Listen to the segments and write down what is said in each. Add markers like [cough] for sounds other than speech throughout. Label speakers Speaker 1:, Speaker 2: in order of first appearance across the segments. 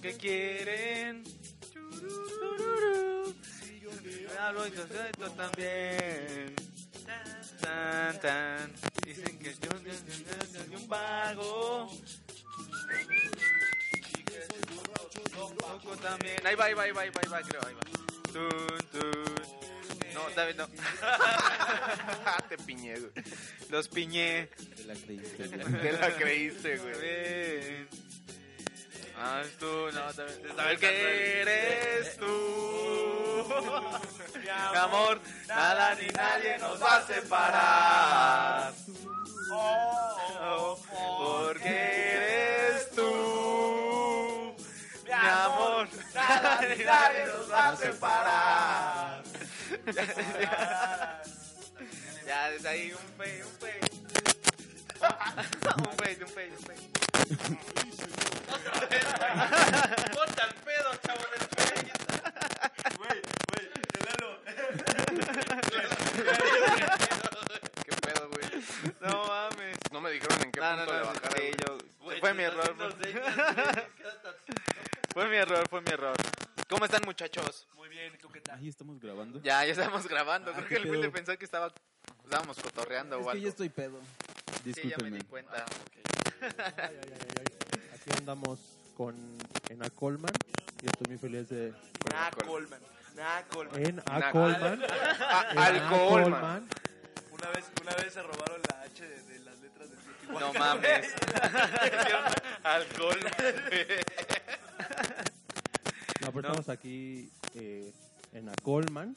Speaker 1: que quieren. Churururu. Me hablo y esto también. Tan, tan, tan. Dicen que yo soy un vago. Y que soy loco, loco también. Ahí va, ahí va, ahí va, ahí va, ahí va, creo, ahí va.
Speaker 2: [laughs]
Speaker 1: Tun, tun. No, David, no.
Speaker 2: Ah, Te piñé, güey.
Speaker 1: Los piñé.
Speaker 3: Te la creíste,
Speaker 2: Te la creíste, güey.
Speaker 1: Bien. Ah, es tú, no, también. Saber que eres [laughs] tú. Mi amor, nada ni nadie nos va a separar. Porque eres tú. Mi amor, nada ni nadie nos va a separar. [laughs] Ya, desde ahí un pey, un pey. [laughs] Un pey, un pey, un pey.
Speaker 4: Bota el pedo, chavo, del pedo.
Speaker 5: Güey, güey, Lalo.
Speaker 2: ¿Qué pedo, güey?
Speaker 1: No mames.
Speaker 2: No me dijeron en qué
Speaker 1: No, no,
Speaker 2: punto
Speaker 1: no,
Speaker 2: le bajaron.
Speaker 1: sí,
Speaker 2: güey.
Speaker 1: yo-
Speaker 4: Güey,
Speaker 1: fue mi
Speaker 4: te
Speaker 1: error. [laughs]
Speaker 4: estás
Speaker 1: Fue,
Speaker 4: haciendo señas, te quedas tan-
Speaker 1: fue mi error, fue mi error. ¿Cómo están, muchachos?
Speaker 4: Muy bien, ¿tú qué tal?
Speaker 3: Ahí estamos grabando.
Speaker 2: Ya, ya estamos grabando.
Speaker 3: Ah,
Speaker 2: Creo
Speaker 3: qué
Speaker 2: que el Will
Speaker 3: pedo.
Speaker 2: pensó que estaba, estábamos cotorreando
Speaker 3: es
Speaker 2: o
Speaker 3: que
Speaker 2: algo.
Speaker 3: ya estoy pedo.
Speaker 2: Sí, ya me
Speaker 3: Discúlpenme.
Speaker 2: di cuenta.
Speaker 6: Ay, ay, ay, ay. Aquí andamos con en A Coleman. Yo estoy muy feliz de
Speaker 1: Ah,
Speaker 4: Nah, Coleman. Nah, Coleman.
Speaker 6: en A
Speaker 2: Na-
Speaker 6: Coleman. en A
Speaker 2: Alcohol, man.
Speaker 6: Coleman.
Speaker 4: Una vez, una vez se robaron la H de, de las letras de Snoopy.
Speaker 2: No mames.
Speaker 1: Alcohol.
Speaker 6: No, pero
Speaker 1: No.
Speaker 6: estamos aquí eh, en A Coleman.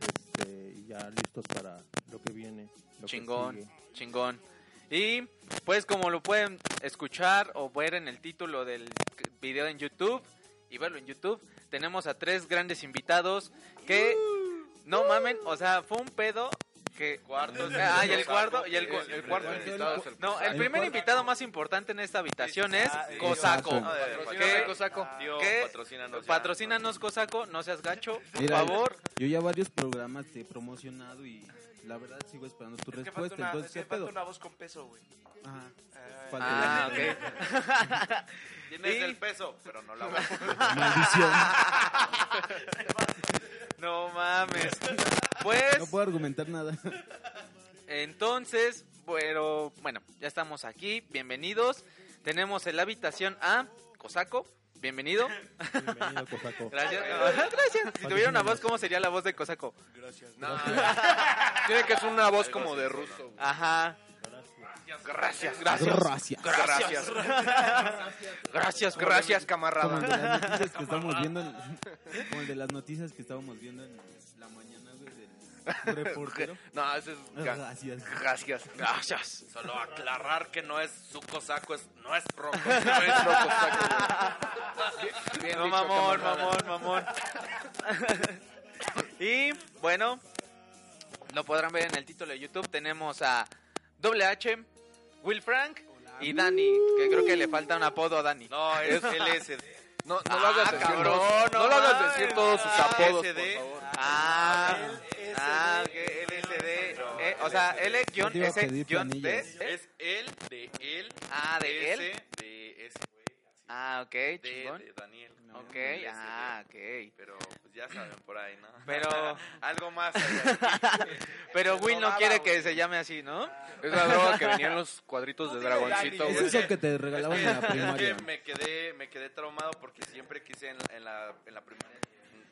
Speaker 6: Este, y ya listos para lo que viene. lo que
Speaker 1: Chingón,
Speaker 6: sigue.
Speaker 1: chingón. Y pues como lo pueden escuchar o ver en el título del video en YouTube y verlo en YouTube, tenemos a tres grandes invitados que no mamen, o sea, fue un pedo que
Speaker 2: Cuarto.
Speaker 1: Ah, y el cuarto, y el cu-
Speaker 2: el cuarto invitado es el
Speaker 1: no, el
Speaker 6: El
Speaker 1: primer
Speaker 6: cuarto.
Speaker 1: invitado más importante en esta habitación es
Speaker 4: Ah, sí.
Speaker 1: Cosaco.
Speaker 3: Cosaco.
Speaker 1: ¿Qué?
Speaker 2: Cosaco.
Speaker 1: Dios,
Speaker 2: patrocínanos.
Speaker 1: Patrocínanos Cosaco, no seas gacho, por
Speaker 3: Mira,
Speaker 1: favor.
Speaker 3: Yo ya varios programas te he promocionado y la verdad sigo esperando tu
Speaker 4: Es que falta
Speaker 3: respuesta.
Speaker 4: una,
Speaker 3: entonces,
Speaker 4: es que
Speaker 3: ¿qué
Speaker 4: falta
Speaker 3: pedo?
Speaker 4: una voz con peso, güey.
Speaker 3: Ajá.
Speaker 4: Ah,
Speaker 3: Falta-
Speaker 1: Ah, ok. [laughs]
Speaker 2: Tienes
Speaker 1: Sí.
Speaker 2: el peso, pero
Speaker 3: [laughs]
Speaker 2: no la voz.
Speaker 3: Maldición.
Speaker 1: No mames. Pues
Speaker 3: No puedo argumentar nada.
Speaker 1: Entonces, bueno, bueno, ya estamos aquí, bienvenidos. Tenemos en la habitación a Cosaco, bienvenido.
Speaker 6: Bienvenido,
Speaker 1: [laughs]
Speaker 6: Cosaco.
Speaker 1: Gracias. Gracias. Si tuviera una voz, ¿cómo sería la voz de Cosaco?
Speaker 2: No. Tiene que ser una voz como de ruso.
Speaker 1: Ajá.
Speaker 2: Gracias,
Speaker 1: Gracias.
Speaker 3: Gracias.
Speaker 2: gracias.
Speaker 1: Gracias, [laughs]
Speaker 2: Gracias,
Speaker 3: Como el de
Speaker 2: camarada.
Speaker 3: las noticias que estamos viendo en, como el de las noticias que estábamos viendo en la mañana güey, del reportero.
Speaker 2: No, ese es. ga-
Speaker 3: Gracias.
Speaker 2: Gracias.
Speaker 1: Gracias.
Speaker 5: Solo aclarar que no es su cosaco, es, no es roco.
Speaker 2: [laughs]
Speaker 1: No, mamón, mamón, mamón. y bueno, lo podrán ver en el título de YouTube. Tenemos a Doble H, Will Frank y Dani, que creo que le falta un apodo a Dani.
Speaker 5: No, es LSD.
Speaker 2: No, no lo hagas
Speaker 1: Ah,
Speaker 2: decir
Speaker 1: cabrón,
Speaker 2: todos-
Speaker 1: no
Speaker 2: No lo hagas
Speaker 1: mames.
Speaker 2: decir todos sus
Speaker 1: Ah,
Speaker 2: apodos,
Speaker 5: SD.
Speaker 2: por favor.
Speaker 1: Ah,
Speaker 4: LSD.
Speaker 1: ah, ok, LSD.
Speaker 5: No,
Speaker 1: Eh, o sea,
Speaker 3: Yo digo que di
Speaker 1: L-S-D.
Speaker 3: planillas.
Speaker 2: ¿Eh?
Speaker 5: Es el de él.
Speaker 1: Ah, de
Speaker 5: S
Speaker 1: él.
Speaker 5: De ese, güey. así,
Speaker 1: Ah, ok,
Speaker 5: De,
Speaker 1: chingón.
Speaker 5: de Daniel.
Speaker 1: Ok,
Speaker 5: LSD.
Speaker 1: ah, ok.
Speaker 5: Pero pues ya saben por ahí, ¿no? [laughs]
Speaker 1: Pero-
Speaker 5: Algo
Speaker 2: [laughs]
Speaker 5: más. allá.
Speaker 1: Pero
Speaker 4: Pues,
Speaker 1: Will no
Speaker 5: nada,
Speaker 1: quiere
Speaker 5: güey.
Speaker 1: que se llame así, ¿no?
Speaker 2: Es la droga que venía en los cuadritos de dragoncito,
Speaker 3: Ese
Speaker 2: güey.
Speaker 3: es el que te regalaban en la
Speaker 5: [laughs] Es
Speaker 3: primaria.
Speaker 5: que me quedé, me quedé traumado porque siempre quise en, en la, en la primaria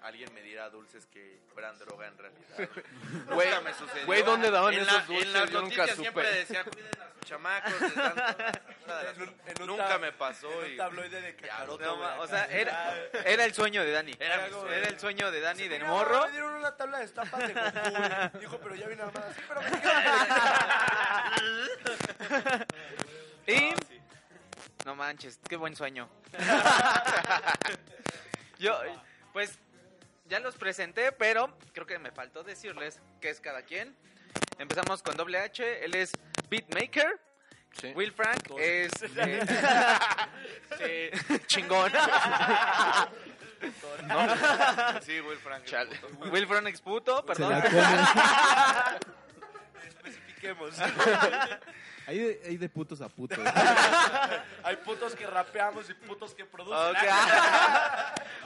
Speaker 5: alguien me diera dulces que fueran droga en realidad.
Speaker 2: [laughs] Güey,
Speaker 5: Nunca me sucedió.
Speaker 2: güey, ¿dónde daban
Speaker 5: En
Speaker 2: esos
Speaker 5: la-
Speaker 2: dulces?
Speaker 5: En las
Speaker 2: Yo nunca
Speaker 5: noticias siempre
Speaker 2: supe.
Speaker 5: decía, cuiden a sus chamacos. les dan todas las- todas
Speaker 4: [laughs]
Speaker 5: las-
Speaker 4: En un- en un
Speaker 5: nunca
Speaker 4: tab-
Speaker 5: me pasó.
Speaker 4: en un
Speaker 5: y-
Speaker 4: tabloide de
Speaker 5: Ya,
Speaker 4: cacaroto,
Speaker 1: No,
Speaker 4: güey,
Speaker 1: ma- o
Speaker 4: acá.
Speaker 1: sea, era, era el sueño de Dani.
Speaker 5: Era mi sueño.
Speaker 1: Era el sueño de Dani del
Speaker 4: Mira,
Speaker 1: morro.
Speaker 4: Me dieron una tabla de
Speaker 1: [laughs]
Speaker 4: estampas de Goku, güey. Dijo, pero ya vine armada. Sí, pero me quedé.
Speaker 1: [laughs]
Speaker 4: Ah,
Speaker 1: Y no manches, qué
Speaker 4: [laughs]
Speaker 1: buen sueño. [laughs] Yo, pues, ya los presenté, pero creo que me faltó decirles qué es cada quien. Empezamos con Doble H, él es beatmaker.
Speaker 2: Sí.
Speaker 1: Will Frank es eh, sí, [laughs] chingón.
Speaker 5: Sí, Will Frank.
Speaker 2: Chale.
Speaker 1: Will Frank es puto,
Speaker 3: Se
Speaker 1: perdón.
Speaker 3: la comen.
Speaker 4: Especifiquemos.
Speaker 3: Ahí de, ahí de putos a putos.
Speaker 7: Hay putos que rapeamos y putos que producen.
Speaker 5: Ok.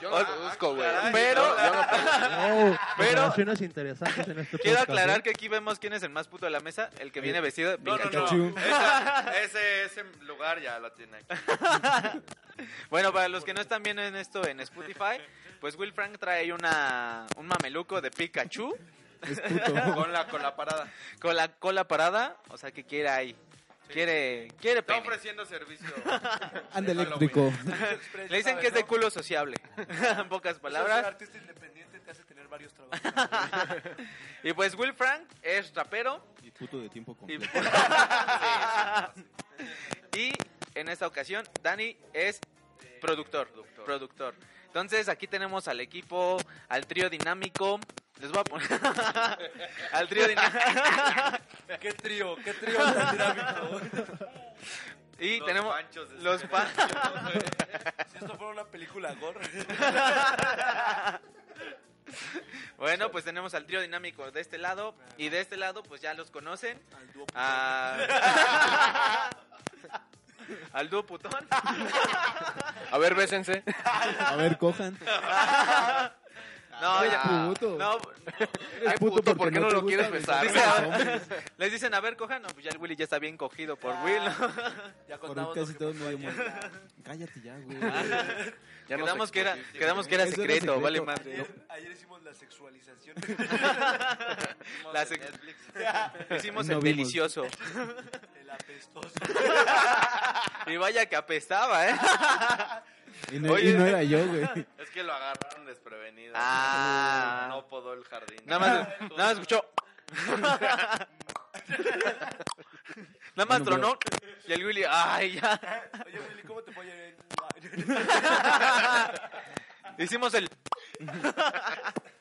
Speaker 2: Yo
Speaker 5: Os-
Speaker 2: no-
Speaker 5: busco, güey.
Speaker 8: caray.
Speaker 5: Pero
Speaker 6: [laughs] Oh,
Speaker 5: Pero-
Speaker 6: declaraciones interesantes en este
Speaker 5: quiero
Speaker 6: podcast, ¿eh?
Speaker 5: aclarar que aquí vemos quién es el más puto de la mesa, el que viene vestido de
Speaker 8: No, no,
Speaker 5: Pikachu.
Speaker 3: Pikachu.
Speaker 8: no. Esa- ese, ese lugar ya lo tiene aquí.
Speaker 5: Bueno, para los que no están viendo en esto en Spotify, pues Will Frank trae una un mameluco de Pikachu
Speaker 3: Es puto.
Speaker 8: Con la, con la parada.
Speaker 5: con la cola parada, o sea, que quiere ahí. Quiere quiere
Speaker 8: Está
Speaker 5: pene.
Speaker 8: ofreciendo servicio.
Speaker 3: Anda eléctrico.
Speaker 5: Le dicen que es de culo sociable. [laughs] en pocas
Speaker 7: Ser
Speaker 5: palabras.
Speaker 7: Pues artista independiente te hace tener varios trabajos.
Speaker 5: [laughs] Y pues Will Frank es rapero
Speaker 3: Y puto de tiempo
Speaker 1: [laughs]
Speaker 5: y,
Speaker 3: completo.
Speaker 5: Y en esta ocasión Dani es productor, productor. Entonces aquí tenemos al equipo, al trío dinámico. Les voy a poner [laughs] al trío dinámico
Speaker 7: [laughs] ¿Qué trío? ¿Qué trío tan dinámico?
Speaker 5: y
Speaker 8: Los
Speaker 5: tenemos
Speaker 8: panchos de-
Speaker 5: los
Speaker 7: [laughs]
Speaker 5: pa-
Speaker 7: Si esto fuera una película gore.
Speaker 5: Bueno, pues tenemos al trío dinámico de este lado y de este lado pues ya los conocen.
Speaker 7: Al dúo
Speaker 5: a- al dúo putón.
Speaker 2: A ver, bésense.
Speaker 3: A ver, cojan.
Speaker 5: No,
Speaker 1: Ah,
Speaker 3: Eres
Speaker 5: ya.
Speaker 3: puto.
Speaker 5: [laughs] No,
Speaker 2: Ay, puto, ¿por qué no lo quieres besar?
Speaker 5: [laughs] Dice, les dicen, a ver, cojan. No, pues ya el Willy ya está bien cogido por Will. ¿no?
Speaker 7: Ya
Speaker 3: Por
Speaker 7: contamos
Speaker 3: casi
Speaker 7: lo que
Speaker 3: todo medio muerto. Cállate ya, güey.
Speaker 2: Ya nos
Speaker 5: quedamos, que era,
Speaker 2: expusiste,
Speaker 5: quedamos que era
Speaker 3: Eso
Speaker 5: secreto,
Speaker 3: era secreto.
Speaker 5: vale madre.
Speaker 3: [laughs]
Speaker 7: ayer, ayer hicimos la sexualización.
Speaker 5: [laughs] La
Speaker 8: La
Speaker 5: sec-
Speaker 8: Netflix.
Speaker 5: Hicimos
Speaker 3: No
Speaker 5: el
Speaker 3: vimos.
Speaker 5: delicioso.
Speaker 7: [laughs] El apestoso.
Speaker 5: Y vaya que apestaba, ¿eh?
Speaker 3: Y [laughs] no,
Speaker 5: Oye.
Speaker 3: y no era yo, güey.
Speaker 8: Es que lo agarraron desprevenido.
Speaker 5: Ah.
Speaker 8: No podó el jardín.
Speaker 5: Nada
Speaker 8: [laughs]
Speaker 5: más, nada más escuchó. Nada más
Speaker 3: Bueno,
Speaker 5: tronó. Y el Willy, ay, ya.
Speaker 7: Oye, Willy, ¿cómo te puedo llevar?
Speaker 5: [laughs] Hicimos el.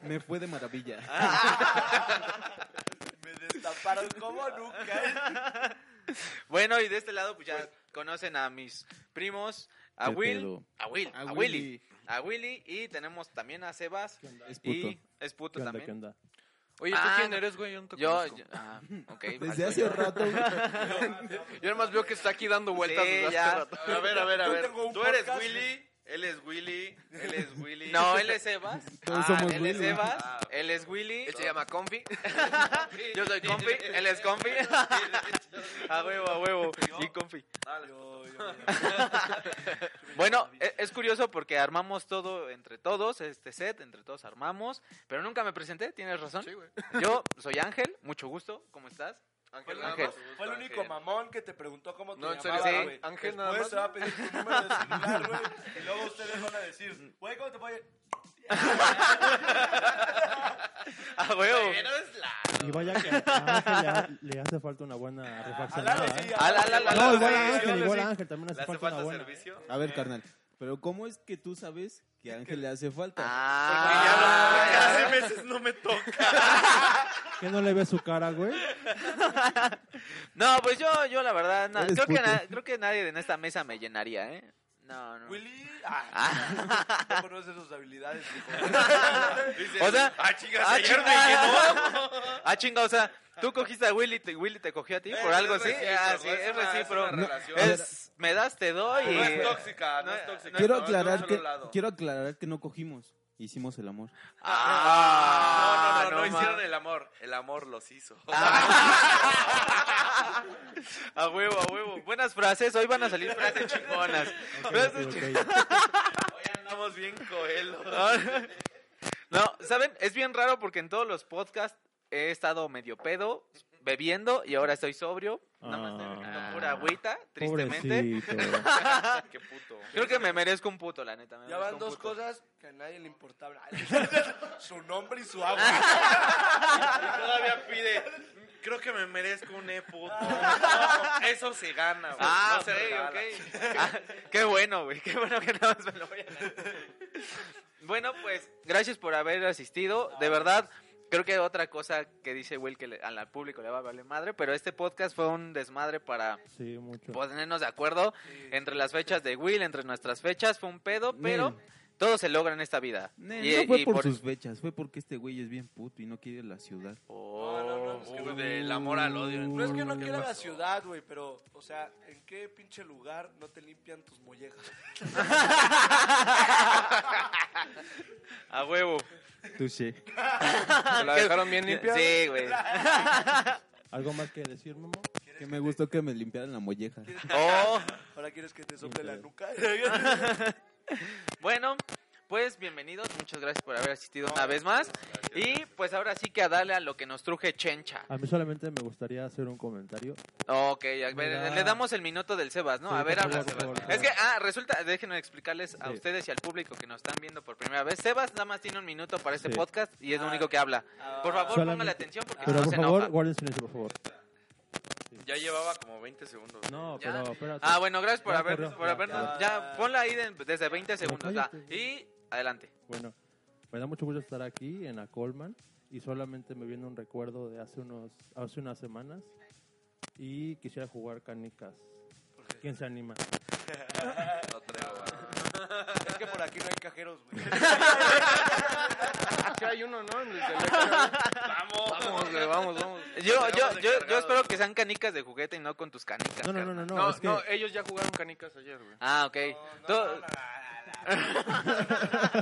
Speaker 3: Me fue de
Speaker 5: [laughs]
Speaker 3: maravilla.
Speaker 7: Me destaparon como nunca.
Speaker 5: Bueno, y de este lado, pues ya conocen a mis primos. A
Speaker 3: Qué
Speaker 5: Will,
Speaker 3: pedo.
Speaker 5: a Will,
Speaker 3: A
Speaker 5: a Willy,
Speaker 3: Ah, Willy.
Speaker 5: a Willy y tenemos también a Sebas
Speaker 3: Es puto.
Speaker 5: y es puto
Speaker 6: ¿Qué onda, qué
Speaker 5: también.
Speaker 6: onda?
Speaker 2: Oye, ¿tú
Speaker 5: Ah,
Speaker 2: quién
Speaker 5: no.
Speaker 2: eres, güey? Yo no te
Speaker 5: Yo,
Speaker 2: conozco.
Speaker 5: yo- ah, ok.
Speaker 3: Desde
Speaker 5: falto
Speaker 3: hace
Speaker 5: yo.
Speaker 3: rato, güey.
Speaker 2: Yo nada más veo que está aquí dando vueltas
Speaker 5: Sí,
Speaker 2: desde hace
Speaker 5: ya.
Speaker 2: rato.
Speaker 8: A ver, a ver, a
Speaker 7: Yo
Speaker 8: ver.
Speaker 7: tengo un
Speaker 8: Tú eres
Speaker 7: podcast.
Speaker 8: Willy, él es Willy, él es Willy.
Speaker 5: No, él es Sebas.
Speaker 3: Todos somos
Speaker 5: él
Speaker 3: Willy.
Speaker 5: es Sebas,
Speaker 8: Ah.
Speaker 5: él es Willy.
Speaker 2: Él se llama
Speaker 5: [laughs]
Speaker 2: Confi.
Speaker 5: Yo soy Confi, él es Confi. a huevo, a huevo. Y Confi.
Speaker 7: Yo, yo,
Speaker 5: [laughs] Bueno, e- es curioso porque armamos todo entre todos, este set, entre todos armamos, pero nunca me presenté, tienes razón.
Speaker 2: Sí, güey.
Speaker 5: Yo soy Ángel, mucho gusto, ¿cómo estás? Fue
Speaker 8: Ángel, nada
Speaker 5: el-
Speaker 8: más su gusto,
Speaker 7: [laughs] Fue el
Speaker 8: Ángel.
Speaker 7: único mamón que te preguntó cómo te
Speaker 2: No, en serio,
Speaker 7: llamabas,
Speaker 5: sí.
Speaker 7: güey.
Speaker 2: Ángel,
Speaker 7: Después
Speaker 2: nada más.
Speaker 7: te va a pedir tu número de celular, güey. Y luego ustedes van a decir, güey, ¿cómo te voy a...?
Speaker 5: A huevo.
Speaker 8: Pero es la-
Speaker 6: Y vaya que a Ángel le ha- le hace falta una
Speaker 5: Ah,
Speaker 6: buena
Speaker 7: A
Speaker 6: refacción.
Speaker 7: Lalo
Speaker 6: ¿eh?
Speaker 7: sí,
Speaker 5: Al-
Speaker 7: a
Speaker 5: al- al-
Speaker 7: Lalo
Speaker 5: al-
Speaker 6: No,
Speaker 7: sí.
Speaker 5: Lalo
Speaker 6: igual
Speaker 5: sí,
Speaker 6: a Ángel,
Speaker 5: Lalo
Speaker 6: igual
Speaker 5: sí.
Speaker 6: a Ángel también
Speaker 8: ¿Le
Speaker 6: hace
Speaker 8: hace
Speaker 6: falta una
Speaker 8: falta
Speaker 6: buena.
Speaker 8: servicio?
Speaker 3: A
Speaker 7: Eh.
Speaker 3: ver, carnal. Pero ¿cómo es que tú sabes que a Ángel le hace falta?
Speaker 8: Porque ya
Speaker 5: Ah,
Speaker 8: lo- porque hace meses no me toca.
Speaker 6: ¿Qué no le ve su cara,
Speaker 5: [laughs]
Speaker 6: güey?
Speaker 5: no, pues yo, yo la verdad, na-
Speaker 3: Eres
Speaker 5: creo, que
Speaker 3: puto.
Speaker 5: na- creo que nadie en esta mesa me llenaría, ¿eh? No, no.
Speaker 7: Willy, ah,
Speaker 5: Ah.
Speaker 7: no conoces sus habilidades, hijo.
Speaker 5: [laughs]
Speaker 8: Dice,
Speaker 5: O sea,
Speaker 8: ah, chingas,
Speaker 5: Ah,
Speaker 8: ayer me
Speaker 5: chinga. [laughs] Ah, chinga, o sea, tú cogiste a Willy, te, Willy te cogió a ti
Speaker 8: Eh,
Speaker 5: por
Speaker 8: es
Speaker 5: algo así.
Speaker 8: recíproco,
Speaker 5: Ah, sí,
Speaker 8: es
Speaker 5: es
Speaker 8: una- es
Speaker 5: recíproco.
Speaker 8: una
Speaker 5: No,
Speaker 8: relación.
Speaker 5: es- me das, te doy.
Speaker 8: quedó. No
Speaker 5: y-
Speaker 8: es tóxica, no es tóxica.
Speaker 3: quiero,
Speaker 8: no es de un
Speaker 3: aclarar
Speaker 8: solo
Speaker 3: que,
Speaker 8: lado.
Speaker 3: quiero aclarar que no cogimos. Hicimos el amor.
Speaker 5: Ah,
Speaker 8: no, no, no, no,
Speaker 5: ma-
Speaker 8: hicieron el amor. El amor los hizo.
Speaker 5: Ah. A huevo, a huevo. Buenas frases, hoy van a salir frases chingonas.
Speaker 6: Ok,
Speaker 5: Frases
Speaker 6: ok.
Speaker 5: chingonas.
Speaker 8: Hoy andamos bien coelos.
Speaker 5: No, ¿saben? Es bien raro porque en todos los podcasts he estado medio pedo, bebiendo y ahora estoy sobrio. Nada más estoy bebiendo pura agüita, tristemente.
Speaker 6: Pobrecito.
Speaker 8: Qué puto.
Speaker 5: Creo que me merezco un puto, la neta. me
Speaker 7: Ya
Speaker 5: merezco
Speaker 7: van
Speaker 5: un
Speaker 7: dos
Speaker 5: puto.
Speaker 7: cosas que a nadie le importaban. su nombre y su agua.
Speaker 8: Todavía pide. Creo que me merezco un e puto. Eso se gana, güey.
Speaker 5: Ah,
Speaker 8: no se regala.
Speaker 5: ok, ok. Ah, qué bueno, güey. Qué bueno que nada más me lo voy a ganar. Bueno, pues, gracias por haber asistido. De verdad, creo que otra cosa que dice Will que le- al público le va a valer madre, pero este podcast fue un desmadre para
Speaker 6: Sí, mucho.
Speaker 5: Pues- ponernos de acuerdo
Speaker 7: Sí.
Speaker 5: entre las fechas de Will, entre nuestras fechas. Fue un pedo, pero Todo se logra en esta vida.
Speaker 3: Ne,
Speaker 5: Y-
Speaker 3: no fue
Speaker 5: y
Speaker 3: por,
Speaker 5: por-
Speaker 2: [laughs]
Speaker 3: sus fechas, fue porque este güey es bien puto y no quiere la ciudad.
Speaker 5: Oh,
Speaker 7: No, no, no, es que
Speaker 8: Uy,
Speaker 7: no-
Speaker 8: del amor al odio.
Speaker 7: No es que no
Speaker 8: ¿Qué
Speaker 7: quiera la
Speaker 8: pasó?
Speaker 7: ciudad, güey, pero, o sea, ¿en qué pinche lugar no te limpian tus mollejas? [laughs]
Speaker 5: A huevo.
Speaker 3: Touché.
Speaker 2: ¿Se la dejaron bien limpia?
Speaker 5: Ah,
Speaker 2: [laughs]
Speaker 5: Sí, güey.
Speaker 6: ¿Algo más que decir, Momo?
Speaker 3: Que me gustó que me limpiaran la molleja.
Speaker 5: Oh.
Speaker 7: Ahora quieres que te sople la nuca. [laughs]
Speaker 5: Bueno, pues bienvenidos. Muchas gracias por haber asistido una vez más. Y pues ahora sí que a darle a lo que nos truje Chencha.
Speaker 6: A mí solamente me gustaría hacer un comentario.
Speaker 5: Ok, a ver,
Speaker 6: Mira.
Speaker 5: le damos el minuto del Sebas, ¿no?
Speaker 6: Sí,
Speaker 5: A
Speaker 6: por
Speaker 5: ver,
Speaker 6: favor,
Speaker 5: habla
Speaker 6: por
Speaker 5: Sebas.
Speaker 6: favor, por
Speaker 5: Es que,
Speaker 6: favor.
Speaker 5: ah, resulta, déjenme explicarles a
Speaker 6: Sí.
Speaker 5: ustedes y al público que nos están viendo por primera vez. Sebas nada más tiene un minuto para este
Speaker 6: Sí.
Speaker 5: podcast y
Speaker 8: Ah.
Speaker 5: es lo único que habla. Por favor,
Speaker 6: Solamente-
Speaker 5: póngale atención porque si
Speaker 6: Pero
Speaker 5: Ah, no
Speaker 6: por
Speaker 5: se
Speaker 6: favor,
Speaker 5: enoja.
Speaker 6: guarden silencio, por favor.
Speaker 8: Ya llevaba como 20 segundos.
Speaker 6: No,
Speaker 5: Ya.
Speaker 6: pero espérate.
Speaker 5: Ah, bueno, gracias por
Speaker 6: Ya
Speaker 5: haber,
Speaker 6: corrió.
Speaker 5: por habernos. Ya, ponla ahí de- desde 20 segundos. ya.
Speaker 6: cállate.
Speaker 5: Y adelante.
Speaker 6: Bueno, me da mucho gusto estar aquí en la Colman y solamente me viene un recuerdo de hace unos hace unas semanas y quisiera jugar canicas. ¿Quién se anima?
Speaker 8: No traigo.
Speaker 7: Es que por aquí no hay cajeros, güey. [laughs]
Speaker 2: Sí, hay uno, ¿no? En el teléfono.
Speaker 8: Vamos,
Speaker 2: Vamos, güey, vamos, vamos.
Speaker 5: Yo, yo,
Speaker 8: Tenemos
Speaker 5: yo, yo
Speaker 8: encargados.
Speaker 5: espero que sean canicas de juguete y no con tus canicas.
Speaker 6: No, no, no,
Speaker 5: carnal.
Speaker 6: no, no,
Speaker 2: No,
Speaker 6: es que
Speaker 2: no, ellos ya jugaron canicas ayer, güey.
Speaker 5: Ah, ok. Tú-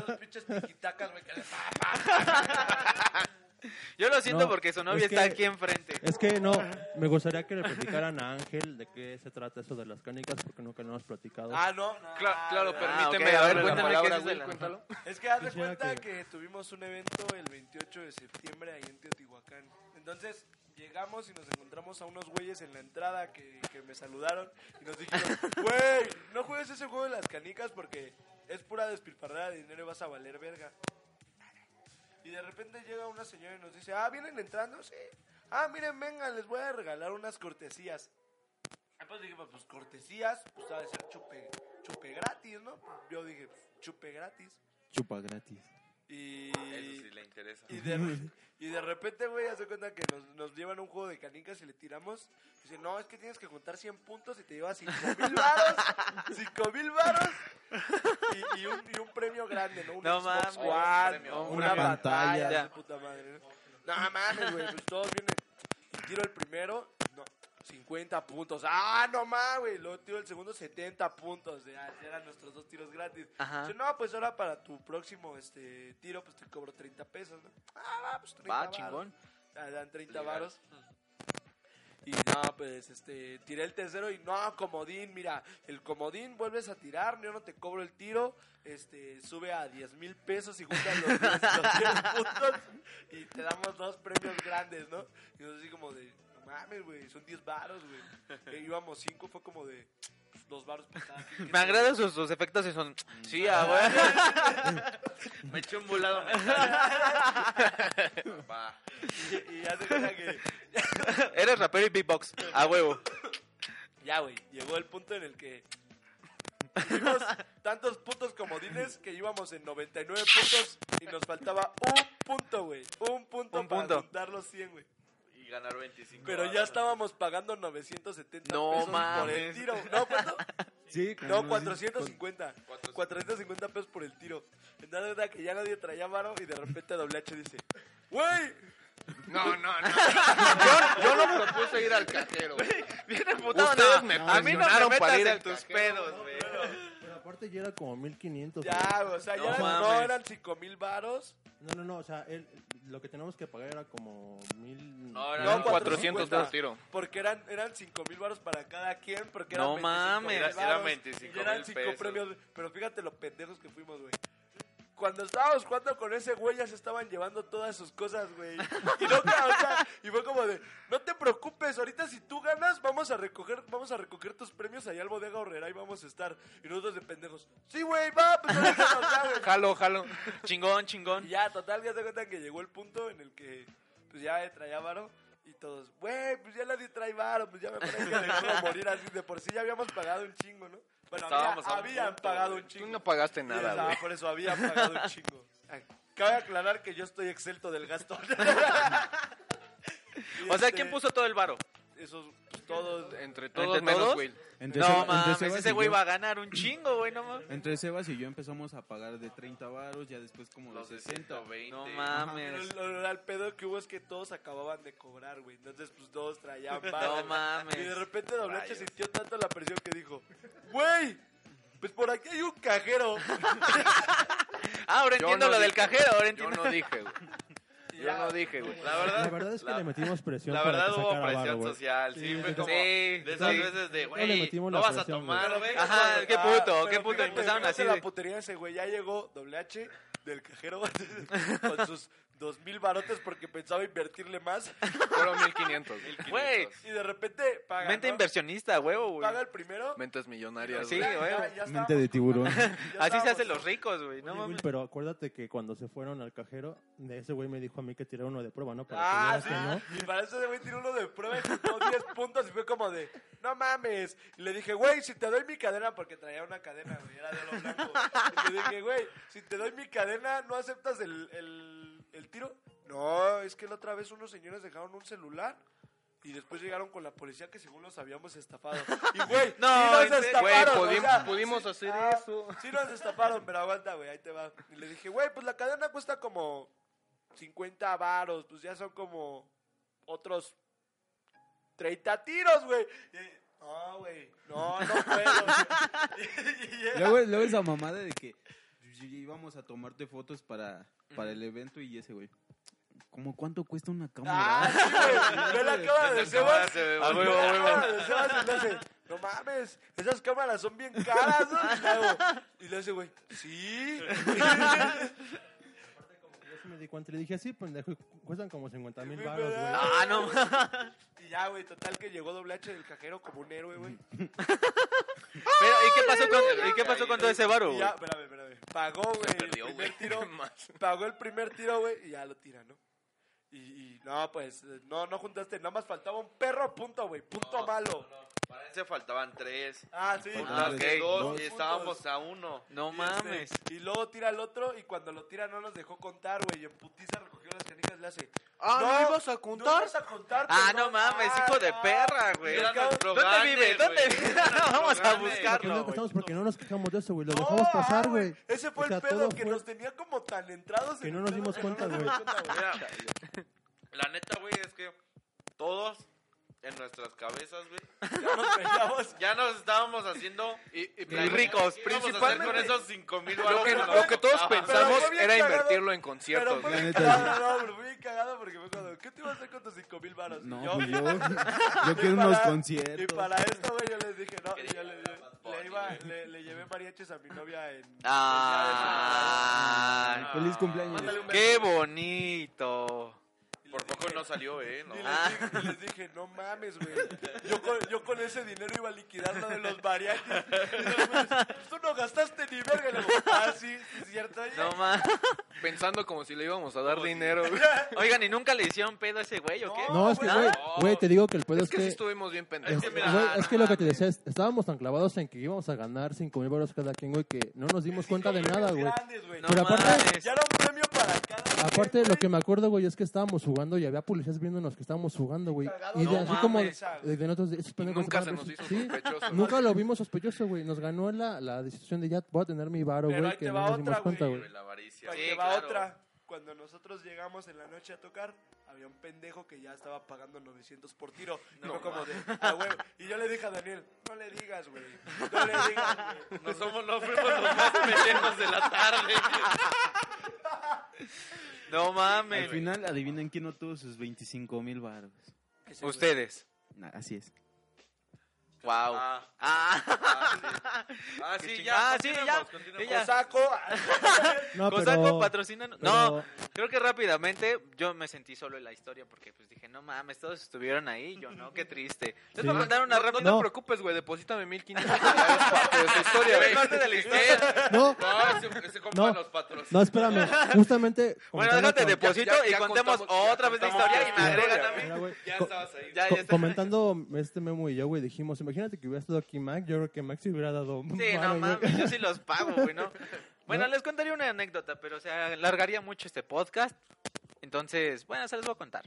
Speaker 7: Los pinches tiquitacas, güey, que les-
Speaker 5: Yo lo siento
Speaker 6: No,
Speaker 5: porque su
Speaker 6: es
Speaker 5: novia está
Speaker 6: que-
Speaker 5: aquí enfrente.
Speaker 6: es que no, me gustaría que le platicaran a Ángel de qué se trata eso de las canicas porque nunca lo hemos platicado.
Speaker 7: Ah, no.
Speaker 2: Cla- claro,
Speaker 5: Ah,
Speaker 2: permíteme
Speaker 5: ok, a ver,
Speaker 2: darle la
Speaker 5: cuéntame qué
Speaker 2: palabra,
Speaker 5: dices de
Speaker 2: güey,
Speaker 5: la-
Speaker 2: cuéntalo.
Speaker 7: Es que haz de
Speaker 6: Quisiera
Speaker 7: cuenta
Speaker 6: que-
Speaker 7: que tuvimos un evento el 28 de septiembre ahí en Teotihuacán. Entonces llegamos y nos encontramos a unos güeyes en la entrada que, que me saludaron y nos
Speaker 6: [laughs]
Speaker 7: dijeron, güey, no juegues ese juego de las canicas porque es pura despilfarrada de dinero y vas a valer verga. Y de repente llega una señora y nos dice, ah, ¿vienen entrando? Sí. Ah, miren, vengan, les voy a regalar unas cortesías. Entonces dijimos, pues cortesías, pues ha de ser chupe, chupe gratis, ¿no? Yo dije, pues, chupe gratis.
Speaker 3: Chupa gratis.
Speaker 7: Y,
Speaker 8: Eso sí le interesa.
Speaker 7: y, de, y de repente, güey, hace cuenta que nos, nos llevan un juego de canicas y le tiramos. Dice, no, es que tienes que juntar 100 puntos y te llevas 5 mil varos. 5 mil varos. Y, y un, y un premio grande, ¿no? Un
Speaker 5: No mames.
Speaker 7: Xbox One,
Speaker 5: Un premio.
Speaker 7: una, pantalla.
Speaker 5: pantalla.
Speaker 7: su puta madre, ¿no? No mames, güey, pues todos vienen. Y tiro el primero, no, 50 puntos. Ah, no mames, güey. Luego tiro el segundo, 70 puntos. Ya, ya eran nuestros dos tiros gratis.
Speaker 5: Ajá.
Speaker 7: Dice, no, pues ahora para tu próximo este tiro, pues te cobro 30 pesos, ¿no? Ah, va, pues 30
Speaker 5: Va,
Speaker 7: varos.
Speaker 5: chingón.
Speaker 7: Ah, dan 30
Speaker 8: Legal.
Speaker 7: varos. Y no, pues este, tiré el tercero y no, comodín, mira, el comodín vuelves a tirar, yo no te cobro el tiro, este, sube a 10 mil pesos y juntas los, 10 los 10 puntos y te damos dos premios grandes, ¿no? Y nosotros así como de, no mames, güey, son 10 varos, güey. E íbamos 5, fue como de, pues, dos varos por cada quien que
Speaker 5: Me
Speaker 7: se-
Speaker 5: agradan sus, sus efectos y son... Sí, ah, güey.
Speaker 8: Me eché un volado mental. Va.
Speaker 7: Y, y hace cuenta que
Speaker 5: [laughs] Eres rapero y beatbox.
Speaker 2: Ah,
Speaker 5: A huevo.
Speaker 7: Ya, güey, llegó el punto en el que tuvimos tantos puntos comodines que íbamos en 99 puntos y nos faltaba un punto, güey. Un punto
Speaker 5: Un
Speaker 7: para
Speaker 5: punto.
Speaker 7: juntar los 100, güey.
Speaker 8: Y ganar 25.
Speaker 7: Pero ya estábamos pagando 970
Speaker 5: No
Speaker 7: pesos por el
Speaker 5: mames.
Speaker 7: tiro. No, ¿cuánto?
Speaker 3: Sí,
Speaker 7: No, 450. 450 pesos por el tiro. Entonces era que ya nadie traía varo y de repente WH dice, güey,
Speaker 2: No, no, no. Yo, yo no propuse ir al cajero, güey.
Speaker 5: Bien emputado,
Speaker 2: Ustedes
Speaker 5: no.
Speaker 2: me
Speaker 5: A mí no
Speaker 2: presionaron
Speaker 5: me
Speaker 2: para
Speaker 5: metas
Speaker 2: ir
Speaker 5: en
Speaker 2: al
Speaker 5: tus
Speaker 2: cajero.
Speaker 5: pedos, güey.
Speaker 6: Pero aparte ya era como 1500.
Speaker 7: ya, güey, o sea,
Speaker 5: No
Speaker 7: ya eran, no
Speaker 5: mames.
Speaker 7: eran 5 mil varos.
Speaker 6: No, no, no, o sea, él- lo que teníamos que pagar era como 1000
Speaker 8: No, era
Speaker 2: No,
Speaker 8: No,
Speaker 2: 400 por
Speaker 7: 450.
Speaker 2: tiro.
Speaker 7: Porque eran, eran 5 mil baros para cada quien, porque
Speaker 5: No
Speaker 7: eran
Speaker 5: mames.
Speaker 7: mil
Speaker 8: Era- eran
Speaker 7: varos,
Speaker 8: 25
Speaker 7: y eran
Speaker 8: mil
Speaker 7: cinco
Speaker 8: pesos.
Speaker 7: premios. Pero fíjate lo pendejos que fuimos, güey. Cuando estábamos jugando con ese güey, ya se estaban llevando todas sus cosas, güey. Y, no, [laughs] o sea, y fue como de, no te preocupes, ahorita si tú ganas, vamos a recoger vamos a recoger tus premios allá al bodega horrera y vamos a estar. Y nosotros de pendejos, sí, güey, va, pues ahorita nos da, güey.
Speaker 2: Jalo, jalo.
Speaker 5: Chingón,
Speaker 7: Y
Speaker 5: chingón.
Speaker 7: ya, total, ya se cuenta que llegó el punto en el que pues ya traía varo y todos, güey, pues ya nadie trae varo, pues ya me parece que dejamos morir así. De por sí ya habíamos pagado un chingo, ¿no? Bueno, había-
Speaker 8: Estábamos a un
Speaker 7: habían
Speaker 8: punto,
Speaker 7: pagado
Speaker 8: güey.
Speaker 7: un
Speaker 2: Tú
Speaker 7: chingo.
Speaker 2: no pagaste
Speaker 7: Sí, o
Speaker 2: nada,
Speaker 7: sea,
Speaker 2: güey.
Speaker 7: por eso habían pagado un chingo. Ay, Cabe aclarar que yo estoy exento del gasto.
Speaker 5: O sea,
Speaker 7: Este,
Speaker 5: ¿quién puso todo el varo?
Speaker 7: [laughs] esos, pues, todos, entre todos.
Speaker 5: Todos menos
Speaker 7: menos
Speaker 5: Will.
Speaker 3: Entre Seba-
Speaker 5: No
Speaker 3: entre
Speaker 5: mames,
Speaker 3: Sebas y
Speaker 5: ese güey
Speaker 3: yo-
Speaker 5: va a ganar un chingo, güey, no mames.
Speaker 3: Entre Sebas y yo empezamos a pagar de 30 varos, ya después como de
Speaker 8: Los de
Speaker 3: 60.
Speaker 8: 120.
Speaker 5: No
Speaker 7: Pero
Speaker 5: mames.
Speaker 7: lo, lo- lo- el pedo que hubo es que todos acababan de cobrar, güey. Entonces, pues todos
Speaker 5: [laughs]
Speaker 7: traían
Speaker 5: No
Speaker 7: barra. Y de
Speaker 5: mames.
Speaker 7: repente Don H sintió tanto la presión que dijo, güey, pues por aquí hay un
Speaker 5: [laughs]
Speaker 7: cajero.
Speaker 5: Ah, ahora
Speaker 2: Yo
Speaker 5: entiendo
Speaker 2: no
Speaker 5: lo del
Speaker 2: dije-
Speaker 5: cajero, ahora
Speaker 2: Yo
Speaker 5: entiendo.
Speaker 2: no dije, güey.
Speaker 7: Y
Speaker 2: Yo
Speaker 7: ya,
Speaker 2: no dije, güey.
Speaker 8: La verdad,
Speaker 6: La verdad es que
Speaker 8: la-
Speaker 6: le metimos presión.
Speaker 8: La
Speaker 6: para que
Speaker 8: verdad hubo
Speaker 6: sacara varo,
Speaker 8: presión
Speaker 6: güey.
Speaker 8: social, sí,
Speaker 6: Sí,
Speaker 8: fue
Speaker 6: sí.
Speaker 8: como
Speaker 5: Sí,
Speaker 8: de esas
Speaker 5: sí.
Speaker 8: veces de,
Speaker 6: No le
Speaker 8: güey, no,
Speaker 6: metimos la
Speaker 8: vas a
Speaker 6: presión,
Speaker 8: tomar,
Speaker 6: güey.
Speaker 8: güey.
Speaker 5: Ajá, Ah, qué puto, qué
Speaker 7: pero
Speaker 5: puto.
Speaker 7: fíjate,
Speaker 5: Empezaron
Speaker 7: fíjate
Speaker 5: así.
Speaker 7: la
Speaker 5: de-
Speaker 7: putería de ese güey. Ya llegó Doble H del cajero [laughs] con sus dos mil barotes porque pensaba invertirle más.
Speaker 2: Fueron 1500. güey.
Speaker 5: Güey,
Speaker 7: Y de repente paga,
Speaker 5: mente
Speaker 7: ¿no?
Speaker 5: inversionista, huevo, güey.
Speaker 7: Paga el primero.
Speaker 2: Mentes millonarias,
Speaker 5: Sí,
Speaker 2: güey.
Speaker 5: güey.
Speaker 3: Mente de
Speaker 7: [laughs]
Speaker 3: tiburón.
Speaker 5: Así se hacen los ricos, güey, no
Speaker 6: Oye, Will,
Speaker 5: mames.
Speaker 6: pero acuérdate que cuando se fueron al cajero, de ese güey me dijo a mí que tirara uno de prueba, ¿no? Para
Speaker 7: Ah,
Speaker 6: que
Speaker 7: sí.
Speaker 6: vieras
Speaker 7: Y para eso ese güey tiene uno de prueba y juntó 10 puntos y fue como de, no mames. Y le dije, güey, si te doy mi cadena, porque traía una cadena, güey, era de oro blanco. Y le dije, güey, si te doy mi cadena, ¿no aceptas el, el, el tiro? No, es que la otra vez unos señores dejaron un celular. Y después llegaron con la policía que según los habíamos estafado. Y
Speaker 2: [laughs]
Speaker 7: güey,
Speaker 5: No, en serio.
Speaker 7: sí nos
Speaker 5: Güey,
Speaker 7: estafaron. o
Speaker 2: este, pudi-
Speaker 7: sea,
Speaker 2: pudimos hacer
Speaker 7: ah,
Speaker 2: eso.
Speaker 7: Sí nos estafaron, pero aguanta, güey, ahí te va. Y le dije, güey, pues la cadena cuesta como 50 varos, pues ya son como otros 30 tiros, güey. Y- No, güey, no, no
Speaker 6: [laughs]
Speaker 7: puedo. [laughs] güey. Y llega-
Speaker 3: Luego, luego esa mamada de que y- y- íbamos a tomarte fotos para, para el evento y ese güey. ¿Cómo cuánto cuesta una
Speaker 7: Ah,
Speaker 3: cámara?
Speaker 7: sí, güey. Ve la cámara de Sebas.
Speaker 8: se ve,
Speaker 7: Ve
Speaker 8: güey.
Speaker 7: la cámara de Sebas y le hace, no mames, esas cámaras son bien caras, ¿no? Y le hago- Y le hace, güey, sí.
Speaker 6: que no. Yo sí me di cuenta y le dije, sí, pendejo, y cu- cuestan como 50 mil
Speaker 7: Sí,
Speaker 6: baros,
Speaker 7: ¿verdad?
Speaker 6: güey.
Speaker 5: Ah, no mames.
Speaker 7: Y ya, güey, total que llegó doble H del cajero como un héroe, güey.
Speaker 5: Pero, ¿y qué pasó con, ¿y qué pasó con todo ese varo,
Speaker 7: Y
Speaker 5: güey?
Speaker 7: ya, espérame, espérame. Pagó, güey. El
Speaker 8: perdió,
Speaker 7: primer
Speaker 8: güey. [laughs]
Speaker 7: tiro.
Speaker 8: Más.
Speaker 7: Pagó el primer tiro, güey, y ya lo tira, ¿no? Y, y no, pues, eh, no, no juntaste. Nada más faltaba un perro, punto, güey. Punto malo.
Speaker 8: Para ese faltaban tres.
Speaker 7: Ah, sí.
Speaker 3: Faltaban
Speaker 8: Faltaban
Speaker 3: ok.
Speaker 8: que dos,
Speaker 7: Dos
Speaker 8: y estábamos
Speaker 7: puntos.
Speaker 8: a uno.
Speaker 5: No
Speaker 7: Y este,
Speaker 5: mames.
Speaker 7: Y luego tira el otro, y cuando lo tira no nos dejó contar, güey. Y en putiza recogió las canicas, le hace.
Speaker 2: Ah, ¿no ibas a
Speaker 7: No
Speaker 2: contar?
Speaker 7: ibas a contar.
Speaker 5: Ah,
Speaker 7: perdón.
Speaker 5: no mames,
Speaker 7: Ah,
Speaker 5: hijo de
Speaker 7: no.
Speaker 5: perra, güey.
Speaker 8: Era nuestro
Speaker 5: ¿Dónde
Speaker 8: ganer,
Speaker 5: vive? ¿Dónde
Speaker 8: güey.
Speaker 5: vive? [laughs] No, vamos a
Speaker 8: ganer.
Speaker 6: Porque
Speaker 5: buscarlo,
Speaker 6: no
Speaker 5: güey.
Speaker 6: contamos porque no nos quejamos de eso, güey. Lo
Speaker 7: No,
Speaker 6: dejamos pasar,
Speaker 7: ah,
Speaker 6: güey.
Speaker 7: Ese fue
Speaker 6: O sea,
Speaker 7: el pedo
Speaker 6: todo
Speaker 7: que
Speaker 6: fue-
Speaker 7: nos tenía como tan entrados.
Speaker 6: Que
Speaker 7: en
Speaker 6: no
Speaker 7: el
Speaker 6: nos
Speaker 7: pedo
Speaker 6: dimos
Speaker 7: que
Speaker 6: cuenta,
Speaker 7: nos
Speaker 6: güey.
Speaker 7: cuenta, güey.
Speaker 8: Mira, la neta, güey, es que todos en nuestras cabezas, güey,
Speaker 7: Ya nos peleamos.
Speaker 8: ya nos estábamos haciendo
Speaker 2: Y, y-
Speaker 8: la-
Speaker 2: y
Speaker 5: ricos,
Speaker 8: ¿qué íbamos a hacer con
Speaker 5: principalmente.
Speaker 8: esos cinco mil
Speaker 2: lo, que,
Speaker 8: baros?
Speaker 2: lo que todos
Speaker 8: Ajá.
Speaker 2: pensamos
Speaker 7: fue bien
Speaker 2: era
Speaker 7: cagado.
Speaker 2: invertirlo en
Speaker 7: Pero
Speaker 2: conciertos.
Speaker 7: fue
Speaker 2: güey.
Speaker 7: bien
Speaker 3: neta,
Speaker 7: cagado, no, pero fue bien cagado porque fue cuando, ¿qué te ibas a hacer con tus 5 mil baros?
Speaker 3: No,
Speaker 7: Y yo- [laughs]
Speaker 3: pues yo,
Speaker 7: y
Speaker 3: yo quiero
Speaker 7: para-
Speaker 3: unos
Speaker 7: Y
Speaker 3: conciertos.
Speaker 7: para esto, güey, yo les dije, no, y yo le,
Speaker 8: Bunny,
Speaker 7: le, iba, le, le llevé mariachis a mi novia en...
Speaker 5: Ah,
Speaker 3: Feliz cumpleaños.
Speaker 8: Mándale un beso.
Speaker 5: qué bonito.
Speaker 7: Y les
Speaker 8: Por poco
Speaker 7: dije-
Speaker 8: no salió, eh.
Speaker 7: [laughs]
Speaker 8: No.
Speaker 7: Y les, dije, y les dije, no mames, güey. Yo con, yo con ese dinero iba a liquidar lo de los mariachis. Y los güeyes, Tú no gastaste ni verga. Y le digo, ah, sí, sí, es cierto. oye".
Speaker 5: No mames.
Speaker 2: Pensando como si le íbamos a dar dinero. güey.
Speaker 5: Oigan, ¿y nunca le hicieron pedo a ese güey o qué?
Speaker 6: No, es que,
Speaker 5: ¿Nada?
Speaker 6: güey, güey, te digo que el pedo
Speaker 2: Es
Speaker 6: es
Speaker 2: que sí
Speaker 6: que...
Speaker 2: estuvimos bien pendejos.
Speaker 6: Es,
Speaker 5: que
Speaker 6: güey,
Speaker 5: mira,
Speaker 6: es que
Speaker 5: no
Speaker 6: lo que te
Speaker 5: mames.
Speaker 6: decía, es- estábamos tan clavados en que íbamos a ganar 5 mil baros cada quien, güey, que no nos dimos cuenta de nada, güey.
Speaker 7: Grandes, güey.
Speaker 5: No
Speaker 6: Pero aparte-
Speaker 5: mames.
Speaker 7: Ya era un premio para cada
Speaker 6: Aparte,
Speaker 7: güey.
Speaker 6: lo que me acuerdo, güey, es que estábamos jugando y había policías viéndonos que estábamos jugando, güey. Y de
Speaker 5: No
Speaker 6: así como de,
Speaker 5: mames.
Speaker 6: de nosotros, de, esos pendejos
Speaker 2: Nunca se
Speaker 6: van a
Speaker 2: nos hizo
Speaker 6: presos. Sí,
Speaker 2: sospechoso.
Speaker 6: [laughs] Nunca lo vimos sospechoso, güey. Nos ganó la, la decisión de ya voy a tener mi varo,
Speaker 7: Pero
Speaker 6: güey,
Speaker 7: ahí
Speaker 6: que
Speaker 7: te
Speaker 6: no
Speaker 7: va
Speaker 6: nos dimos
Speaker 7: otra,
Speaker 6: cuenta,
Speaker 7: güey.
Speaker 6: güey.
Speaker 8: La avaricia.
Speaker 7: Ahí
Speaker 5: Sí,
Speaker 7: te va
Speaker 5: claro.
Speaker 7: otra. Cuando nosotros llegamos en la noche a tocar, había un pendejo que ya estaba pagando 900 por tiro. Y fue como de, "Ah, güey". Y yo le dije a Daniel, no le digas, güey. No le digas, güey.
Speaker 8: No somos no fuimos los más pendejos de la tarde.
Speaker 5: No
Speaker 3: Al
Speaker 5: mames.
Speaker 3: final, adivinen quién no tuvo sus 25 mil baros.
Speaker 7: Ese güey.
Speaker 5: Ustedes.
Speaker 3: Nah, así es.
Speaker 5: Wow.
Speaker 8: Ah,
Speaker 5: Ah,
Speaker 8: ah, sí. Ah, sí, ya.
Speaker 5: Ah, sí,
Speaker 8: continuemos,
Speaker 5: ya.
Speaker 8: continuemos.
Speaker 5: Ya.
Speaker 7: Cosaco.
Speaker 6: No,
Speaker 5: Cosaco
Speaker 6: pero-
Speaker 5: patrocina. No,
Speaker 6: pero-
Speaker 5: creo que rápidamente yo me sentí solo en la historia porque pues dije, no mames, todos estuvieron ahí, yo no, qué triste. Les voy a
Speaker 6: Sí.
Speaker 5: mandar una rápida.
Speaker 6: No.
Speaker 2: te preocupes, güey. Deposítame
Speaker 5: [laughs]
Speaker 2: 1500 dólares para que esa historia,
Speaker 5: Es
Speaker 2: güey.
Speaker 5: parte de la historia.
Speaker 6: No,
Speaker 8: No, ese, ese compa
Speaker 6: No.
Speaker 8: nos patrocina.
Speaker 6: no, espérame. Justamente.
Speaker 5: Bueno,
Speaker 6: comentando
Speaker 5: déjate
Speaker 6: con-
Speaker 5: deposito
Speaker 2: ya- ya
Speaker 5: y contemos
Speaker 2: contamos-
Speaker 5: otra
Speaker 2: ya
Speaker 5: vez la
Speaker 2: contamos
Speaker 5: historia y me
Speaker 2: la
Speaker 5: agrega
Speaker 2: historia.
Speaker 5: también.
Speaker 6: Mira, güey,
Speaker 8: Ya
Speaker 6: co-
Speaker 8: estabas ahí.
Speaker 5: Ya,
Speaker 6: co-
Speaker 5: ya está.
Speaker 6: comentando este Memo y yo, güey, dijimos, imagínate que hubiera estado aquí Mac, yo creo que Mac se hubiera dado [laughs] un
Speaker 5: Sí,
Speaker 6: varo,
Speaker 5: no
Speaker 6: güey.
Speaker 5: mames, yo sí los pago, güey, ¿no? Bueno,
Speaker 6: ¿No?
Speaker 5: les contaría una anécdota, pero se alargaría mucho este podcast. Entonces, bueno, se los voy a contar.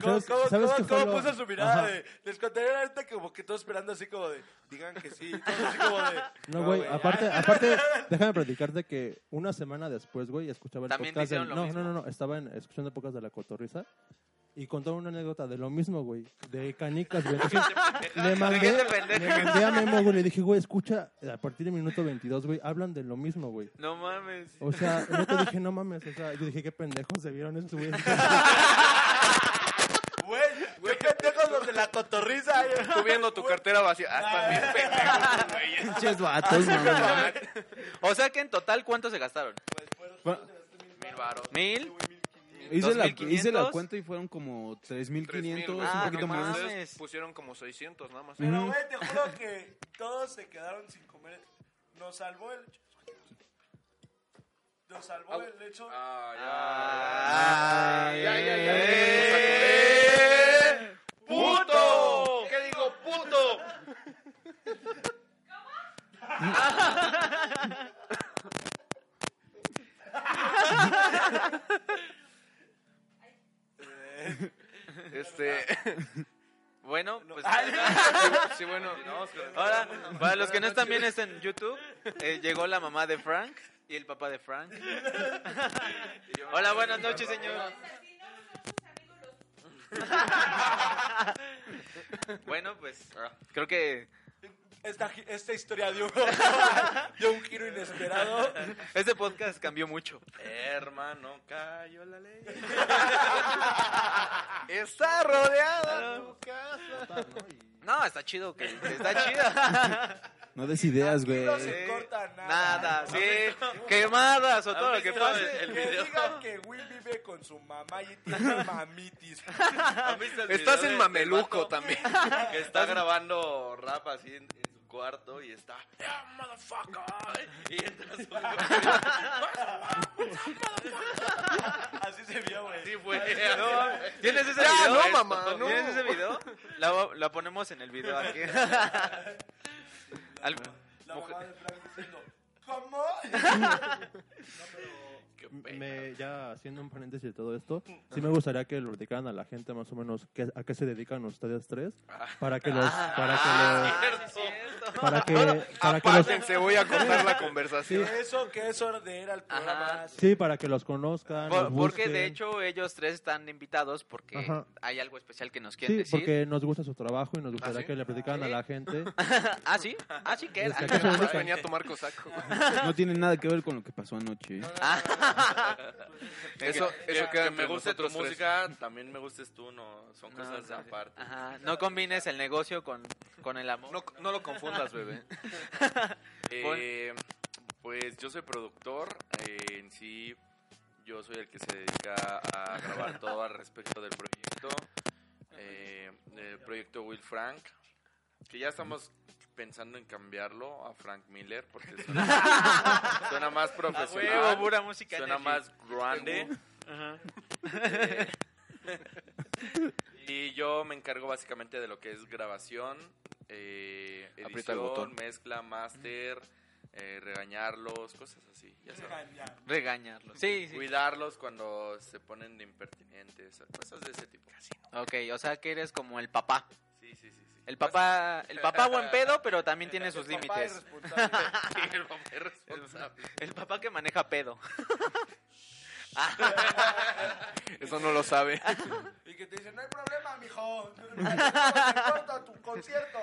Speaker 7: ¿Cómo,
Speaker 6: ¿Sabes-
Speaker 7: cómo,
Speaker 6: sabes
Speaker 7: cómo,
Speaker 6: qué fue
Speaker 7: cómo
Speaker 6: lo-
Speaker 7: puso su mirada?
Speaker 6: Ajá.
Speaker 7: De, les contaría ahorita como que todos esperando así como de, digan que sí. Todos así como de,
Speaker 6: No, güey,
Speaker 7: güey.
Speaker 6: aparte,
Speaker 5: [laughs]
Speaker 6: aparte, déjame platicarte que una semana después, güey, escuchaba el
Speaker 5: También te
Speaker 6: podcast. del-
Speaker 5: hicieron lo
Speaker 6: no,
Speaker 5: mismo.
Speaker 6: no, no, no, estaba en, escuchando épocas de la cotorriza y contaba una anécdota de lo mismo, güey, de canicas,
Speaker 5: [laughs]
Speaker 6: güey. Entonces, le mandé,
Speaker 5: Gente pendeja.
Speaker 6: le mandé a Memo, güey, le dije, güey, escucha, a partir del minuto 22, güey, hablan de lo mismo, güey.
Speaker 5: No mames.
Speaker 6: O sea, yo te dije, no mames, o sea, yo dije, qué pendejos se vieron estos
Speaker 5: [laughs]
Speaker 6: güeyes.
Speaker 7: güey, güey, qué pendejos los de la cotorriza. Ay,
Speaker 2: Tú viendo tu cartera vacía. Ah, están bien pendejos, güey.
Speaker 3: Pinches vatos, mamá.
Speaker 5: O sea que en total, ¿cuánto se gastaron?
Speaker 2: Mil varos.
Speaker 5: ¿Mil?
Speaker 3: Hice la, hice la
Speaker 5: 2500.
Speaker 3: cuenta y fueron como 3.500,
Speaker 2: 3,000,
Speaker 3: un
Speaker 2: güey.
Speaker 5: Ah,
Speaker 3: poquito
Speaker 5: no
Speaker 3: más.
Speaker 5: mames.
Speaker 2: Ustedes pusieron como 600 nada más.
Speaker 7: Pero, güey, te juro que todos se quedaron sin comer. Nos salvó el... Nos salvó el hecho...
Speaker 5: Ay,
Speaker 1: ya, ya, ya.
Speaker 5: eh,
Speaker 2: ¡Puto! ¿Qué digo, puto?
Speaker 1: Este.
Speaker 2: Ah.
Speaker 5: [laughs] Bueno, pues
Speaker 2: [laughs]
Speaker 1: Sí, bueno.
Speaker 5: ahora, para los que no están bien es en YouTube, eh, llegó la mamá de Frank y el papá
Speaker 2: [laughs]
Speaker 5: de Frank. Hola, buenas
Speaker 2: [laughs]
Speaker 5: noches, señor. Bueno, pues creo que
Speaker 7: Esta, gi- esta historia dio, [laughs] dio un giro inesperado.
Speaker 5: este podcast cambió mucho.
Speaker 2: Hermano, cayó la
Speaker 5: [laughs]
Speaker 2: ley. Está rodeada tu casa.
Speaker 5: No, está chido, que que está chida.
Speaker 3: No des ideas, güey.
Speaker 7: No se corta nada.
Speaker 5: Nada, sí. Quemadas o todo lo que
Speaker 2: visto
Speaker 5: pase.
Speaker 2: el-
Speaker 7: que
Speaker 2: video.
Speaker 7: digan que Will vive con su mamá y tiene mamitis.
Speaker 2: Estás en
Speaker 1: mameluco
Speaker 2: mameluco también. este Que está grabando rap así en, en su cuarto y está. "Yeah, motherfucker", Y entra [laughs] su.
Speaker 7: Así se vio, güey.
Speaker 2: Sí, güey.
Speaker 5: ¿Tienes ese
Speaker 2: Ya,
Speaker 5: video?
Speaker 2: no, mamá, no.
Speaker 5: ¿Tienes ese video? La, la ponemos en el video [laughs] aquí. Al-
Speaker 7: La mamá de Frank diciendo, ¿cómo?
Speaker 6: Me- ya haciendo un paréntesis de todo esto, sí me gustaría que lo platicaran a la gente más o menos qué- a qué se dedican ustedes tres para que los para que los, para que para que los
Speaker 2: Apátense, voy a cortar la conversación.
Speaker 7: Eso que es de era el programa.
Speaker 6: sí para que los conozcan,
Speaker 5: Por-
Speaker 6: los
Speaker 5: porque
Speaker 6: busquen.
Speaker 5: de hecho ellos tres están invitados porque
Speaker 6: Ajá.
Speaker 5: hay algo especial que nos
Speaker 6: sí,
Speaker 5: quieren decir.
Speaker 6: porque nos gusta su trabajo y nos gustaría
Speaker 2: ¿sí?
Speaker 6: que le platicaran a la gente.
Speaker 5: ah, sí, ah, sí que era.
Speaker 6: Desde acá se
Speaker 2: Por
Speaker 6: buscan.
Speaker 2: eso venía a tomar cosaco.
Speaker 3: No tiene nada que ver con lo que pasó anoche. ¿eh?
Speaker 5: Ah.
Speaker 2: Eso,
Speaker 1: Que-
Speaker 2: eso
Speaker 1: que-
Speaker 2: que,
Speaker 1: que
Speaker 2: me gusta tu
Speaker 1: nosotros tres.
Speaker 2: música, también me gustes tú, no, son cosas aparte.
Speaker 5: Ajá, no combines el negocio con, con el amor. Ah,
Speaker 2: No, no lo confundas, bebé. Eh, pues yo soy productor. eh, en sí, yo soy el que se dedica a grabar todo al respecto del proyecto. eh, el proyecto Will Frank. Que ya estamos pensando en cambiarlo a Frank Miller porque suena, suena más
Speaker 5: Huevo,
Speaker 2: profesional.
Speaker 5: pura música.
Speaker 2: Suena
Speaker 5: Netflix.
Speaker 2: más grande. y yo me encargo básicamente de lo que es grabación, eh,
Speaker 1: Aprieta el
Speaker 2: edición,
Speaker 1: botón.
Speaker 2: mezcla, máster, eh, regañarlos, cosas así. Ya sabes.
Speaker 5: Regañarlo. Sí, sí.
Speaker 2: Cuidarlos cuando se ponen de impertinentes, cosas de ese tipo.
Speaker 5: Ok, o sea que eres como el papá.
Speaker 2: Sí, sí, sí. sí.
Speaker 5: El papá, el papá buen pedo, pero también tiene sus
Speaker 7: Papá
Speaker 5: límites.
Speaker 7: irresponsable.
Speaker 2: Sí, [laughs] el papá es responsable.
Speaker 5: El papá que maneja pedo.
Speaker 2: Eso no lo [laughs] sabe.
Speaker 7: Y que te dicen, no hay problema, mijo. No te corta tu
Speaker 2: [laughs]
Speaker 7: concierto.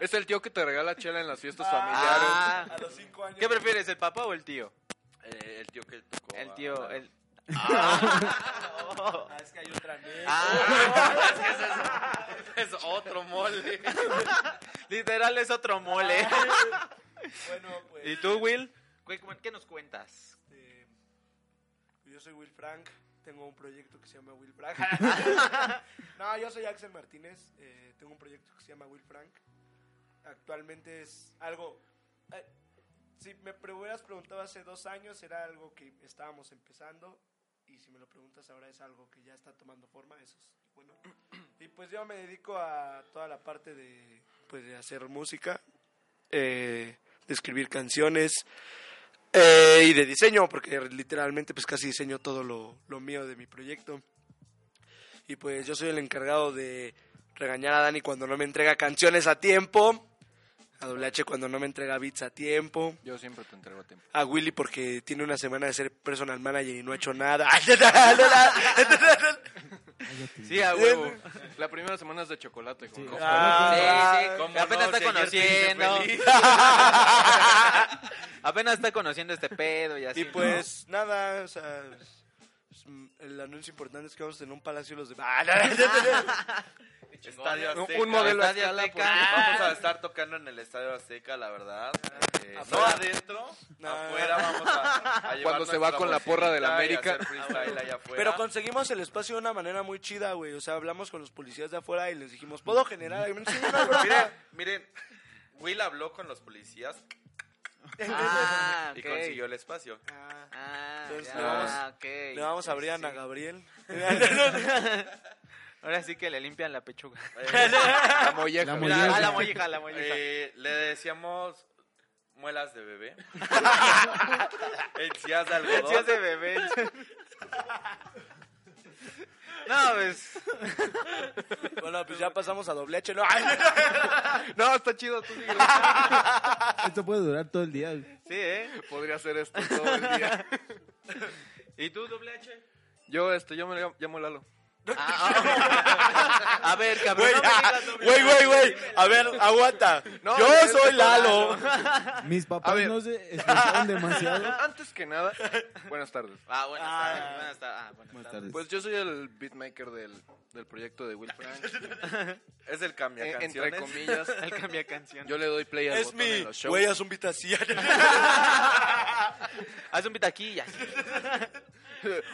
Speaker 1: Es el tío que te regala chela en las fiestas familiares.
Speaker 5: Ah.
Speaker 7: a los cinco años.
Speaker 5: ¿Qué prefieres, el papá o el tío?
Speaker 2: Eh, el tío que tocó.
Speaker 5: El
Speaker 2: a-
Speaker 5: tío, el...
Speaker 7: Ah, es que hay otra neta.
Speaker 5: Ah,
Speaker 2: Es que ese
Speaker 5: [laughs]
Speaker 2: es- es otro mole.
Speaker 5: literal es otro mole.
Speaker 7: Bueno, pues.
Speaker 5: ¿Y tú, Will? ¿Qué, qué nos cuentas?
Speaker 7: Este, yo soy Will Frank, tengo un proyecto que se llama Will Frank. no, yo soy Axel Martínez, eh, tengo un proyecto que se llama Will Frank. Actualmente es algo... eh, si me pre- hubieras preguntado hace dos años, era algo que estábamos empezando. Y si me lo preguntas ahora, es algo que ya está tomando forma. Eso es bueno. Y pues yo me dedico a toda la parte de, pues, de hacer música, eh, de escribir canciones, Eh, y de diseño, porque literalmente pues casi diseño todo lo, lo mío de mi proyecto. Y pues yo soy el encargado de regañar a Dani cuando no me entrega canciones a tiempo. A WH cuando no me entrega beats a tiempo.
Speaker 2: Yo siempre te entrego a tiempo.
Speaker 7: A Willy porque tiene una semana de ser personal manager y no ha hecho nada. [laughs]
Speaker 5: Sí, a huevo.
Speaker 2: La primera semana es de chocolate. con coco.
Speaker 7: Ah,
Speaker 5: sí, sí,
Speaker 8: ¿cómo
Speaker 5: apenas
Speaker 8: no?
Speaker 5: está
Speaker 8: Si ayer te hice
Speaker 5: conociendo.
Speaker 8: feliz.
Speaker 5: [laughs] apenas está conociendo este pedo y así.
Speaker 7: Y
Speaker 5: ¿no?
Speaker 7: pues nada, o sea, es- es- el anuncio importante es que vamos a tener un palacio los de... [laughs] Ah, no, no, no,
Speaker 8: Estadio
Speaker 2: Un-
Speaker 8: Azteca.
Speaker 2: un modelo a
Speaker 5: Estadio
Speaker 2: escala, pues.
Speaker 5: Azteca.
Speaker 8: Ah, Vamos a estar tocando en el Estadio Azteca, la verdad. Eh, no
Speaker 7: Afuera.
Speaker 8: adentro,
Speaker 7: No.
Speaker 8: afuera vamos a, a llevar
Speaker 2: Ah, [laughs] Cuando se va
Speaker 8: nuestra
Speaker 2: con la porra de la
Speaker 8: bolsita y
Speaker 2: América.
Speaker 8: hacer freestyle allá afuera.
Speaker 7: Pero conseguimos el espacio de una manera muy chida, güey. O sea, hablamos con los policías de afuera y les dijimos, ¿puedo
Speaker 2: [laughs]
Speaker 7: generar? Y me enseñó una broma.
Speaker 8: Miren, miren, Will habló con los policías
Speaker 5: Ah,
Speaker 8: y
Speaker 5: ok.
Speaker 8: consiguió el espacio.
Speaker 7: Ah,
Speaker 5: Ah,
Speaker 7: Entonces,
Speaker 5: ya,
Speaker 7: le vamos-
Speaker 5: ok.
Speaker 7: Le vamos a abrir a
Speaker 5: Sí.
Speaker 7: Ana Gabriel.
Speaker 5: Ahora sí que le limpian la pechuga.
Speaker 7: [laughs]
Speaker 2: La molleja.
Speaker 3: La
Speaker 5: Mira,
Speaker 3: molleja.
Speaker 5: ah, la molleja, la molleja.
Speaker 8: Eh, le decíamos muelas
Speaker 7: [laughs]
Speaker 8: de bebé, encías de algodón.
Speaker 5: Sí hace bebé. No, pues.
Speaker 7: bueno, pues ya pasamos a doble H, ¿no? Ay, no, no.
Speaker 2: [laughs] No, está chido. Tú síguele.
Speaker 3: Esto puede durar todo el día.
Speaker 5: Sí, ¿eh?
Speaker 2: Podría hacer esto todo el día.
Speaker 5: ¿Y tú, doble H?
Speaker 2: Yo, este, yo me llamo- llamo Lalo. Ah,
Speaker 5: A ver, cabrón.
Speaker 7: Güey,
Speaker 5: no me
Speaker 7: ah,
Speaker 5: digas doble
Speaker 7: güey,
Speaker 5: H,
Speaker 7: güey, güey.
Speaker 5: dímelo.
Speaker 7: A ver, aguanta.
Speaker 2: No,
Speaker 7: Yo
Speaker 2: no es
Speaker 7: soy
Speaker 2: cierto,
Speaker 7: Lalo.
Speaker 3: Mis
Speaker 2: A
Speaker 3: papás
Speaker 2: ver.
Speaker 3: no se
Speaker 2: [laughs]
Speaker 3: esforzaron demasiado.
Speaker 2: Antes que nada, buenas tardes.
Speaker 5: Ah, buenas
Speaker 7: Ah.
Speaker 5: tardes. Buenas tardes. Ah, buenas
Speaker 3: Buenas
Speaker 5: tardes.
Speaker 3: tardes.
Speaker 2: Pues yo soy el beatmaker del, del proyecto de Will Frank.
Speaker 8: Es el cambio
Speaker 2: Eh, entre
Speaker 8: canciones.
Speaker 2: comillas,
Speaker 5: Él cambia canción.
Speaker 2: yo le doy play al
Speaker 7: Es
Speaker 2: botón
Speaker 7: mi
Speaker 2: en los shows.
Speaker 7: güey, haz un beat así.
Speaker 5: Haz un pitaquilla.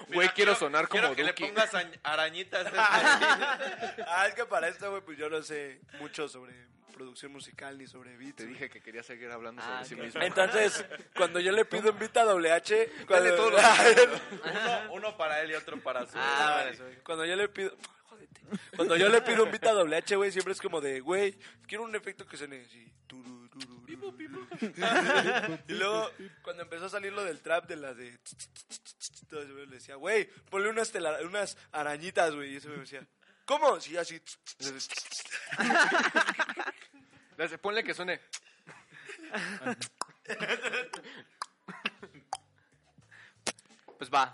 Speaker 2: Güey,
Speaker 8: Mira,
Speaker 2: quiero sonar como
Speaker 8: quiero que
Speaker 2: Duki.
Speaker 8: le pongas añ- arañitas.
Speaker 7: [laughs]
Speaker 2: [laughs]
Speaker 7: Ah, es que para esto, güey, pues yo no sé mucho sobre producción musical ni sobre beats.
Speaker 2: Te
Speaker 7: güey.
Speaker 2: dije que quería seguir hablando
Speaker 5: Ah,
Speaker 2: sobre sí
Speaker 5: ok.
Speaker 2: mismo.
Speaker 7: Entonces, cuando yo le pido un beat a doble H, cuando,
Speaker 2: todos [laughs]
Speaker 7: [laughs]
Speaker 8: uno, uno para él y otro para su.
Speaker 5: Ah,
Speaker 7: Ay, cuando yo le pido. Jódete. Cuando yo le pido un beat a doble H, güey, siempre es como de, güey, quiero un efecto que suene así. turu, turu, turu, turu. Y luego, cuando empezó a salir lo del trap de las de. ch, ch, ch, ch, ch, ch, todo ese güey le decía, güey, ponle unas, tela- unas arañitas, güey. Y eso me decía, ¿cómo? Sí, así. ch, ch, ch, ch, ch, ch.
Speaker 2: Le hace- Ponle que suene. [laughs]
Speaker 5: Pues va.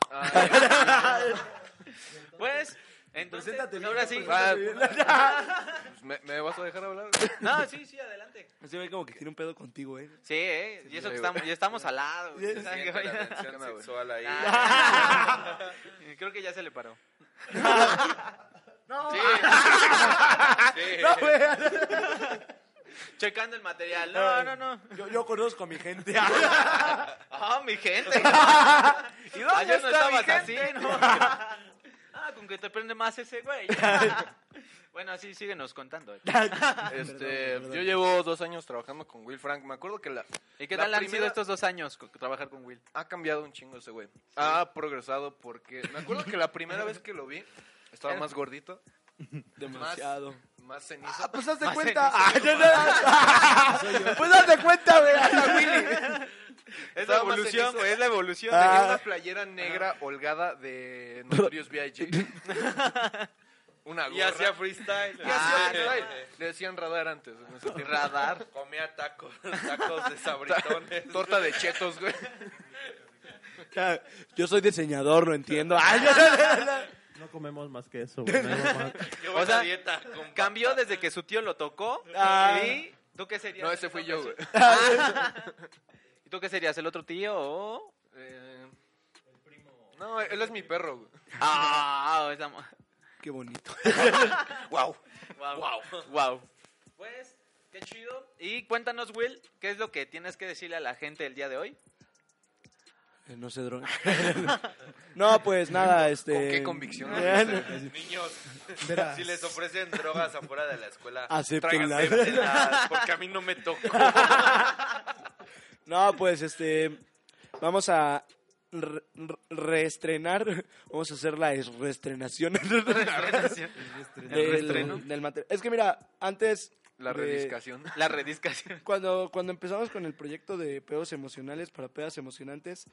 Speaker 5: pues, entonces, pues ahora sí.
Speaker 2: Va, pues, ¿me, me vas a dejar hablar?
Speaker 5: No, sí, sí, adelante.
Speaker 7: Ese güey, como que tiene un pedo contigo, eh.
Speaker 5: Sí, ¿eh? Y eso que estamos, ya estamos al lado. güey. ¿Saben qué?
Speaker 8: Siente la
Speaker 5: [laughs]
Speaker 8: tensión sexual ahí.
Speaker 5: Ah. [laughs] Creo que ya se le paró. [laughs]
Speaker 8: Sí. Sí.
Speaker 5: Checando el material. No, no, no.
Speaker 7: Yo, yo conozco a mi gente.
Speaker 5: Ah, mi [laughs] gente.
Speaker 7: ¿Y
Speaker 5: Ayer no
Speaker 7: está mi
Speaker 5: estabas
Speaker 7: gente?
Speaker 5: así, [laughs] ¿no? Ah, con que te prende más ese [laughs] güey. bueno, sí, síguenos [laughs] contando.
Speaker 2: Este, Yo llevo dos años trabajando con Will Frank. Me acuerdo que la,
Speaker 5: ¿Y qué
Speaker 2: La
Speaker 5: tal han sido
Speaker 2: primera-
Speaker 5: estos dos años co- trabajar con Will?
Speaker 2: ha cambiado un chingo ese güey. Ha progresado porque... Me acuerdo que la primera vez que lo vi, estaba más gordito,
Speaker 7: Demasiado.
Speaker 2: más cenizo.
Speaker 8: Ah,
Speaker 7: Pues haz de
Speaker 5: Más
Speaker 7: cuenta.
Speaker 5: cenizo.
Speaker 7: Ay, no, no, no. Pues haz de cuenta, güey.
Speaker 5: Es
Speaker 2: la evolución,
Speaker 5: güey, es la evolución.
Speaker 7: Ah.
Speaker 2: Tenía una playera negra holgada de Notorious B.I.G.
Speaker 8: [laughs]
Speaker 2: una gorra.
Speaker 8: Y hacía freestyle.
Speaker 2: Y hacía
Speaker 5: Ah,
Speaker 2: freestyle. Le decían radar antes. en ese
Speaker 8: [laughs]
Speaker 2: tiempo.
Speaker 5: Radar.
Speaker 8: Comía tacos, tacos de sabritones.
Speaker 2: Torta de chetos, güey.
Speaker 7: Yo soy diseñador, lo entiendo. Ay, no, no, no, no.
Speaker 6: No comemos más que eso, güey. no hay más.
Speaker 8: Qué
Speaker 5: O
Speaker 8: buena
Speaker 5: sea,
Speaker 8: dieta. con
Speaker 5: [laughs] Cambió desde que su tío lo tocó.
Speaker 7: Ah.
Speaker 5: ¿Y tú qué serías? Ah.
Speaker 2: No, ese fui yo,
Speaker 5: [laughs]
Speaker 2: güey. [laughs]
Speaker 5: ¿Y tú qué serías? ¿El otro tío o...?
Speaker 2: Eh, No, él es mi perro, güey.
Speaker 5: Ah, es la mo- [laughs]
Speaker 7: Qué bonito.
Speaker 2: Wow.
Speaker 5: Wow. wow. Pues, qué chido. Y cuéntanos, Will, ¿qué es lo que tienes que decirle a la gente el día de hoy?
Speaker 7: Eh, No sé, droga. [laughs] No, pues nada, este.
Speaker 2: ¿Con qué convicción?
Speaker 7: [laughs]
Speaker 8: papa. Niños,
Speaker 3: Verás.
Speaker 8: si les ofrecen drogas afuera de la escuela,
Speaker 7: Acéptenlas.
Speaker 8: acéptenlas, porque a mí no me tocó.
Speaker 7: No, pues este. Vamos a re- re- reestrenar. Vamos a hacer la es- reestrenación.
Speaker 5: El
Speaker 7: del-
Speaker 5: reestreno.
Speaker 7: del material. Es que mira, antes
Speaker 2: La
Speaker 7: de-
Speaker 2: rediscación.
Speaker 5: La rediscación.
Speaker 7: Cuando, cuando empezamos con el proyecto de pedos emocionales para pedas emocionantes,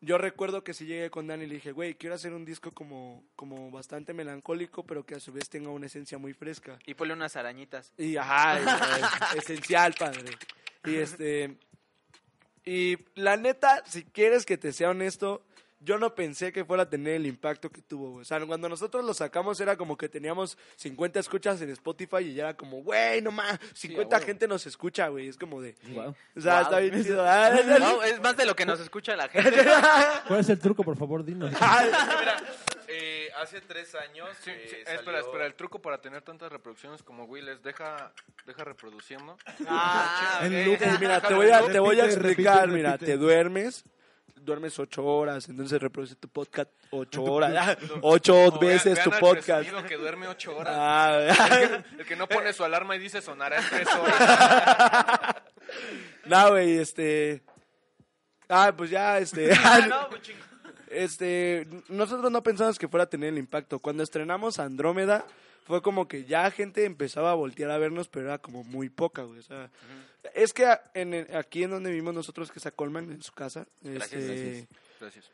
Speaker 7: yo recuerdo que sí llegué con Dani y le dije, güey, quiero hacer un disco como, como bastante melancólico, pero que a su vez tenga una esencia muy fresca.
Speaker 5: Y ponle unas arañitas.
Speaker 7: Y ajá, es- es esencial, padre. Y este. Y la neta, si quieres que te sea honesto, yo no pensé que fuera a tener el impacto que tuvo. güey. O sea, cuando nosotros lo sacamos era como que teníamos 50 escuchas en Spotify y ya era como, güey, no más, 50 gente nos escucha, güey. Es como de.
Speaker 3: Wow.
Speaker 7: O sea,
Speaker 5: Wow.
Speaker 7: está bien chido. Ah, es-
Speaker 5: [laughs]
Speaker 7: es-
Speaker 5: Wow, es más de lo que nos escucha
Speaker 2: [laughs]
Speaker 5: la gente.
Speaker 6: ¿Cuál es el truco, por favor? Dinos.
Speaker 8: Mira, eh, hace tres años.
Speaker 2: Sí,
Speaker 8: eh,
Speaker 2: sí,
Speaker 8: salió-
Speaker 2: espera, espera. El truco para tener tantas reproducciones como Will es deja, deja reproduciendo.
Speaker 5: Ah,
Speaker 6: El
Speaker 5: ok.
Speaker 6: loop.
Speaker 7: Entonces, mira, te voy a, te voy a
Speaker 6: Repite, repite,
Speaker 7: explicar, mira,
Speaker 6: repite.
Speaker 7: te duermes, duermes ocho horas, entonces reproduce tu podcast ocho horas, [laughs] ocho
Speaker 2: O
Speaker 7: veces
Speaker 2: vean-
Speaker 7: tu
Speaker 2: vean al
Speaker 7: podcast.
Speaker 2: presumido que duerme ocho horas.
Speaker 7: Ah, [laughs]
Speaker 2: El que no pone su alarma y dice sonará en tres horas.
Speaker 7: no, güey, este... Ah, pues
Speaker 5: [laughs]
Speaker 7: ya, este...
Speaker 5: No, pues chingón.
Speaker 7: [laughs] este, nosotros no pensamos que fuera a tener el impacto. Cuando estrenamos Andrómeda, fue como que ya gente empezaba a voltear a vernos, pero era como muy poca, güey. O sea, es que a- en, el- aquí en donde vivimos nosotros, que es a Colman, en su casa, este,
Speaker 2: Gracias.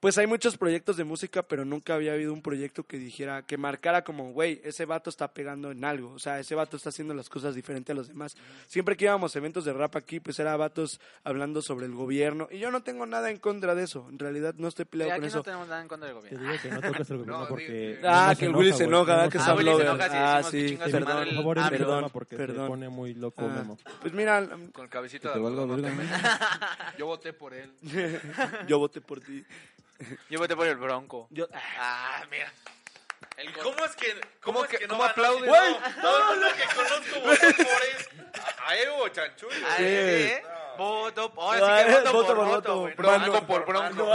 Speaker 7: pues hay muchos proyectos de música, pero nunca había habido un proyecto que dijera, que marcara como, güey, ese vato está pegando en algo, o sea, ese vato está haciendo las cosas diferente a los demás. Siempre que íbamos a eventos de rap aquí, pues era vatos hablando sobre el gobierno, y yo no tengo nada en contra de eso, en realidad no estoy
Speaker 5: Sí,
Speaker 7: peleado con
Speaker 5: aquí
Speaker 7: eso.
Speaker 5: no tenemos nada en contra del
Speaker 6: Te
Speaker 5: gobierno.
Speaker 6: digo que no toques el gobierno
Speaker 2: No,
Speaker 6: porque...
Speaker 2: di-
Speaker 7: Ah,
Speaker 6: Nemo
Speaker 7: que el Willy se
Speaker 6: güey.
Speaker 7: enoja,
Speaker 6: Nemo
Speaker 7: que
Speaker 6: se
Speaker 7: es
Speaker 5: Ah, Willy se
Speaker 7: blogger.
Speaker 5: enoja si
Speaker 7: Ah,
Speaker 5: decimos que
Speaker 7: sí,
Speaker 5: chinga
Speaker 6: Sí,
Speaker 5: su
Speaker 7: perdón,
Speaker 5: madre
Speaker 6: perdón,
Speaker 5: el-
Speaker 6: por favor,
Speaker 7: ah,
Speaker 6: el programa
Speaker 7: perdón,
Speaker 6: porque
Speaker 7: perdón.
Speaker 6: se pone muy loco
Speaker 7: Ah,
Speaker 6: Memo.
Speaker 7: pues mira,
Speaker 2: Con cabecita
Speaker 3: Que te
Speaker 2: de
Speaker 3: valga
Speaker 2: algodón,
Speaker 3: verga,
Speaker 2: no te- Yo voté por él.
Speaker 7: yo voté por ti.
Speaker 5: Yo voté por el bronco.
Speaker 7: Yo-
Speaker 5: Ah, mira. El
Speaker 8: ¿Cómo es que, cómo es que, no
Speaker 2: cómo
Speaker 8: van?
Speaker 2: aplauden?
Speaker 8: Güey, todo el mundo que conozco votó por él. A Evo, chanchullo.
Speaker 5: Ah, ¿eh? ¿eh? Voto,
Speaker 7: Ah,
Speaker 5: ahora sí que voto,
Speaker 7: voto
Speaker 5: por
Speaker 7: por
Speaker 5: voto,
Speaker 7: voto,
Speaker 5: güey.
Speaker 7: bronco
Speaker 5: Bronco por
Speaker 7: [laughs]
Speaker 5: bronco.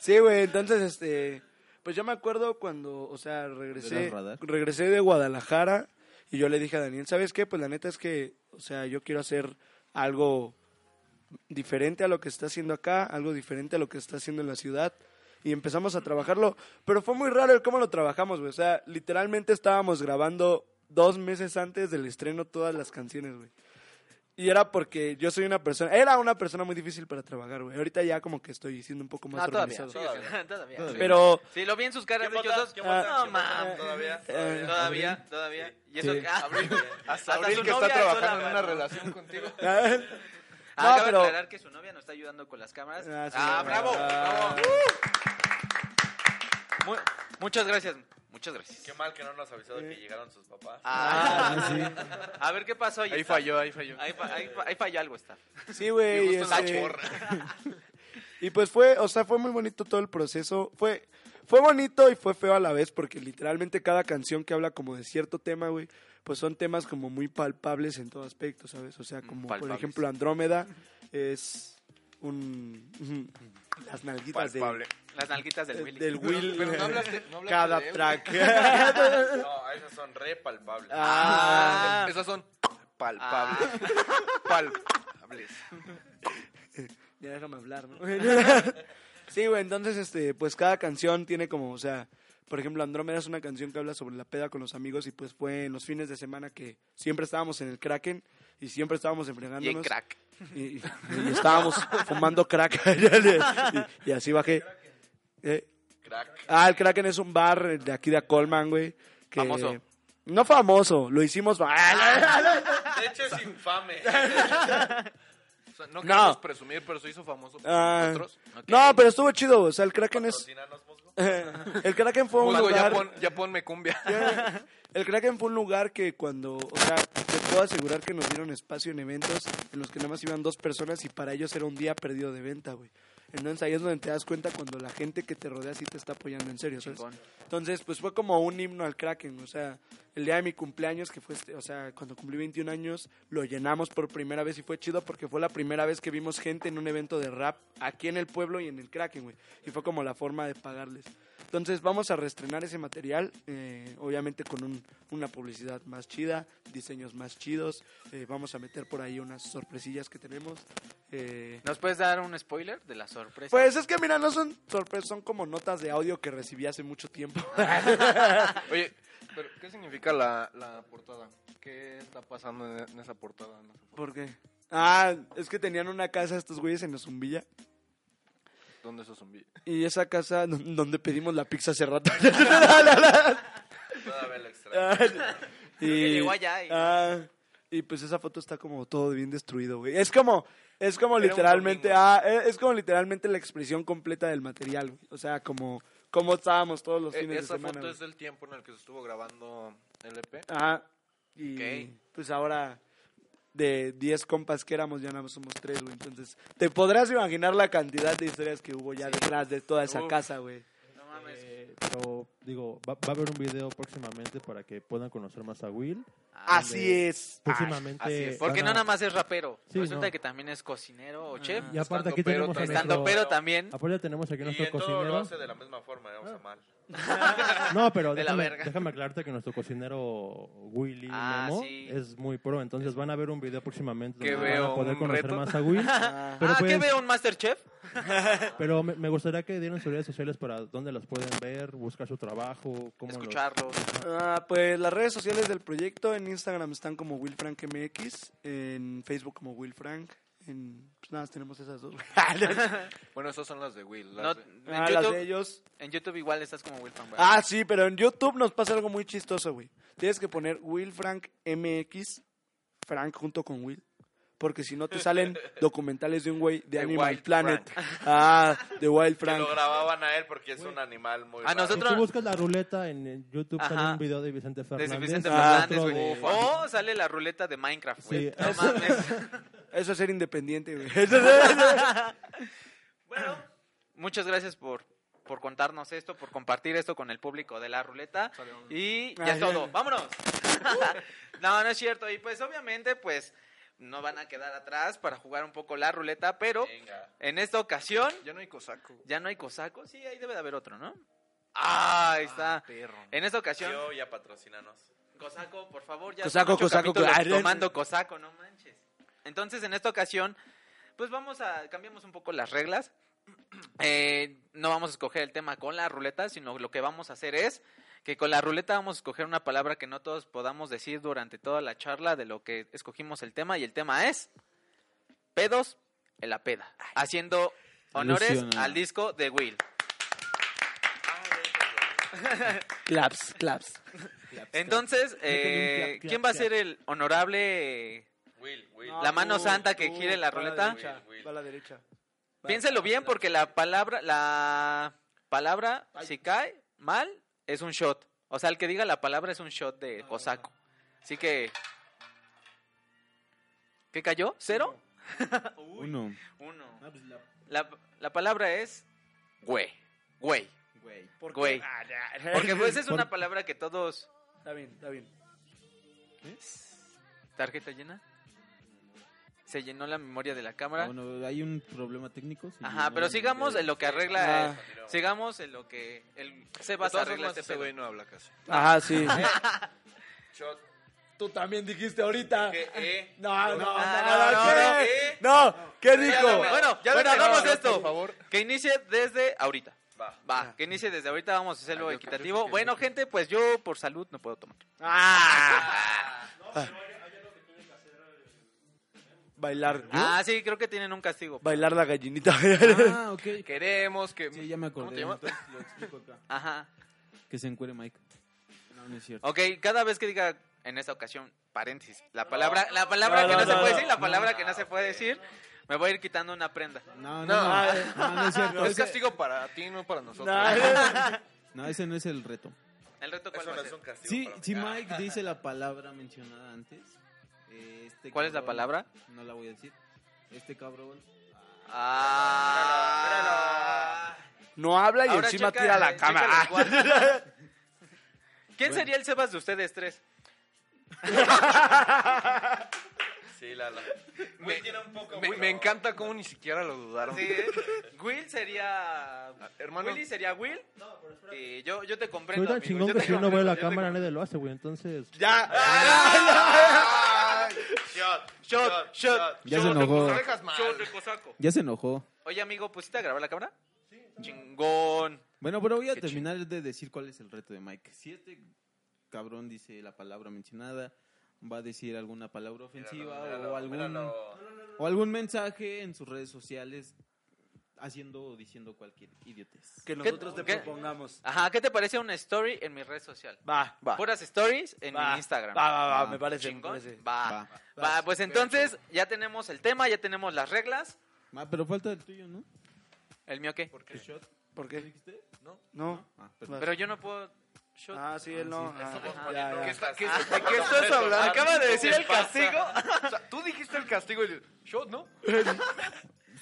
Speaker 7: Sí, güey, entonces, este, pues yo me acuerdo cuando, o sea, regresé,
Speaker 3: Del radar.
Speaker 7: regresé de Guadalajara y yo le dije a Daniel, ¿sabes qué? Pues la neta es que, o sea, yo quiero hacer algo diferente a lo que está haciendo acá, algo diferente a lo que está haciendo en la ciudad. Y empezamos a trabajarlo, pero fue muy raro el cómo lo trabajamos, güey. O sea, literalmente estábamos grabando dos meses antes del estreno todas las canciones, güey. Y era porque yo soy una persona, era una persona muy difícil para trabajar, güey. Ahorita ya como que estoy siendo un poco más
Speaker 5: No, Ah, todavía.
Speaker 7: organizado.
Speaker 5: Todavía. [laughs] todavía.
Speaker 7: Pero
Speaker 5: Sí, lo vi en sus caras
Speaker 8: ¿Quién vota?
Speaker 5: dichosos.
Speaker 8: ¿Quién
Speaker 7: vota?
Speaker 5: No,
Speaker 8: ¿Quién vota?
Speaker 5: mames.
Speaker 8: Ah, Todavía,
Speaker 7: eh,
Speaker 5: Todavía, todavía. Y eso
Speaker 7: Sí.
Speaker 5: que- ah, Abril, güey.
Speaker 2: eh, Hasta
Speaker 5: su
Speaker 2: Abril que
Speaker 5: novia
Speaker 2: está
Speaker 5: alzó la
Speaker 2: trabajando en una
Speaker 5: mano.
Speaker 2: relación contigo.
Speaker 5: Ah,
Speaker 7: eh. No,
Speaker 5: Acaba
Speaker 7: pero-
Speaker 5: de aclarar que su novia nos está ayudando con las cámaras.
Speaker 7: Ah,
Speaker 5: Ah,
Speaker 7: sí,
Speaker 5: bravo,
Speaker 7: ah.
Speaker 5: bravo. Mu- muchas gracias, muchas gracias.
Speaker 8: Qué mal que no nos avisaron
Speaker 2: Eh.
Speaker 8: que llegaron sus papás.
Speaker 5: Ah, A ver qué pasó.
Speaker 2: Ahí
Speaker 5: está.
Speaker 2: falló, ahí falló.
Speaker 5: Ahí, fa- ahí fa- ahí falló algo, está.
Speaker 7: sí, güey.
Speaker 2: Justo la
Speaker 7: este,
Speaker 2: chorra.
Speaker 7: [laughs] Y pues fue, o sea, fue muy bonito todo el proceso. Fue, fue bonito y fue feo a la vez, porque literalmente cada canción que habla como de cierto tema, güey, pues son temas como muy palpables en todo aspecto, ¿sabes? O sea, como por
Speaker 5: Palpables.
Speaker 7: ejemplo Andrómeda es un... ujú, Las nalguitas de-
Speaker 2: Palpable.
Speaker 5: Las nalguitas del Willy.
Speaker 7: del Will.
Speaker 2: Pero no hablaste, no hablaste
Speaker 7: cada
Speaker 2: de él.
Speaker 7: track. [laughs]
Speaker 8: No, esas son re palpables.
Speaker 5: Ah,
Speaker 2: Esas son palpables.
Speaker 7: Ah,
Speaker 2: Palpables.
Speaker 7: Ya déjame hablar, ¿no? [laughs] sí, güey, entonces, este, pues cada canción tiene como, o sea, por ejemplo, Andrómeda es una canción que habla sobre la peda con los amigos y pues fue en los fines de semana que siempre estábamos en el Kraken y siempre estábamos
Speaker 5: y en
Speaker 7: enfrentándonos.
Speaker 5: crack.
Speaker 7: Y, y- y estábamos fumando crack. [laughs] y, y así bajé. Eh,
Speaker 8: Crack.
Speaker 7: Ah, el Kraken es un bar de aquí de Colman, güey. que-
Speaker 5: Famoso.
Speaker 7: No famoso, lo hicimos... [laughs] ah,
Speaker 8: De hecho, es infame.
Speaker 2: O sea, no queremos
Speaker 7: No.
Speaker 2: presumir, pero se hizo famoso por
Speaker 7: Ah,
Speaker 2: nosotros.
Speaker 7: No, pero estuvo chido, o sea, el Kraken es...
Speaker 8: Patrocínanos, musgo.
Speaker 7: [laughs] el Kraken fue un
Speaker 2: Musgo, ya,
Speaker 7: lugar...
Speaker 2: pon, ya ponme cumbia.
Speaker 7: El Kraken fue un lugar que cuando, o sea, te puedo asegurar que nos dieron espacio en eventos en los que nada más iban dos personas y para ellos era un día perdido de venta, güey. Entonces ahí es donde te das cuenta cuando la gente que te rodea sí te está apoyando en serio, ¿sabes?
Speaker 5: Chingón.
Speaker 7: Entonces, pues fue como un himno al Kraken, o sea, el día de mi cumpleaños, que fue, este- o sea, cuando cumplí 21 años, lo llenamos por primera vez y fue chido porque fue la primera vez que vimos gente en un evento de rap aquí en el pueblo y en el Kraken, güey. Y fue como la forma de pagarles. Entonces vamos a reestrenar ese material, eh, obviamente con un- una publicidad más chida, diseños más chidos, eh, vamos a meter por ahí unas sorpresillas que tenemos. eh,
Speaker 5: ¿Nos puedes dar un spoiler de la sorpresa?
Speaker 7: pues es que mira, no son sorpresas, son como notas de audio que recibí hace mucho tiempo.
Speaker 2: Oye, pero ¿qué significa la, la portada? ¿Qué está pasando en, en esa portada? en esa foto?
Speaker 7: ¿Por qué? Ah, es que tenían una casa estos güeyes en Ozumbilla.
Speaker 2: ¿Dónde esos zombies?
Speaker 7: Y esa casa don- donde pedimos la pizza hace rato.
Speaker 8: Todavía
Speaker 7: [laughs]
Speaker 8: lo extraño.
Speaker 7: Ah, y,
Speaker 5: que llegó allá y-
Speaker 7: ah, y pues esa foto está como todo bien destruido, güey. Es como, es como
Speaker 8: Era un
Speaker 7: literalmente,
Speaker 8: domingo.
Speaker 7: ah, eh, es como literalmente la expresión completa del material, güey. O sea, como, como estábamos todos los
Speaker 2: Eh,
Speaker 7: fines de
Speaker 2: esa
Speaker 7: semana.
Speaker 2: foto
Speaker 7: güey.
Speaker 2: es del tiempo en el que se estuvo grabando el EP.
Speaker 7: Ajá. Y
Speaker 2: Ok.
Speaker 7: pues ahora de 10 compas que éramos, ya nada más somos 3, güey. Entonces, te podrás imaginar la cantidad de historias que hubo ya detrás de toda esa
Speaker 5: Uf.
Speaker 7: casa, güey.
Speaker 5: No mames.
Speaker 6: Eh, pero digo, va, va a haber un video próximamente para que puedan conocer más a Will.
Speaker 5: Ah,
Speaker 7: Así eh. es.
Speaker 6: Próximamente.
Speaker 2: así es.
Speaker 5: Porque no
Speaker 6: van a-
Speaker 5: nada más es rapero.
Speaker 6: Sí,
Speaker 5: Resulta
Speaker 6: no.
Speaker 5: que también es cocinero o chef.
Speaker 6: Y aparte aquí
Speaker 2: Estandopero
Speaker 6: tenemos
Speaker 2: también.
Speaker 6: a
Speaker 5: Estando
Speaker 6: nuestro-
Speaker 5: pero también.
Speaker 6: Aparte tenemos aquí a
Speaker 8: Y
Speaker 6: nuestro
Speaker 8: en todo lo
Speaker 6: cocinero.
Speaker 8: hace de la misma forma, vamos
Speaker 7: Ah.
Speaker 8: a mal.
Speaker 6: No, pero
Speaker 5: De la
Speaker 6: déjame,
Speaker 5: verga.
Speaker 6: déjame aclararte que nuestro cocinero Willy
Speaker 5: Ah,
Speaker 6: Memo
Speaker 5: sí.
Speaker 6: es muy pro, entonces van a ver un video próximamente
Speaker 2: Que
Speaker 6: donde van
Speaker 2: veo
Speaker 6: a poder
Speaker 2: un
Speaker 6: conocer
Speaker 2: reto.
Speaker 6: más a Will.
Speaker 7: Ah,
Speaker 6: Pero
Speaker 5: ah, ¿qué
Speaker 6: pues-
Speaker 5: veo un Masterchef?
Speaker 6: Pero me, me gustaría que dieran sus redes sociales para dónde las pueden ver, buscar su trabajo, cómo los-
Speaker 5: Escucharlo.
Speaker 7: ah, pues las redes sociales del proyecto en Instagram están como WillFrankMX, en Facebook como WillFrank. En, pues nada, más tenemos esas dos. güey.
Speaker 2: Bueno, esas son las de Will. las
Speaker 5: No,
Speaker 2: de-
Speaker 5: en,
Speaker 7: Ah, las de
Speaker 5: YouTube,
Speaker 7: ellos.
Speaker 5: en YouTube igual estás como Wilfan. ¿verdad?
Speaker 7: Ah, sí, pero en YouTube nos pasa algo muy chistoso, güey. Tienes que poner Will Frank MX, Frank junto con Will. Porque si no te
Speaker 8: [laughs]
Speaker 7: salen documentales de un güey de
Speaker 8: The
Speaker 7: Animal
Speaker 8: Wild
Speaker 7: Planet. [laughs] Ah, de Wild
Speaker 8: Que
Speaker 7: Frank.
Speaker 8: lo grababan a él porque es un animal muy
Speaker 5: A
Speaker 8: raro.
Speaker 6: Si
Speaker 5: Ah, nosotros-
Speaker 6: tú buscas la ruleta en en YouTube, sale
Speaker 5: Ajá.
Speaker 6: un video de Vicente Fernández.
Speaker 5: de Vicente
Speaker 7: Ah,
Speaker 5: Fernández,
Speaker 6: otro
Speaker 5: güey. Oh,
Speaker 6: de-
Speaker 5: O sale la ruleta de Minecraft, güey.
Speaker 6: Sí.
Speaker 5: No mames.
Speaker 7: Eso es ser independiente,
Speaker 8: [laughs]
Speaker 7: güey.
Speaker 5: bueno, muchas gracias por, por contarnos esto, por compartir esto con el público de la ruleta. Y ya
Speaker 7: Ah,
Speaker 5: es
Speaker 7: ya.
Speaker 5: todo. ¡Vámonos! [laughs] no, no es cierto. Y pues, obviamente, pues, no van a quedar atrás para jugar un poco la ruleta, pero
Speaker 8: Venga.
Speaker 5: en esta ocasión
Speaker 2: Ya no hay cosaco.
Speaker 5: ya no hay cosaco. Sí, ahí debe de haber otro, ¿no? Ah, ahí está.
Speaker 2: Perro.
Speaker 5: En esta ocasión,
Speaker 8: Yo ya patrocínanos.
Speaker 5: Cosaco, por favor, ya
Speaker 7: Cosaco,
Speaker 5: son ocho
Speaker 7: Cosaco,
Speaker 5: capítulos
Speaker 7: claro.
Speaker 5: tomando Cosaco, no manches. Entonces, en esta ocasión, pues vamos a cambiamos un poco las reglas. [clears throat] Eh, no vamos a escoger el tema con la ruleta, sino lo que vamos a hacer es que con la ruleta vamos a escoger una palabra que no todos podamos decir durante toda la charla de lo que escogimos el tema y el tema es pedos en la peda, haciendo honores
Speaker 3: Alusión a-
Speaker 5: al disco de Will.
Speaker 7: claps, claps.
Speaker 5: Entonces, eh,
Speaker 6: clap, clap,
Speaker 5: ¿quién va a
Speaker 6: clap.
Speaker 5: ser el honorable
Speaker 8: Will, Will.
Speaker 5: La mano santa que gire la ruleta.
Speaker 7: Va a la derecha. Va.
Speaker 5: Piénselo bien porque la palabra, la palabra, si cae mal, es un shot. O sea, el que diga la palabra es un shot de cosaco. Así que... ¿Qué cayó? ¿Cero? Uy,
Speaker 3: Uno.
Speaker 5: uno. Ah, pues La, la palabra es... Güey. Güey.
Speaker 3: Güey.
Speaker 7: ¿Por qué?
Speaker 5: Güey.
Speaker 7: Ah,
Speaker 5: [laughs]
Speaker 7: ya.
Speaker 5: Porque pues es una palabra que todos...
Speaker 7: Está bien, está bien.
Speaker 5: ¿Tarjeta llena? Se llenó la memoria de la
Speaker 3: Ah,
Speaker 5: cámara.
Speaker 3: Bueno, hay un problema técnico. sí,
Speaker 5: Ajá,
Speaker 3: no,
Speaker 5: pero
Speaker 3: no,
Speaker 5: sigamos
Speaker 3: no,
Speaker 5: en lo que
Speaker 7: Ah.
Speaker 5: arregla... Sigamos en lo que... El Sebas
Speaker 2: Entonces,
Speaker 5: arregla este
Speaker 2: ese
Speaker 5: pedo.
Speaker 2: güey no habla casi.
Speaker 7: Ajá, sí.
Speaker 8: [laughs] Shot.
Speaker 7: Tú también dijiste ahorita.
Speaker 8: Que, eh. "Ah,
Speaker 7: No, no, no,
Speaker 5: no,
Speaker 7: no,
Speaker 5: no,
Speaker 7: ¿qué? No, ¿qué dijo?
Speaker 5: Bueno,
Speaker 2: Ya
Speaker 5: bueno,
Speaker 2: dame
Speaker 5: hagamos
Speaker 2: la
Speaker 5: esto.
Speaker 2: por favor.
Speaker 5: Que inicie desde ahorita.
Speaker 8: Va.
Speaker 3: Ah,
Speaker 5: Va, que inicie desde ahorita, vamos a hacerlo
Speaker 2: Ah, yo creo
Speaker 5: equitativo.
Speaker 2: que-
Speaker 5: Bueno, gente, pues yo por salud no
Speaker 3: [laughs]
Speaker 5: puedo tomar.
Speaker 3: Ah.
Speaker 2: eh,
Speaker 7: Bailar.
Speaker 5: Ah, sí, creo que tienen un castigo.
Speaker 7: Bailar la gallinita.
Speaker 3: [laughs] Ah, ok.
Speaker 2: Queremos que.
Speaker 3: Sí, ya me acordé.
Speaker 2: ¿Cómo te llamas?
Speaker 3: entonces lo explico acá.
Speaker 5: Ajá.
Speaker 3: Que se encuere Mike. No, no es cierto.
Speaker 5: Ok, cada vez que diga en esta ocasión, paréntesis, la palabra, la palabra
Speaker 7: No,
Speaker 5: que
Speaker 7: no,
Speaker 5: no, Ah, se
Speaker 7: no,
Speaker 5: puede
Speaker 7: no.
Speaker 5: decir, la palabra que no se puede decir, me voy a ir quitando una prenda.
Speaker 3: No, no,
Speaker 2: No.
Speaker 3: no. No, no es cierto.
Speaker 2: es
Speaker 3: Ese-
Speaker 2: castigo para ti, no para nosotros.
Speaker 3: no, ese no es el reto.
Speaker 5: El reto cuál
Speaker 8: Eso
Speaker 5: va
Speaker 8: no
Speaker 5: a
Speaker 8: es un
Speaker 5: ser?
Speaker 8: castigo.
Speaker 3: Sí,
Speaker 8: para mí.
Speaker 3: si
Speaker 8: Ah,
Speaker 3: Mike dice la palabra mencionada antes. eh, este
Speaker 5: ¿Cuál es la
Speaker 3: cabrón-
Speaker 5: palabra?
Speaker 3: No la voy a decir. Este cabrón.
Speaker 5: Ah.
Speaker 7: No habla y
Speaker 5: Ahora
Speaker 7: encima
Speaker 5: checa-
Speaker 7: tira la
Speaker 5: checa
Speaker 7: cámara.
Speaker 5: los
Speaker 7: [laughs]
Speaker 5: guantes. ¿Quién
Speaker 3: Bueno.
Speaker 5: sería el Sebas de ustedes tres?
Speaker 8: Sí, la, la. Will tiene un poco.
Speaker 2: Me,
Speaker 8: Will-
Speaker 2: me encanta cómo ni siquiera lo dudaron.
Speaker 5: Sí, ¿eh? Will sería.
Speaker 2: Hermano.
Speaker 5: Willy sería Will. Sí, yo, yo te
Speaker 6: Soy
Speaker 5: comprendo.
Speaker 6: tan
Speaker 5: amigo,
Speaker 6: chingón
Speaker 5: yo
Speaker 6: que
Speaker 5: te
Speaker 6: si uno ve la
Speaker 5: comprendo, yo te
Speaker 6: cámara nadie lo hace, güey, entonces...
Speaker 7: Ya.
Speaker 8: Ay, Shot,
Speaker 5: Shot, shot.
Speaker 3: Ya
Speaker 8: Shot
Speaker 3: se
Speaker 8: de
Speaker 3: enojó.
Speaker 8: cosaco, shot de cosaco.
Speaker 3: Ya se enojó.
Speaker 5: Oye, amigo, ¿pusiste a grabar la cámara? Chingón.
Speaker 3: Bueno, pero voy a
Speaker 5: Qué
Speaker 3: terminar de decir cuál es el reto de Mike. Si este cabrón dice la palabra mencionada, va a decir alguna palabra ofensiva o, algún, o algún mensaje en sus redes sociales haciendo o diciendo cualquier idiotez.
Speaker 7: Que nosotros te
Speaker 5: qué-
Speaker 7: propongamos.
Speaker 5: Ajá, ¿qué te parece una story en mi red social?
Speaker 7: Va, va.
Speaker 5: Puras stories en
Speaker 7: Va,
Speaker 5: mi Instagram.
Speaker 7: Va, va, va,
Speaker 3: Va.
Speaker 7: me parece. me
Speaker 5: Chingón.
Speaker 7: parece.
Speaker 5: Va. Va, pues entonces ya tenemos el tema, ya tenemos las reglas.
Speaker 3: Ah, pero falta el tuyo, ¿no?
Speaker 5: ¿El mío qué?
Speaker 7: ¿Por qué?
Speaker 3: dijiste?
Speaker 7: No.
Speaker 3: Ah,
Speaker 5: Pero yo no puedo... Shot.
Speaker 7: Ah, sí, él no. Ah,
Speaker 5: Ajá.
Speaker 7: ya, ya.
Speaker 2: ¿Qué está- qué-
Speaker 5: Ah,
Speaker 7: [laughs]
Speaker 2: ¿De qué estás hablando?
Speaker 5: Acaba de decir el castigo.
Speaker 2: O sea, tú dijiste el castigo y shot, ¿no?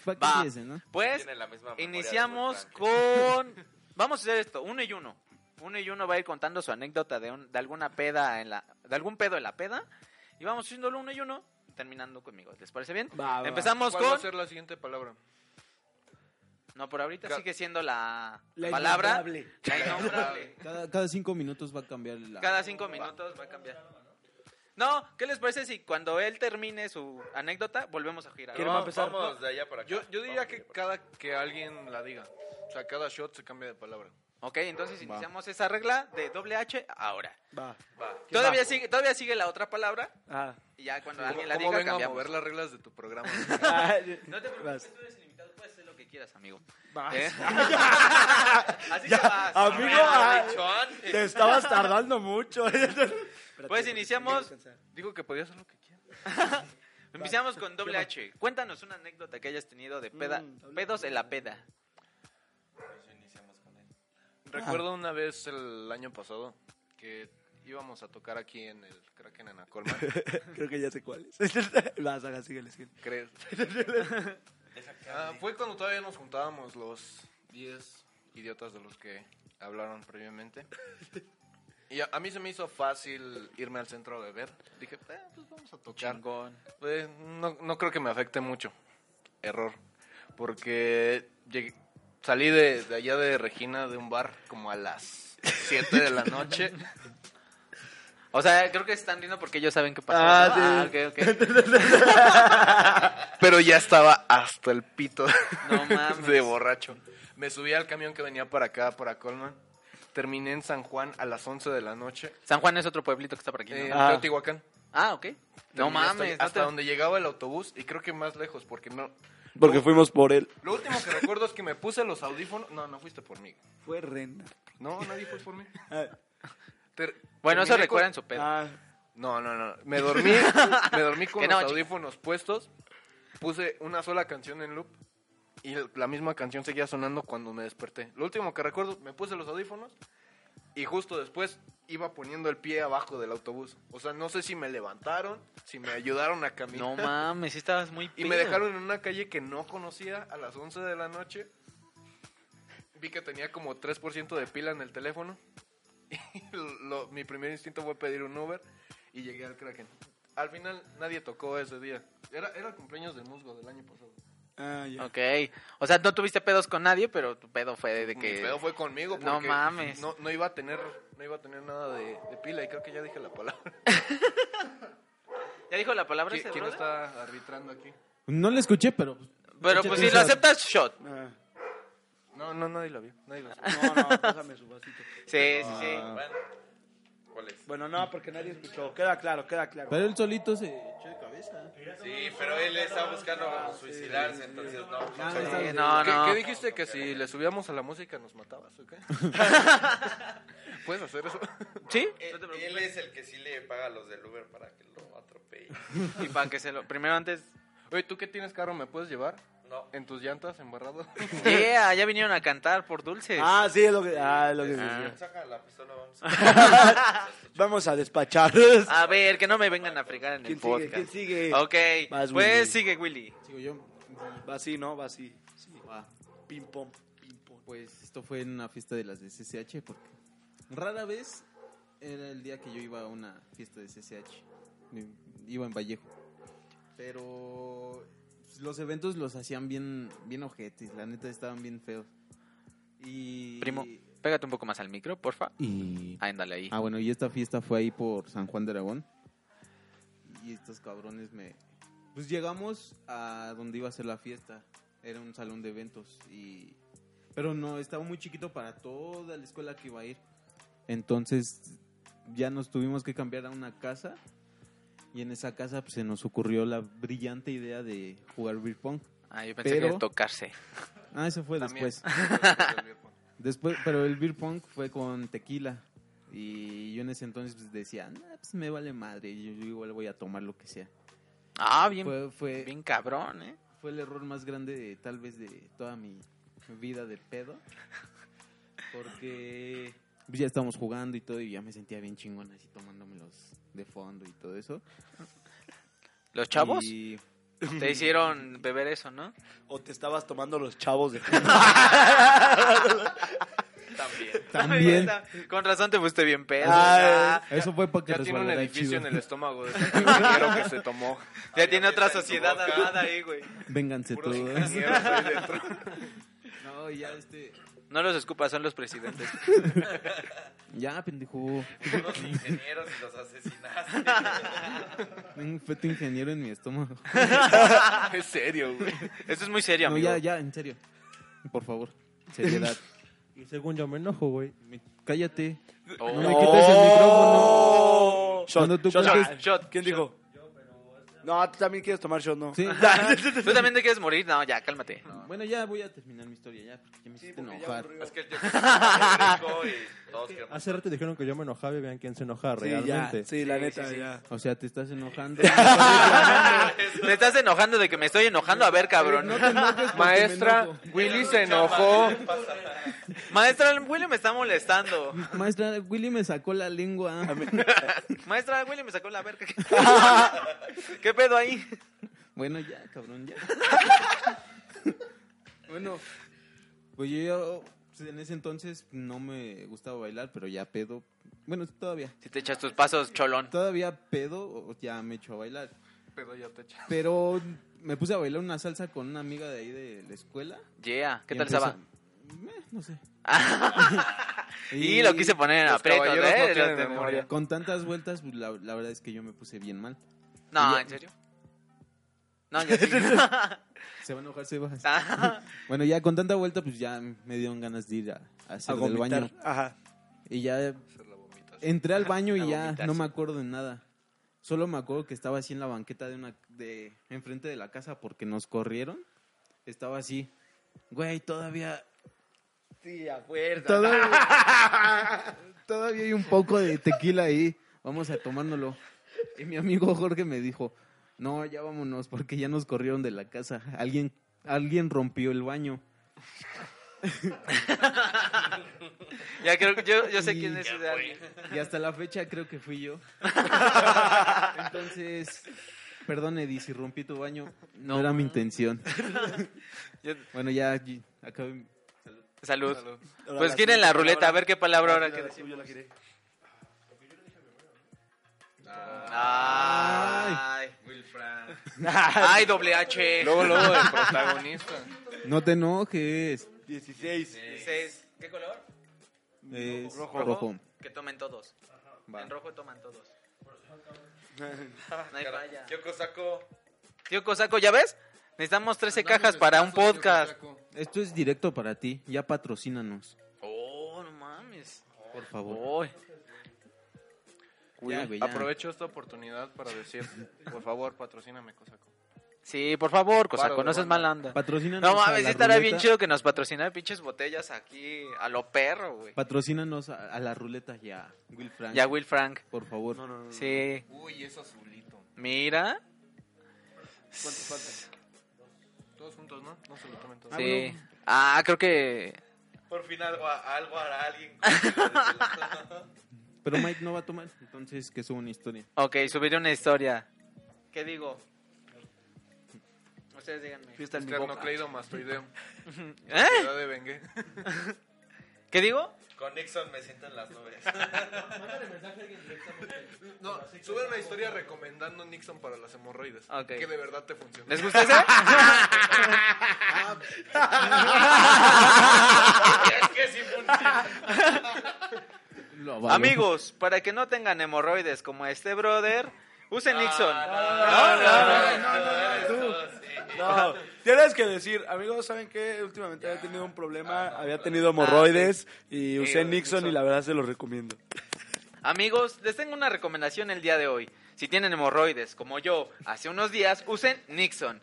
Speaker 3: ¿Para
Speaker 5: Va.
Speaker 3: qué dicen, no?
Speaker 5: Pues
Speaker 8: Tienen la misma memoria de
Speaker 5: iniciamos
Speaker 8: Wolfgang.
Speaker 5: con... [laughs] Vamos a hacer esto, uno y uno. Uno y uno va a ir contando su anécdota de, un- de alguna peda en la... De algún pedo en la peda. Y vamos haciéndolo uno y uno, terminando conmigo. ¿Les parece bien?
Speaker 7: Va, va.
Speaker 5: Empezamos
Speaker 2: ¿Cuál va a
Speaker 5: con...
Speaker 2: ser la siguiente palabra?
Speaker 5: No, por ahorita
Speaker 2: Ca-
Speaker 5: sigue siendo la,
Speaker 7: La
Speaker 5: palabra.
Speaker 7: innombrable.
Speaker 5: La innombrable.
Speaker 3: Cada, cada cinco minutos va a cambiar la...
Speaker 5: Cada cinco minutos va a cambiar. No, ¿qué les parece si cuando él termine su anécdota volvemos a girar?
Speaker 7: ¿Quieren
Speaker 8: Vamos-
Speaker 7: empezar?
Speaker 8: Vamos de allá para acá.
Speaker 2: Yo, yo diría
Speaker 8: Vamos de
Speaker 2: que
Speaker 8: allá para acá.
Speaker 2: cada que alguien la diga. O sea, cada shot se cambia de palabra.
Speaker 5: Ok, entonces iniciamos esa regla de doble H ahora.
Speaker 7: Va.
Speaker 5: Todavía sigue, todavía sigue la otra palabra
Speaker 7: Ah.
Speaker 5: y ya cuando
Speaker 2: ¿Cómo,
Speaker 5: alguien la
Speaker 2: cómo
Speaker 5: diga
Speaker 2: vengo a
Speaker 5: cambiamos.
Speaker 2: mover las reglas de tu programa?
Speaker 7: ah.
Speaker 5: No te preocupes,
Speaker 7: Vas.
Speaker 5: tú eres el invitado, puedes hacer lo que quieras, amigo.
Speaker 7: Vas.
Speaker 5: ¿Eh? Así
Speaker 7: [laughs] Ya,
Speaker 5: que vas. Ya
Speaker 7: amigo,
Speaker 5: lo he
Speaker 7: ah.
Speaker 5: dicho antes.
Speaker 7: Te estabas tardando mucho. [laughs]
Speaker 5: Pues iniciamos.
Speaker 2: Digo que podía hacer lo que
Speaker 7: [laughs]
Speaker 2: quiera.
Speaker 5: Empezamos con doble H. Cuéntanos una anécdota que hayas tenido de peda,
Speaker 7: Mm, doble
Speaker 5: pedos en la peda.
Speaker 2: Recuerdo una vez el año pasado que íbamos a tocar aquí en el Kraken en Acolman.
Speaker 7: [laughs] Creo que ya sé cuál
Speaker 2: [laughs]
Speaker 7: es. Vas, haga, síguele, síguele. [laughs]
Speaker 2: ¿Crees? Ah, fue cuando todavía nos juntábamos los 10 idiotas de los que hablaron
Speaker 7: [laughs]
Speaker 2: previamente. Y a, a mí se me hizo fácil irme al centro a beber. Dije, "Eh, pues vamos a tocar.
Speaker 5: Chingón.
Speaker 2: Pues, no, no creo que me afecte mucho. Error. Porque llegué- salí de, de allá de Regina de un bar como a las 7 de la noche.
Speaker 5: O sea, creo que se están riendo porque ellos saben qué pasó.
Speaker 7: Ah,
Speaker 5: ¿no?
Speaker 7: sí.
Speaker 5: ok, ok.
Speaker 2: Pero ya estaba hasta el pito
Speaker 5: No mames.
Speaker 2: de borracho. Me subí al camión que venía para acá, para Colman. Terminé en San Juan a las 11 de la noche.
Speaker 5: San Juan es otro pueblito que está por aquí. ¿no?
Speaker 2: En
Speaker 7: Ah.
Speaker 2: Teotihuacán.
Speaker 5: Ah, ok. No
Speaker 2: Terminé hasta-
Speaker 5: mames.
Speaker 2: Hasta,
Speaker 5: no te-
Speaker 2: donde llegaba el autobús y creo que más lejos porque no...
Speaker 7: Porque fuimos por él.
Speaker 2: Lo último que recuerdo es que me puse los audífonos. No, no fuiste por mí.
Speaker 7: [laughs] Fue Ren.
Speaker 2: No, nadie fue por mí.
Speaker 7: Ah.
Speaker 2: Ter-
Speaker 5: Bueno, eso
Speaker 2: terminé
Speaker 5: recuerda
Speaker 2: con-
Speaker 5: en su pedo.
Speaker 7: Ah,
Speaker 2: No, no, no. Me dormí, me dormí con
Speaker 5: [laughs] Que
Speaker 2: los
Speaker 5: no, chica.
Speaker 2: audífonos puestos. Puse una sola canción en loop. Y el- la misma canción seguía sonando cuando me desperté. Lo último que recuerdo, me puse los audífonos. Y justo después iba poniendo el pie abajo del autobús. O sea, no sé si me levantaron, si me ayudaron a caminar.
Speaker 5: No mames, sí estabas muy
Speaker 2: y me
Speaker 5: pedo.
Speaker 2: dejaron en una calle que no conocía a las 11 de la noche. Vi que tenía como 3% de pila en el teléfono. [laughs] Y lo- mi primer instinto fue pedir un Uber y llegué al Kraken. Al final nadie tocó ese día. Era, era el cumpleaños del musgo del año pasado.
Speaker 7: ah, ya.
Speaker 5: Ok. O sea, no tuviste pedos con nadie, pero tu pedo fue de que...
Speaker 2: Mi pedo fue conmigo
Speaker 5: No
Speaker 2: porque
Speaker 5: mames.
Speaker 2: No, no iba a tener no iba a tener nada de, de pila y creo que ya dije la [laughs] palabra.
Speaker 5: ¿Ya dijo la palabra
Speaker 2: ¿Qui-
Speaker 5: ese
Speaker 2: ¿Quién
Speaker 5: brother?
Speaker 2: está arbitrando aquí?
Speaker 3: No le escuché, pero...
Speaker 5: Pero pues si lo aceptas, shot.
Speaker 7: Ah.
Speaker 2: No, no, nadie la vio. Nadie [laughs] la vio.
Speaker 7: No, no, pásame su vasito.
Speaker 5: Sí, sí, sí.
Speaker 8: Ah, Bueno, ¿cuál es?
Speaker 7: Bueno, no, porque nadie escuchó. Queda claro, queda claro.
Speaker 3: Pero él solito se echó de cabeza.
Speaker 8: Sí, pero él está buscando suicidarse, entonces no.
Speaker 3: Ah, está
Speaker 8: pues,
Speaker 3: bien.
Speaker 5: No,
Speaker 2: ¿Qué,
Speaker 5: no.
Speaker 2: qué dijiste? ¿Que si le subíamos a la música nos matabas [laughs] o qué? ¿Puedes hacer eso? [laughs]
Speaker 5: ¿Sí? No te
Speaker 8: Él,
Speaker 5: preocupes.
Speaker 8: él es el que sí le paga a los del Uber para que lo atropelle.
Speaker 5: Y para que se lo... Primero antes...
Speaker 2: Oye, ¿tú qué tienes carro? ¿Me puedes llevar?
Speaker 8: No.
Speaker 2: ¿En tus llantas, [laughs] embarrado?
Speaker 5: Yeah, ya vinieron a cantar por dulces.
Speaker 7: Ah, sí, es lo que. Ah, es lo que
Speaker 5: Ah.
Speaker 8: Saca la pistola, vamos.
Speaker 7: [laughs] Vamos a despachar.
Speaker 5: [laughs] A ver, que no me vengan a fregar en el
Speaker 7: ¿Quién sigue?
Speaker 5: podcast.
Speaker 7: ¿Quién sigue?
Speaker 5: Ok,
Speaker 7: Vas,
Speaker 5: pues
Speaker 7: Willy.
Speaker 5: sigue Willy.
Speaker 3: Sigo yo.
Speaker 7: Va así, ¿no? Va así. Sí.
Speaker 3: Va.
Speaker 7: Ping pong, ping pong.
Speaker 3: Pues esto fue en una fiesta de las de CCH porque rara vez era el día que yo iba a una fiesta de CCH. Iba en Vallejo. Pero pues, los eventos los hacían bien, bien ojetes, la neta estaban bien feos. Y
Speaker 5: Primo, pégate un poco más al micro, porfa.
Speaker 3: Y
Speaker 5: Ándale ahí.
Speaker 3: Ah, bueno, y esta fiesta fue ahí por San Juan de Aragón. Y estos cabrones me... Pues llegamos a donde iba a ser la fiesta. Era un salón de eventos y... Pero no, estaba muy chiquito para toda la escuela que iba a ir. Entonces ya nos tuvimos que cambiar a una casa Y en esa casa pues, se nos ocurrió la brillante idea de jugar beer pong.
Speaker 5: Ah, yo pensé que
Speaker 3: Pero-
Speaker 5: era tocarse.
Speaker 3: Ah, eso fue
Speaker 2: También. [laughs]
Speaker 3: después. Después, pero el beer pong fue con tequila. Y yo en ese entonces pues, decía, "Nah, pues me vale madre, yo, yo igual voy a tomar lo que sea.
Speaker 5: Ah, bien,
Speaker 3: Fue, fue,
Speaker 5: bien cabrón, ¿eh?
Speaker 3: fue el error más grande de- tal vez de toda mi vida de pedo. Porque pues, ya estábamos jugando y todo y ya me sentía bien chingón así tomándomelos de fondo y todo eso.
Speaker 5: Los chavos
Speaker 3: Y
Speaker 5: te hicieron beber eso, ¿no?
Speaker 7: O te estabas tomando los chavos de
Speaker 8: También.
Speaker 3: [laughs]
Speaker 5: [laughs]
Speaker 3: también...
Speaker 5: Con razón te fuiste bien pedo.
Speaker 7: Ah,
Speaker 3: Eso fue porque
Speaker 2: Ya tiene un
Speaker 3: resbaladera
Speaker 2: edificio
Speaker 3: chido.
Speaker 2: ya. en el estómago [laughs] de ese ingeniero que se tomó.
Speaker 3: eh,
Speaker 5: ya tiene otra sociedad armada ahí, güey.
Speaker 3: Vénganse
Speaker 2: Puros
Speaker 3: todos.
Speaker 2: ingenieros ahí dentro.
Speaker 3: [laughs] No, ya este...
Speaker 5: No los escupas, son
Speaker 3: [laughs]
Speaker 5: los presidentes.
Speaker 3: Ya, pendejo.
Speaker 8: Unos ingenieros y los asesinaste.
Speaker 3: Tengo [laughs] un feto ingeniero en mi estómago.
Speaker 2: Es serio, güey.
Speaker 5: Esto es muy serio,
Speaker 3: No,
Speaker 5: amigo.
Speaker 3: ya, ya, en serio. Por favor. Seriedad.
Speaker 6: Y según yo me enojo, güey.
Speaker 3: Cállate.
Speaker 5: Oh.
Speaker 3: No me quites el micrófono. Cuando tú
Speaker 5: Shot, shot.
Speaker 7: ¿Quién dijo? No, tú también quieres tomar shot, ¿no?
Speaker 3: Sí.
Speaker 5: ¿Tú también te quieres morir? No, ya, cálmate.
Speaker 3: [laughs] Bueno, ya voy a terminar mi historia ya, porque ya me hiciste enojar.
Speaker 8: Es que el yo rico y todos queremos.
Speaker 6: Hace rato dijeron que yo me enojaba y vean quién se enoja
Speaker 7: Sí, ya,
Speaker 6: realmente.
Speaker 7: sí, la neta, ya.
Speaker 3: O sea, te estás enojando.
Speaker 5: ¿Te estás enojando de que me estoy enojando? A ver, cabrón.
Speaker 3: Ah, No te
Speaker 5: [laughs]
Speaker 3: enojes porque me
Speaker 2: Maestra,
Speaker 3: enojo.
Speaker 2: Willy se enojó.
Speaker 5: Maestra, el Willy me está molestando.
Speaker 3: Maestra, Willy me sacó la lengua.
Speaker 5: Maestra, el Willy me sacó la verga.
Speaker 3: [laughs]
Speaker 5: ¿Qué pedo ahí?
Speaker 3: Bueno, ya, cabrón, ya. [laughs] bueno, pues yo pues, en ese entonces no me gustaba bailar, pero ya pedo. Bueno, todavía.
Speaker 5: Si te echas tus pasos, cholón.
Speaker 3: Todavía pedo, o- ya me echó a bailar.
Speaker 2: Pero ya te echa.
Speaker 3: Pero me puse a bailar una salsa con una amiga de ahí de la escuela.
Speaker 5: Yeah, ¿qué
Speaker 3: Y
Speaker 5: tal
Speaker 3: empezó-
Speaker 5: estaba?
Speaker 3: Eh, no sé.
Speaker 5: [laughs] Y lo quise poner en
Speaker 2: Los
Speaker 5: aprietos,
Speaker 2: caballeros no
Speaker 5: ¿eh?
Speaker 2: tienen
Speaker 5: Los de
Speaker 2: memoria.
Speaker 5: memoria.
Speaker 3: Con tantas vueltas, pues, la, la verdad es que yo me puse bien mal.
Speaker 5: No,
Speaker 3: Ya-
Speaker 5: ¿en serio? No, ya sí. [laughs]
Speaker 3: Se va a enojar, se va.
Speaker 5: Ah,
Speaker 3: Bueno, ya con tanta vuelta, pues ya me dieron ganas de ir a, a
Speaker 7: A
Speaker 3: hacer del
Speaker 7: vomitar.
Speaker 3: baño.
Speaker 7: Ajá.
Speaker 3: Y ya entré
Speaker 7: Ah,
Speaker 3: al baño
Speaker 5: A
Speaker 3: y ya
Speaker 5: vomitar,
Speaker 3: no
Speaker 5: sí.
Speaker 3: me acuerdo de nada. Solo me acuerdo que estaba así en la banqueta de una de enfrente de la casa porque nos corrieron. Estaba así. Güey, todavía
Speaker 7: Sí, a fuerza.
Speaker 3: Todavía,
Speaker 7: [laughs]
Speaker 3: todavía hay un poco de tequila ahí. Vamos a tomárnoslo. Y mi amigo Jorge me dijo, no, ya vámonos porque ya nos corrieron de la casa. Alguien, alguien rompió el baño.
Speaker 5: ya creo que yo, yo sé
Speaker 3: Y-
Speaker 5: quién es ese alguien.
Speaker 3: Y hasta la fecha creo que fui yo. Entonces, perdón Eddie si rompí tu baño. No, era mi intención.
Speaker 5: Yo-
Speaker 3: Bueno, ya aquí- acabé.
Speaker 5: Salud.
Speaker 7: Ahora
Speaker 5: Pues
Speaker 7: la
Speaker 5: quieren la
Speaker 7: suya,
Speaker 5: ruleta, a ver qué palabra ahora
Speaker 7: la
Speaker 5: que
Speaker 7: suya, la giré.
Speaker 5: Ay. [laughs] Ay, doble H.
Speaker 2: Luego, luego del protagonista.
Speaker 3: No te enojes.
Speaker 5: [laughs]
Speaker 7: 16.
Speaker 5: Dices, ¿Qué color?
Speaker 3: Es
Speaker 7: Rojo.
Speaker 3: rojo.
Speaker 5: Que tomen todos. En rojo toman todos. No hay falla.
Speaker 8: Yo cosaco.
Speaker 5: Tío Cosaco, ¿ya ves? Necesitamos 13 cajas para un podcast.
Speaker 3: Esto es directo para ti. Ya patrocínanos,
Speaker 5: Oh, no mames.
Speaker 3: por favor.
Speaker 5: Uy.
Speaker 3: Ya, güey, ya.
Speaker 2: Aprovecho esta oportunidad para decir, por favor, patrocíname, Cosaco.
Speaker 5: Sí, por favor, Cosaco,
Speaker 2: Paro de
Speaker 5: no seas
Speaker 2: banda.
Speaker 5: mala onda.
Speaker 3: Patrocínanos.
Speaker 5: No mames,
Speaker 3: a
Speaker 5: sí
Speaker 3: la
Speaker 5: estará bien
Speaker 3: ruleta.
Speaker 5: chido que nos patrocinan pinches botellas aquí a lo perro, güey.
Speaker 3: Patrocínanos a, a la ruleta y a Will Frank.
Speaker 5: Ya Will Frank.
Speaker 3: Por favor.
Speaker 5: Sí.
Speaker 2: Uy, es azulito.
Speaker 5: Mira.
Speaker 2: ¿Cuántos faltan? Todos juntos, ¿no? No se lo tomen todos.
Speaker 5: Sí. Ah, creo que
Speaker 8: Por fin algo, algo hará alguien.
Speaker 3: Pero Mike no va a tomar, entonces que suba una historia.
Speaker 5: Ok, subiré una historia. ¿Qué digo? Ustedes díganme.
Speaker 7: Fiesta en mi boca.
Speaker 2: Esternocleidomastoideo.
Speaker 5: ¿Eh?
Speaker 2: Ciudad de Bengué.
Speaker 5: ¿Qué digo?
Speaker 8: Con Nixon me siento en las nubes.
Speaker 2: [laughs] No, sube una historia recomendando Nixon para las hemorroides.
Speaker 5: Ah, Ok.
Speaker 2: Que de verdad te funciona.
Speaker 5: ¿Les gusta ese?
Speaker 8: [laughs] es que sí funciona.
Speaker 5: Amigos, para que no tengan hemorroides como este brother, usen Nixon.
Speaker 8: No, no, no,
Speaker 7: No, tienes que decir, amigos, ¿saben qué? Últimamente había tenido un problema, había tenido hemorroides y usé
Speaker 5: güey,
Speaker 7: Nixon y la verdad se los recomiendo.
Speaker 5: Amigos, les tengo una recomendación el día de hoy. Si tienen hemorroides, como yo, hace unos días, usen Nixon.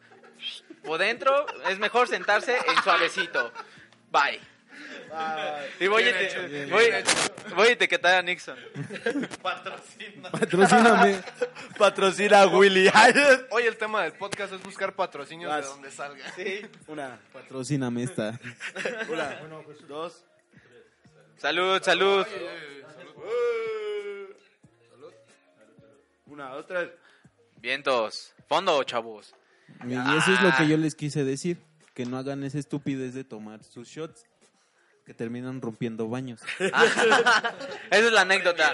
Speaker 5: Por dentro, es mejor sentarse en suavecito. Bye. Y voy, a, eti- voy- voy a etiquetar a Nixon.
Speaker 3: [laughs] Patrocíname.
Speaker 7: Patrocina a Willy.
Speaker 2: Hoy el tema del podcast es buscar patrocinios
Speaker 7: Vas.
Speaker 2: de donde salga.
Speaker 7: Una,
Speaker 3: Patrocíname esta.
Speaker 7: una, dos.
Speaker 5: Salud, salud.
Speaker 7: Una, dos, tres.
Speaker 5: Vientos. Fondo, chavos.
Speaker 3: Y eso es lo que yo les quise decir. Que no hagan esa estupidez de tomar sus shots. Que terminan rompiendo baños.
Speaker 5: Ah, esa es la anécdota.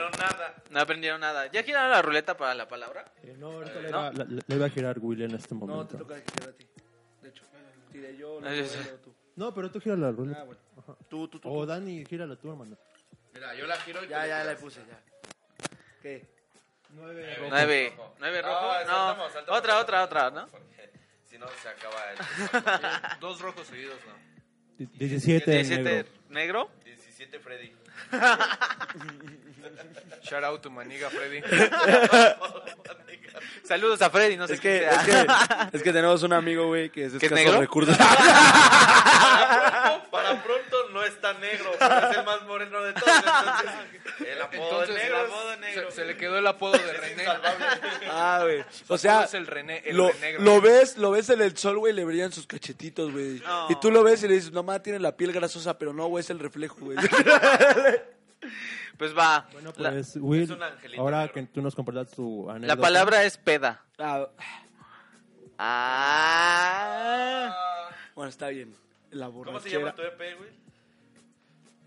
Speaker 5: No aprendieron nada. ¿Ya giraron la ruleta para la palabra?
Speaker 6: Eh, no, ahorita le,
Speaker 5: ¿no?
Speaker 6: va- la- la- le iba a girar Willy en este
Speaker 7: No,
Speaker 6: momento.
Speaker 7: te
Speaker 6: No,
Speaker 7: toca girar a ti. De hecho, tiré yo,
Speaker 5: Ah,
Speaker 7: no,
Speaker 5: ya sé.
Speaker 7: no, tú.
Speaker 6: pero tú gira la ruleta.
Speaker 7: Ah, bueno. Tú, tú, tú.
Speaker 6: O
Speaker 7: tú.
Speaker 6: Dani, gírala tú, hermano.
Speaker 2: Mira, yo la giro y
Speaker 7: Ya, ya la puse, ya. ¿Qué?
Speaker 5: Nueve. Nueve rojo.
Speaker 8: Ah,
Speaker 5: no.
Speaker 8: saltamos, saltamos,
Speaker 5: otra,
Speaker 8: saltamos.
Speaker 5: otra, otra, ¿no?
Speaker 8: Si no, se acaba el
Speaker 2: Dos rojos seguidos, ¿no?
Speaker 6: 17 en
Speaker 5: Diecisiete
Speaker 6: negro.
Speaker 5: negro.
Speaker 8: 17
Speaker 5: [laughs]
Speaker 8: Freddy.
Speaker 2: Shout out to maniga Freddy.
Speaker 5: Saludos a Freddy, no sé
Speaker 7: Es que,
Speaker 5: quién
Speaker 7: es
Speaker 5: [laughs] sea.
Speaker 7: que, es que tenemos un amigo, güey, que es
Speaker 5: ¿Que es
Speaker 7: escaso
Speaker 5: negro?
Speaker 7: recursos.
Speaker 8: Para pronto no está negro, pero es el más moreno de todos. Entonces,
Speaker 2: [laughs]
Speaker 8: el apodo
Speaker 2: Entonces,
Speaker 8: de
Speaker 2: se-
Speaker 8: negro. El apodo de negro.
Speaker 2: Se,
Speaker 8: [laughs]
Speaker 2: se le quedó el apodo de René.
Speaker 7: Ah,
Speaker 5: [laughs]
Speaker 7: güey. O
Speaker 2: Todo
Speaker 7: sea,
Speaker 2: es el René, el
Speaker 7: lo,
Speaker 2: René negro.
Speaker 7: lo ves, lo ves en el sol, güey, le brillan sus cachetitos, güey.
Speaker 5: No.
Speaker 7: Y tú lo ves y le dices, mamá, tiene la piel grasosa, pero no, güey, es el reflejo,
Speaker 5: [laughs]
Speaker 7: güey.
Speaker 5: Pues va.
Speaker 6: Bueno,
Speaker 5: La-
Speaker 6: pues, Will,
Speaker 8: un angelito
Speaker 6: ahora
Speaker 8: negro.
Speaker 6: que tú nos compartas tu
Speaker 5: la,
Speaker 6: anécdota.
Speaker 5: palabra es peda.
Speaker 7: Ah,
Speaker 5: Ah.
Speaker 7: bueno, está bien. La borrachera.
Speaker 8: ¿Cómo se llama tu EP, güey?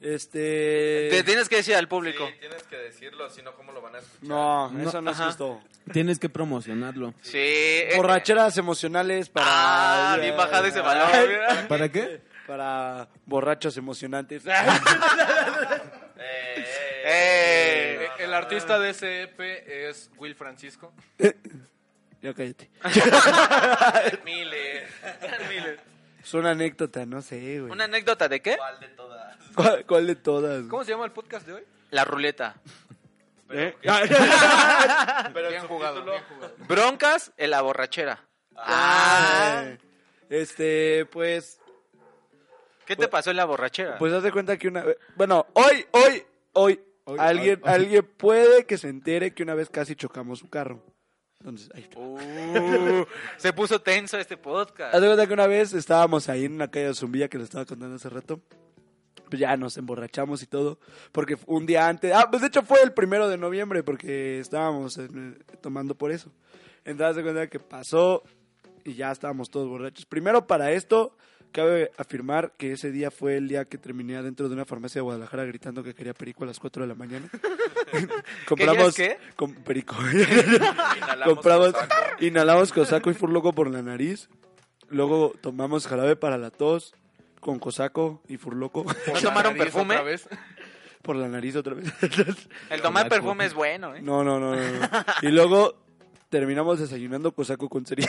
Speaker 5: Te
Speaker 7: Este...
Speaker 5: tienes que decir al
Speaker 8: Sí,
Speaker 5: público.
Speaker 8: tienes que decirlo, si no, ¿cómo lo van a escuchar?
Speaker 7: No,
Speaker 3: No,
Speaker 7: eso no
Speaker 5: ajá.
Speaker 7: es justo.
Speaker 3: Tienes que promocionarlo.
Speaker 5: Sí. eh,
Speaker 7: Borracheras emocionales para...
Speaker 5: Ah, bien bajado ese valor.
Speaker 3: ¿Para qué?
Speaker 7: Para borrachos emocionantes.
Speaker 8: Eh,
Speaker 5: Eh,
Speaker 2: Eh, el artista de ese EP es Will
Speaker 7: [laughs]
Speaker 2: Francisco.
Speaker 7: ya
Speaker 2: [laughs]
Speaker 7: cállate.
Speaker 8: Miles. Miles.
Speaker 7: Es una anécdota, no sé, güey.
Speaker 5: ¿Una anécdota de qué?
Speaker 8: ¿Cuál de todas?
Speaker 7: ¿Cuál, cuál de todas?
Speaker 2: ¿Cómo se llama el podcast de hoy?
Speaker 5: La ruleta.
Speaker 7: ¿Eh?
Speaker 8: Pero
Speaker 2: Bien
Speaker 8: el
Speaker 2: jugado,
Speaker 8: subtítulo-
Speaker 2: bien jugado.
Speaker 5: Broncas en la borrachera.
Speaker 7: Ah. Este, pues,
Speaker 5: ¿Qué te pasó en la borrachera?
Speaker 7: pues haz de cuenta que una vez, bueno, hoy, hoy, hoy, alguien, alguien puede que se entere que una vez casi chocamos su carro. Entonces, ahí está.
Speaker 5: Uh, se puso tenso este podcast.
Speaker 7: Haz de cuenta que una vez estábamos ahí en una calle de Zumbilla que les estaba contando hace rato. Pues ya nos emborrachamos y todo. Porque un día antes. Ah, pues de hecho fue el primero de noviembre porque estábamos eh, tomando por eso. Entonces haz de cuenta que pasó y ya estábamos todos borrachos. Primero para esto, cabe afirmar que ese día fue el día que terminé adentro de una farmacia de Guadalajara gritando que quería perico a las 4 de la
Speaker 8: [laughs]
Speaker 7: mañana. compramos.
Speaker 5: ¿Querías
Speaker 7: com- perico.
Speaker 8: Inhalamos
Speaker 7: compramos.
Speaker 8: con saco.
Speaker 7: Inhalamos cosaco y furloco por la nariz. Luego tomamos jarabe para la tos con cosaco y furloco [laughs]
Speaker 5: ¿No tomaron perfume?
Speaker 2: Otra vez.
Speaker 7: por la nariz otra vez. [laughs]
Speaker 5: El tomar perfume es bueno, ¿eh?
Speaker 7: no, no, no, no, no. Y luego terminamos desayunando cosaco con cereal.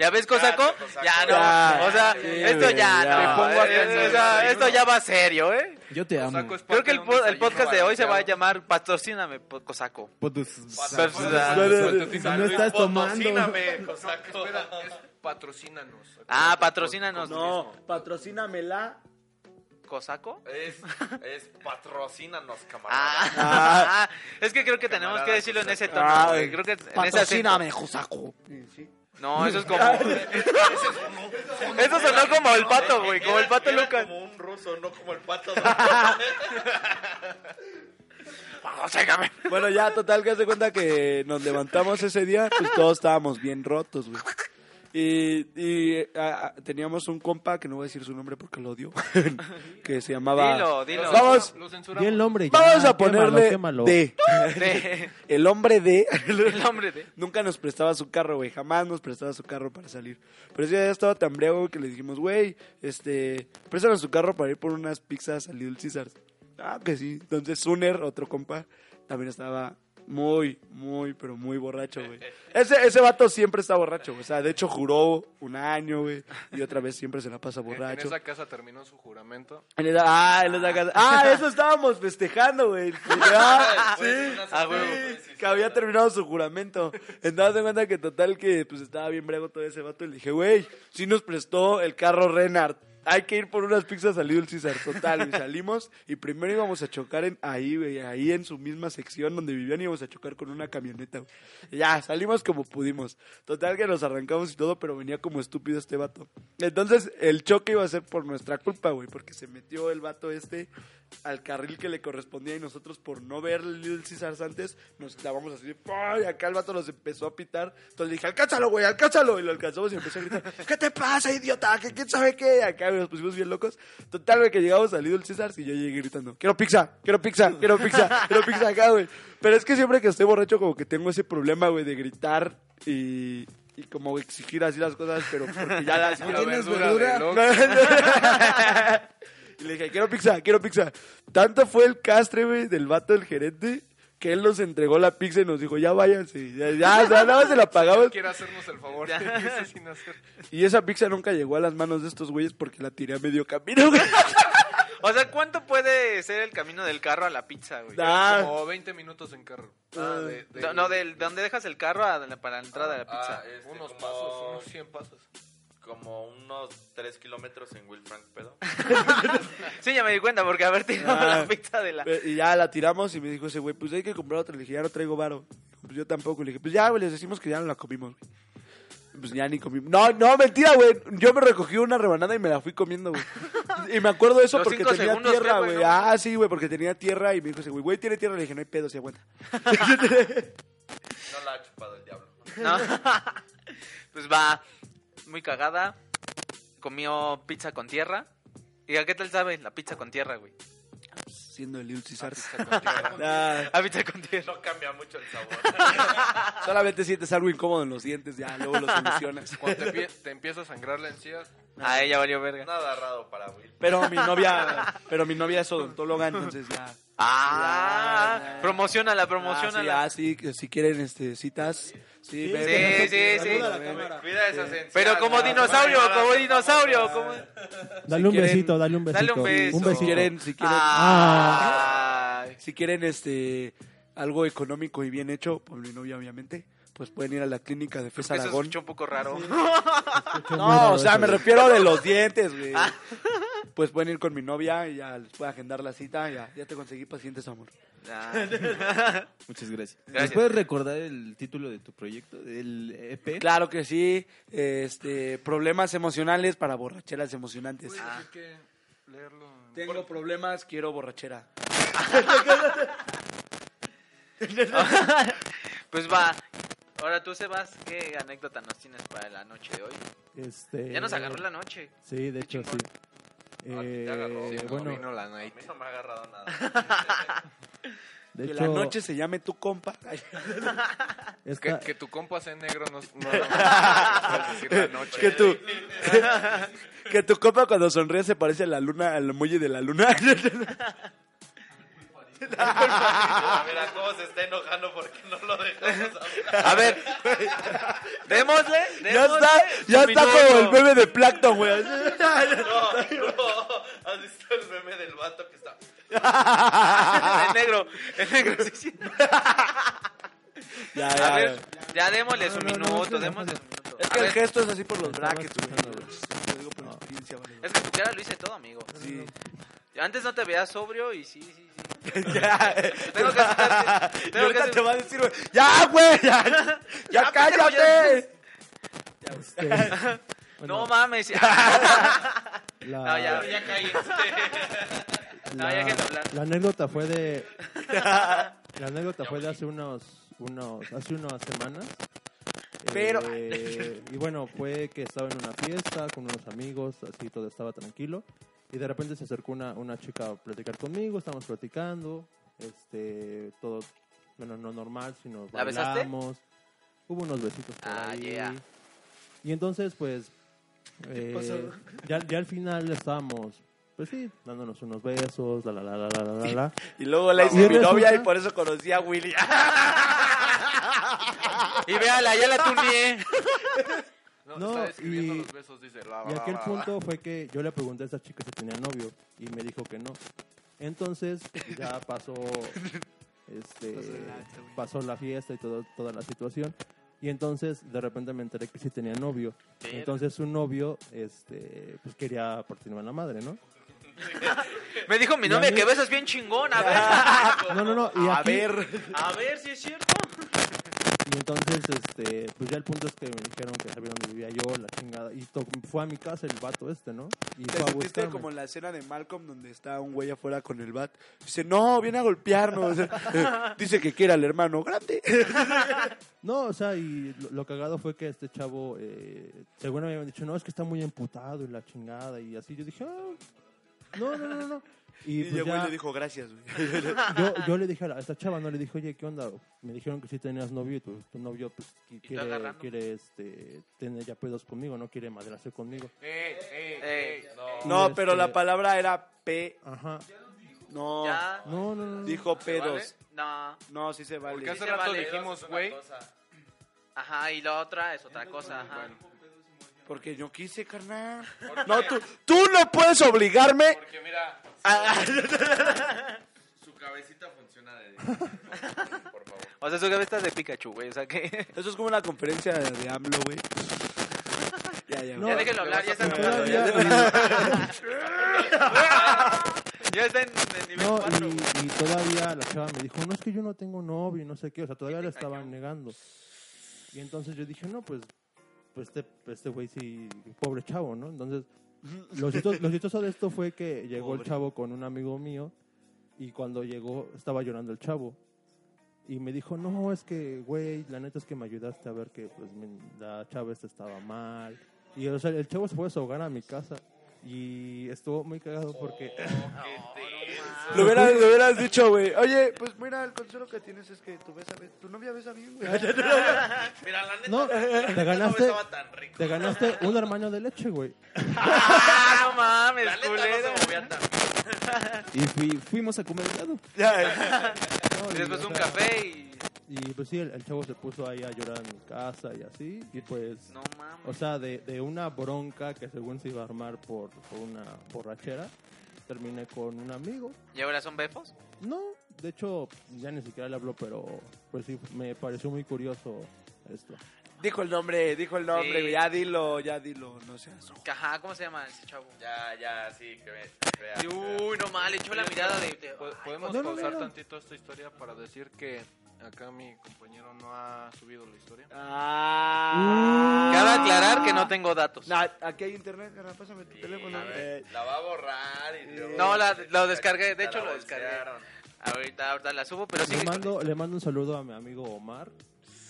Speaker 5: ¿Ya ves, Cosaco?
Speaker 8: te cosaco.
Speaker 5: Ya, no.
Speaker 7: Ya,
Speaker 5: o sea,
Speaker 7: sí,
Speaker 5: esto
Speaker 7: güey,
Speaker 5: ya,
Speaker 7: ya.
Speaker 5: no.
Speaker 2: Te pongo a
Speaker 5: Eh,
Speaker 2: pensar.
Speaker 5: o sea, esto ya va serio, ¿eh?
Speaker 3: Yo te amo.
Speaker 2: Cosaco es
Speaker 5: Creo
Speaker 2: parte
Speaker 5: que el,
Speaker 2: de un
Speaker 5: po- el
Speaker 2: desayuno
Speaker 5: podcast de hoy se va a
Speaker 2: balanceado.
Speaker 5: llamar Patrocíname, po- Cosaco.
Speaker 7: Pues,
Speaker 3: Pues, No estás tomando.
Speaker 8: Patrocíname, Cosaco.
Speaker 2: Espera, es patrocínanos.
Speaker 5: Ah, patrocínanos.
Speaker 7: pues, No, patrocínamela.
Speaker 5: ¿Cosaco?
Speaker 8: Es, es patrocínanos, camarada.
Speaker 5: Ah,
Speaker 7: Ah.
Speaker 5: [laughs] es que creo que tenemos que
Speaker 8: Camarada
Speaker 5: decirlo en ese tono,
Speaker 7: Ah,
Speaker 5: güey. Creo
Speaker 7: güey.
Speaker 5: que en ese acento.
Speaker 7: Patrocíname, cosaco.
Speaker 5: No, eso es como.
Speaker 7: [laughs]
Speaker 5: [laughs] eso sonó como el pato, güey. Como el pato
Speaker 8: Era
Speaker 5: Lucas.
Speaker 8: Como un ruso, no como el pato.
Speaker 5: Patrocíname.
Speaker 7: Bueno, ya, total, que haz de cuenta que nos levantamos ese día, pues todos estábamos bien rotos, güey. Y, y, ah, ah, teníamos un compa, que no voy a decir su nombre porque lo odio, [laughs] que se llamaba...
Speaker 5: Dilo, dilo.
Speaker 7: Vamos,
Speaker 2: Lo
Speaker 6: Di el
Speaker 2: censuramos.
Speaker 6: nombre ya,
Speaker 7: vamos
Speaker 6: quémalo,
Speaker 7: a ponerle
Speaker 6: quémalo.
Speaker 7: D.
Speaker 5: De-
Speaker 7: El hombre de...
Speaker 5: [laughs] el hombre de.
Speaker 7: Nunca nos prestaba su carro, güey. Jamás nos prestaba su carro para salir. Pero ese día ya estaba tan breve que le dijimos, güey, este, préstanos su carro para ir por unas pizzas al Little Caesars. Ah, que sí. Entonces, Suner, otro compa, también estaba muy, muy, pero muy borracho, güey. Ese, ese vato siempre está borracho, güey. O sea, de hecho juró un año, güey. Y otra vez siempre se la pasa
Speaker 2: En- En
Speaker 7: borracho.
Speaker 2: esa casa terminó su juramento.
Speaker 7: En esa- ah, en esa [laughs] casa. Ah, eso estábamos festejando, [laughs] güey. Ah, sí,
Speaker 5: Ah, güey.
Speaker 7: sí, que había terminado su juramento. Entonces de cuenta que total que pues estaba bien brego todo ese vato y le dije, güey, sí nos prestó el carro Renard. Hay que ir por unas pizzas al Little César, total, y salimos y primero íbamos a chocar en ahí, güey, ahí en su misma sección donde vivían íbamos a chocar con una camioneta, güey. Y Ya, salimos como pudimos. Total que nos arrancamos y todo, pero venía como estúpido este vato. Entonces, el choque iba a ser por nuestra culpa, güey, porque se metió el vato este al carril que le correspondía y nosotros por no ver el Little Caesars antes nos clavamos así ¡pah! y acá el vato nos empezó a pitar entonces le dije alcánzalo güey alcánzalo y lo alcanzamos y empezó a gritar ¿qué te pasa idiota? ¿Qué, ¿quién sabe qué? Y acá nos pusimos bien locos total güey que llegamos al Little Caesars y yo llegué gritando quiero pizza quiero pizza quiero pizza quiero pizza acá güey pero es que siempre que estoy borracho como que tengo ese problema güey de gritar y, y como exigir así las cosas pero porque ya las
Speaker 2: La
Speaker 3: tienes
Speaker 2: verdura
Speaker 3: verdura?
Speaker 2: del Oxxo.
Speaker 7: [laughs] y le dije, quiero pizza, quiero pizza. Tanto fue el castre, güey, del vato del gerente, que él nos entregó la pizza y nos dijo, ya váyanse. Ya, ya, o sea, nada más se la pagamos.
Speaker 2: Quiere hacernos el favor de irse sin hacer.
Speaker 7: Y esa pizza nunca llegó a las manos de estos güeyes porque la tiré a medio camino, güey.
Speaker 5: O sea, ¿cuánto puede ser el camino del carro a la pizza, güey?
Speaker 7: Nah.
Speaker 2: Como 20 minutos en carro.
Speaker 7: Ah,
Speaker 2: de- de-
Speaker 5: No, no, del- de donde dejas el carro a la- para la entrada de la
Speaker 1: Ah,
Speaker 5: pizza.
Speaker 1: este,
Speaker 2: Unos
Speaker 1: como-
Speaker 2: pasos, unos 100 pasos.
Speaker 1: Como unos 3 kilómetros en Will Frank Pedo.
Speaker 5: Sí, ya me di cuenta porque haber tirado
Speaker 7: Ah.
Speaker 5: la pizza de la...
Speaker 7: Eh, Y ya la tiramos y me dijo ese güey, pues hay que comprar otra. Le dije, ya no traigo varo. Pues yo tampoco. Le dije, pues ya, güey, les decimos que ya no la comimos, güey. Pues ya ni comimos. No, no, mentira, güey. Yo me recogí una rebanada y me la fui
Speaker 5: [laughs]
Speaker 7: comiendo, güey. Y me acuerdo de eso
Speaker 5: Los
Speaker 7: porque
Speaker 5: cinco
Speaker 7: tenía
Speaker 5: segundos,
Speaker 7: tierra,
Speaker 5: ¿qué,
Speaker 7: güey.
Speaker 5: güey, no?
Speaker 7: Ah, sí, güey, porque tenía tierra y me dijo ese güey, güey, tiene tierra. Le dije, no hay pedo, se aguanta.
Speaker 1: No la ha chupado el diablo.
Speaker 7: [laughs]
Speaker 5: ¿no? pues va, muy cagada. Comió pizza con tierra. ¿Y a qué tal sabe la pizza con tierra, güey?
Speaker 7: Siendo el Lil César. [laughs] Ah,
Speaker 5: A pizza con tierra.
Speaker 1: No cambia mucho el sabor.
Speaker 7: solamente sientes algo incómodo en los dientes, ya, luego lo solucionas.
Speaker 2: Cuando te, empie- te empieza a sangrar la encía,
Speaker 5: A Ah, ella valió verga.
Speaker 1: Nada raro para Will.
Speaker 7: Pero mi novia, pero mi novia es odontóloga, entonces ya.
Speaker 5: Ah,
Speaker 7: Ya.
Speaker 5: promocionala, promocionala.
Speaker 7: Ah, sí, ah, sí, que si quieren este, citas. Sí,
Speaker 5: Sí,
Speaker 7: ven.
Speaker 5: sí, sí.
Speaker 7: Saluda a la cámara.
Speaker 1: Mira esas encías.
Speaker 5: Pero como
Speaker 1: la-
Speaker 5: dinosaurio,
Speaker 1: la-
Speaker 5: como
Speaker 1: la-
Speaker 5: dinosaurio, como...
Speaker 6: Dale un
Speaker 7: quieren-
Speaker 6: besito, dale un besito.
Speaker 5: dale un beso.
Speaker 6: Un
Speaker 7: Si
Speaker 6: besito.
Speaker 7: quieren, si quieren,
Speaker 5: Ay.
Speaker 7: Ah. si quieren este algo económico y bien hecho, por mi novia obviamente, pues pueden ir a la clínica de Fes
Speaker 5: Eso se
Speaker 7: Aragón.
Speaker 5: escuchó un poco raro.
Speaker 6: Qué
Speaker 7: No,
Speaker 6: raro
Speaker 7: o sea,
Speaker 6: eso,
Speaker 7: me
Speaker 6: güey.
Speaker 7: refiero de los dientes, güey. Pues pueden ir con mi novia y ya les puedo agendar la cita, ya, ya te conseguí pacientes, amor.
Speaker 3: Muchas gracias.
Speaker 5: Gracias.
Speaker 3: ¿Nos puedes recordar el título de tu proyecto? E ¿El EP?
Speaker 7: Claro que sí, este, problemas emocionales para borracheras emocionantes.
Speaker 2: Uy, hay que leerlo.
Speaker 7: Tengo problemas, quiero borrachera. Ah.
Speaker 5: pues va. Ahora tú, Sebas, ¿qué anécdota nos tienes para la noche de hoy?
Speaker 6: Este,
Speaker 7: Eh.
Speaker 5: Ya nos agarró la noche.
Speaker 6: Sí, de hecho, sí.
Speaker 1: Ah, sí te agarró.
Speaker 6: Eh,
Speaker 1: Sí,
Speaker 6: bueno,
Speaker 2: Vino la
Speaker 1: A
Speaker 2: night.
Speaker 1: mí no me ha agarrado nada.
Speaker 6: de
Speaker 7: que
Speaker 6: hecho,
Speaker 7: la noche se llame tu compa. [laughs]
Speaker 6: esta-
Speaker 2: Que, que tu compa sea negro no, no, no, no decir la noche.
Speaker 7: Que tu, [laughs] que tu copa cuando sonríe se parece a la luna, al muelle de la luna. [laughs]
Speaker 1: Mira cómo se está enojando porque no lo dejamos hablar.
Speaker 5: A ver, démosle.
Speaker 7: ya
Speaker 5: démosle
Speaker 7: está, ya
Speaker 5: su
Speaker 7: está
Speaker 5: minuto.
Speaker 7: como el bebé de Plankton, güey. así.
Speaker 1: No, no. ¿Has
Speaker 5: [laughs]
Speaker 1: visto el meme del vato que
Speaker 7: [laughs]
Speaker 1: está?
Speaker 5: el negro, el negro, sí, sí.
Speaker 7: Ya,
Speaker 5: A
Speaker 7: ya,
Speaker 5: ver,
Speaker 7: ya.
Speaker 5: ya démosle su
Speaker 6: No, no, no,
Speaker 5: minuto,
Speaker 6: no, no,
Speaker 5: démosle su
Speaker 6: no.
Speaker 5: minuto.
Speaker 7: Es
Speaker 5: A
Speaker 7: que el
Speaker 5: ver,
Speaker 7: gesto es así por los
Speaker 6: Estaba
Speaker 7: brackets, güey.
Speaker 6: escuchando, güey.
Speaker 7: Lo digo por experiencia, vale, güey.
Speaker 5: es que tu cara lo hice todo, amigo.
Speaker 7: Sí.
Speaker 5: Antes no te veías sobrio y sí, sí, sí.
Speaker 7: [laughs] Ya.
Speaker 5: Tengo que aceptarte,
Speaker 7: Y
Speaker 5: tengo que
Speaker 7: ahorita te
Speaker 5: aceptarte.
Speaker 7: va a decir, güey, ya, güey,
Speaker 5: [laughs]
Speaker 7: ya, ya
Speaker 5: Ya, pendejo,
Speaker 7: cállate.
Speaker 6: este,
Speaker 5: [laughs] No
Speaker 6: bueno,
Speaker 7: [laughs]
Speaker 5: mames.
Speaker 6: la- Ah,
Speaker 5: No, ya, ya caí. No, ya déjenlo hablar.
Speaker 6: la anécdota fue
Speaker 5: [laughs]
Speaker 6: de la anécdota fue de hace unos unos hace unas semanas
Speaker 7: Pero-
Speaker 6: Eh, y bueno fue que estaba en una fiesta con unos amigos así todo estaba tranquilo y de repente se acercó una, una chica a platicar conmigo estábamos platicando este todo bueno no normal sino
Speaker 5: ¿La besaste?
Speaker 6: bailamos hubo unos besitos por
Speaker 5: Ah,
Speaker 6: ahí
Speaker 5: yeah.
Speaker 6: y entonces pues eh, ya ya al final estábamos pues sí dándonos unos besos la la la la la la la, la
Speaker 7: Y luego la hice
Speaker 6: Y
Speaker 7: mi novia y
Speaker 6: resulta-
Speaker 7: por eso conocí a Willy.
Speaker 5: Y véala, ya la tuneé.
Speaker 2: No,
Speaker 6: No,
Speaker 2: está describiendo
Speaker 6: y-
Speaker 2: los besos, dice. La,
Speaker 6: Y
Speaker 2: la, [laughs]
Speaker 6: aquí el
Speaker 2: la,
Speaker 6: punto fue que yo le pregunté a esa chica si tenía novio y me dijo que no. Entonces ya pasó, este, pasó la fiesta y todo, toda la situación. Y entonces de repente me enteré que sí tenía novio. Entonces su novio, este, pues quería partirme a la madre, ¿no?
Speaker 5: Me dijo mi
Speaker 6: Y a
Speaker 5: novia
Speaker 6: mí-
Speaker 5: que besas bien chingón. A ver.
Speaker 6: No, no, no.
Speaker 7: [laughs]
Speaker 6: Y
Speaker 1: A
Speaker 6: aquí-
Speaker 1: ver.
Speaker 5: A ver si es cierto.
Speaker 6: Y entonces, este, pues ya el punto es que me dijeron que sabía dónde vivía yo, la chingada. Y to- fue a mi casa el vato este, ¿no? Y
Speaker 1: Te
Speaker 6: fue a
Speaker 1: sentiste
Speaker 6: buscarme.
Speaker 1: como en la escena de Malcolm donde está un güey afuera con el bat. Dice, no, viene a golpearnos. [laughs] Eh, Dice que quiera al hermano grande.
Speaker 6: No, o sea, y lo, lo cagado fue que este chavo, eh, según me habían dicho, no, es que está muy emputado y la chingada. Y así yo dije, "Ah, no, no, no, no.
Speaker 1: [laughs] Y,
Speaker 6: Y, pues,
Speaker 1: el güey
Speaker 6: ya-
Speaker 1: le dijo, "Ah". gracias, güey.
Speaker 6: yo, yo le dije a, la- a esta chava, no le dije, oye, ¿qué onda? Me dijeron que sí tenías novio y tu, tu novio pues, qui-
Speaker 5: tú
Speaker 6: quiere,
Speaker 5: agarrando.
Speaker 6: quiere este, tener ya pedos conmigo, no quiere madrarse conmigo.
Speaker 7: [laughs]
Speaker 5: Ey,
Speaker 1: [laughs]
Speaker 6: Y,
Speaker 1: No, pero
Speaker 6: este,
Speaker 1: la palabra era P.
Speaker 6: Ajá.
Speaker 1: No.
Speaker 5: ya.
Speaker 6: No, no, no. no.
Speaker 1: Dijo
Speaker 5: ¿Se vale?
Speaker 1: pedos.
Speaker 5: No.
Speaker 1: No, sí se vale.
Speaker 2: Porque hace
Speaker 5: se
Speaker 2: rato
Speaker 5: vale.
Speaker 2: dijimos, güey.
Speaker 5: Ajá, y la otra es otra cosa. Ajá.
Speaker 1: Porque yo quise, carnal. No, tú, tú no puedes obligarme
Speaker 8: Porque mira,
Speaker 1: a...
Speaker 8: su cabecita funciona de... Por favor.
Speaker 5: O sea, su cabeza es de Pikachu, güey. O sea, que.
Speaker 1: Eso es como una conferencia de, de AMLO, güey. Ya, ya,
Speaker 6: No,
Speaker 5: ya
Speaker 1: güey.
Speaker 5: déjenlo hablar, ya está
Speaker 6: Y
Speaker 5: enojado.
Speaker 6: todavía-
Speaker 1: [laughs]
Speaker 5: Ya, ya está en, en nivel
Speaker 6: No,
Speaker 5: 4, güey.
Speaker 6: y, y todavía la chava me dijo, no, es que yo no tengo novio y no sé qué, o sea, todavía lo estaban negando. Y entonces yo dije, no, pues, pues este pues este güey sí, pobre chavo, ¿no? Entonces, lo chistoso, lo chistoso de esto fue que llegó el chavo con un amigo mío y cuando llegó estaba llorando el chavo. Y me dijo, no, es que, güey, la neta es que me ayudaste a ver que pues mi- la chava esta estaba mal. Y o sea, el chavo se fue a desahogar a mi casa y estuvo muy cagado porque...
Speaker 1: Lo hubieras, lo hubieras dicho, güey. Oye, pues mira, el consuelo que tienes es que tu, besa, bien- tu novia besa bien, güey.
Speaker 5: Mira, la neta.
Speaker 6: No, te ganaste,
Speaker 5: besaba Este tan rico.
Speaker 6: te ganaste un hermano de leche, güey.
Speaker 5: ¡Ah, mames,
Speaker 8: La neta no
Speaker 5: culero!
Speaker 8: se movía tan
Speaker 3: Y fui- fuimos a comer helado.
Speaker 6: ¿no?
Speaker 5: Y después
Speaker 6: o
Speaker 5: un
Speaker 6: sea,
Speaker 5: café y.
Speaker 6: Y pues sí, el, el chavo se puso ahí a llorar en mi casa y así. Y pues,
Speaker 5: No mames.
Speaker 6: o sea, de, de una bronca que según se iba a armar por, por una borrachera, terminé con un amigo.
Speaker 5: ¿Y ahora son befos?
Speaker 6: No, de hecho, ya ni siquiera le hablo, pero pues sí, me pareció muy curioso esto.
Speaker 1: Dijo el nombre, dijo el nombre,
Speaker 5: Sí.
Speaker 1: güey. Ya dilo, ya dilo, no seas.
Speaker 5: Ajá, ¿cómo se llama ese chavo?
Speaker 8: Ya, ya, sí, que me... crea,
Speaker 5: Y, Uy, no mal, echó la mirada de. de-
Speaker 2: Po-
Speaker 5: ay,
Speaker 2: Podemos
Speaker 6: no, no,
Speaker 2: pausar
Speaker 6: no.
Speaker 2: tantito esta historia para decir que acá mi compañero no ha subido la historia.
Speaker 1: Ah.
Speaker 5: pues, Cabe aclarar que no tengo datos.
Speaker 1: Nah,
Speaker 7: Ah,
Speaker 1: aquí hay internet, carnal, pásame tu
Speaker 8: Sí,
Speaker 1: teléfono.
Speaker 8: a ver,
Speaker 1: Eh,
Speaker 8: la va a borrar y luego-
Speaker 5: No, la- lo descargué, de hecho,
Speaker 8: La
Speaker 5: lo descargué.
Speaker 8: bolsearon.
Speaker 5: Ahorita, ahorita la subo, pero sí. Oh,
Speaker 6: Le mando, le mando un saludo a mi amigo Omar.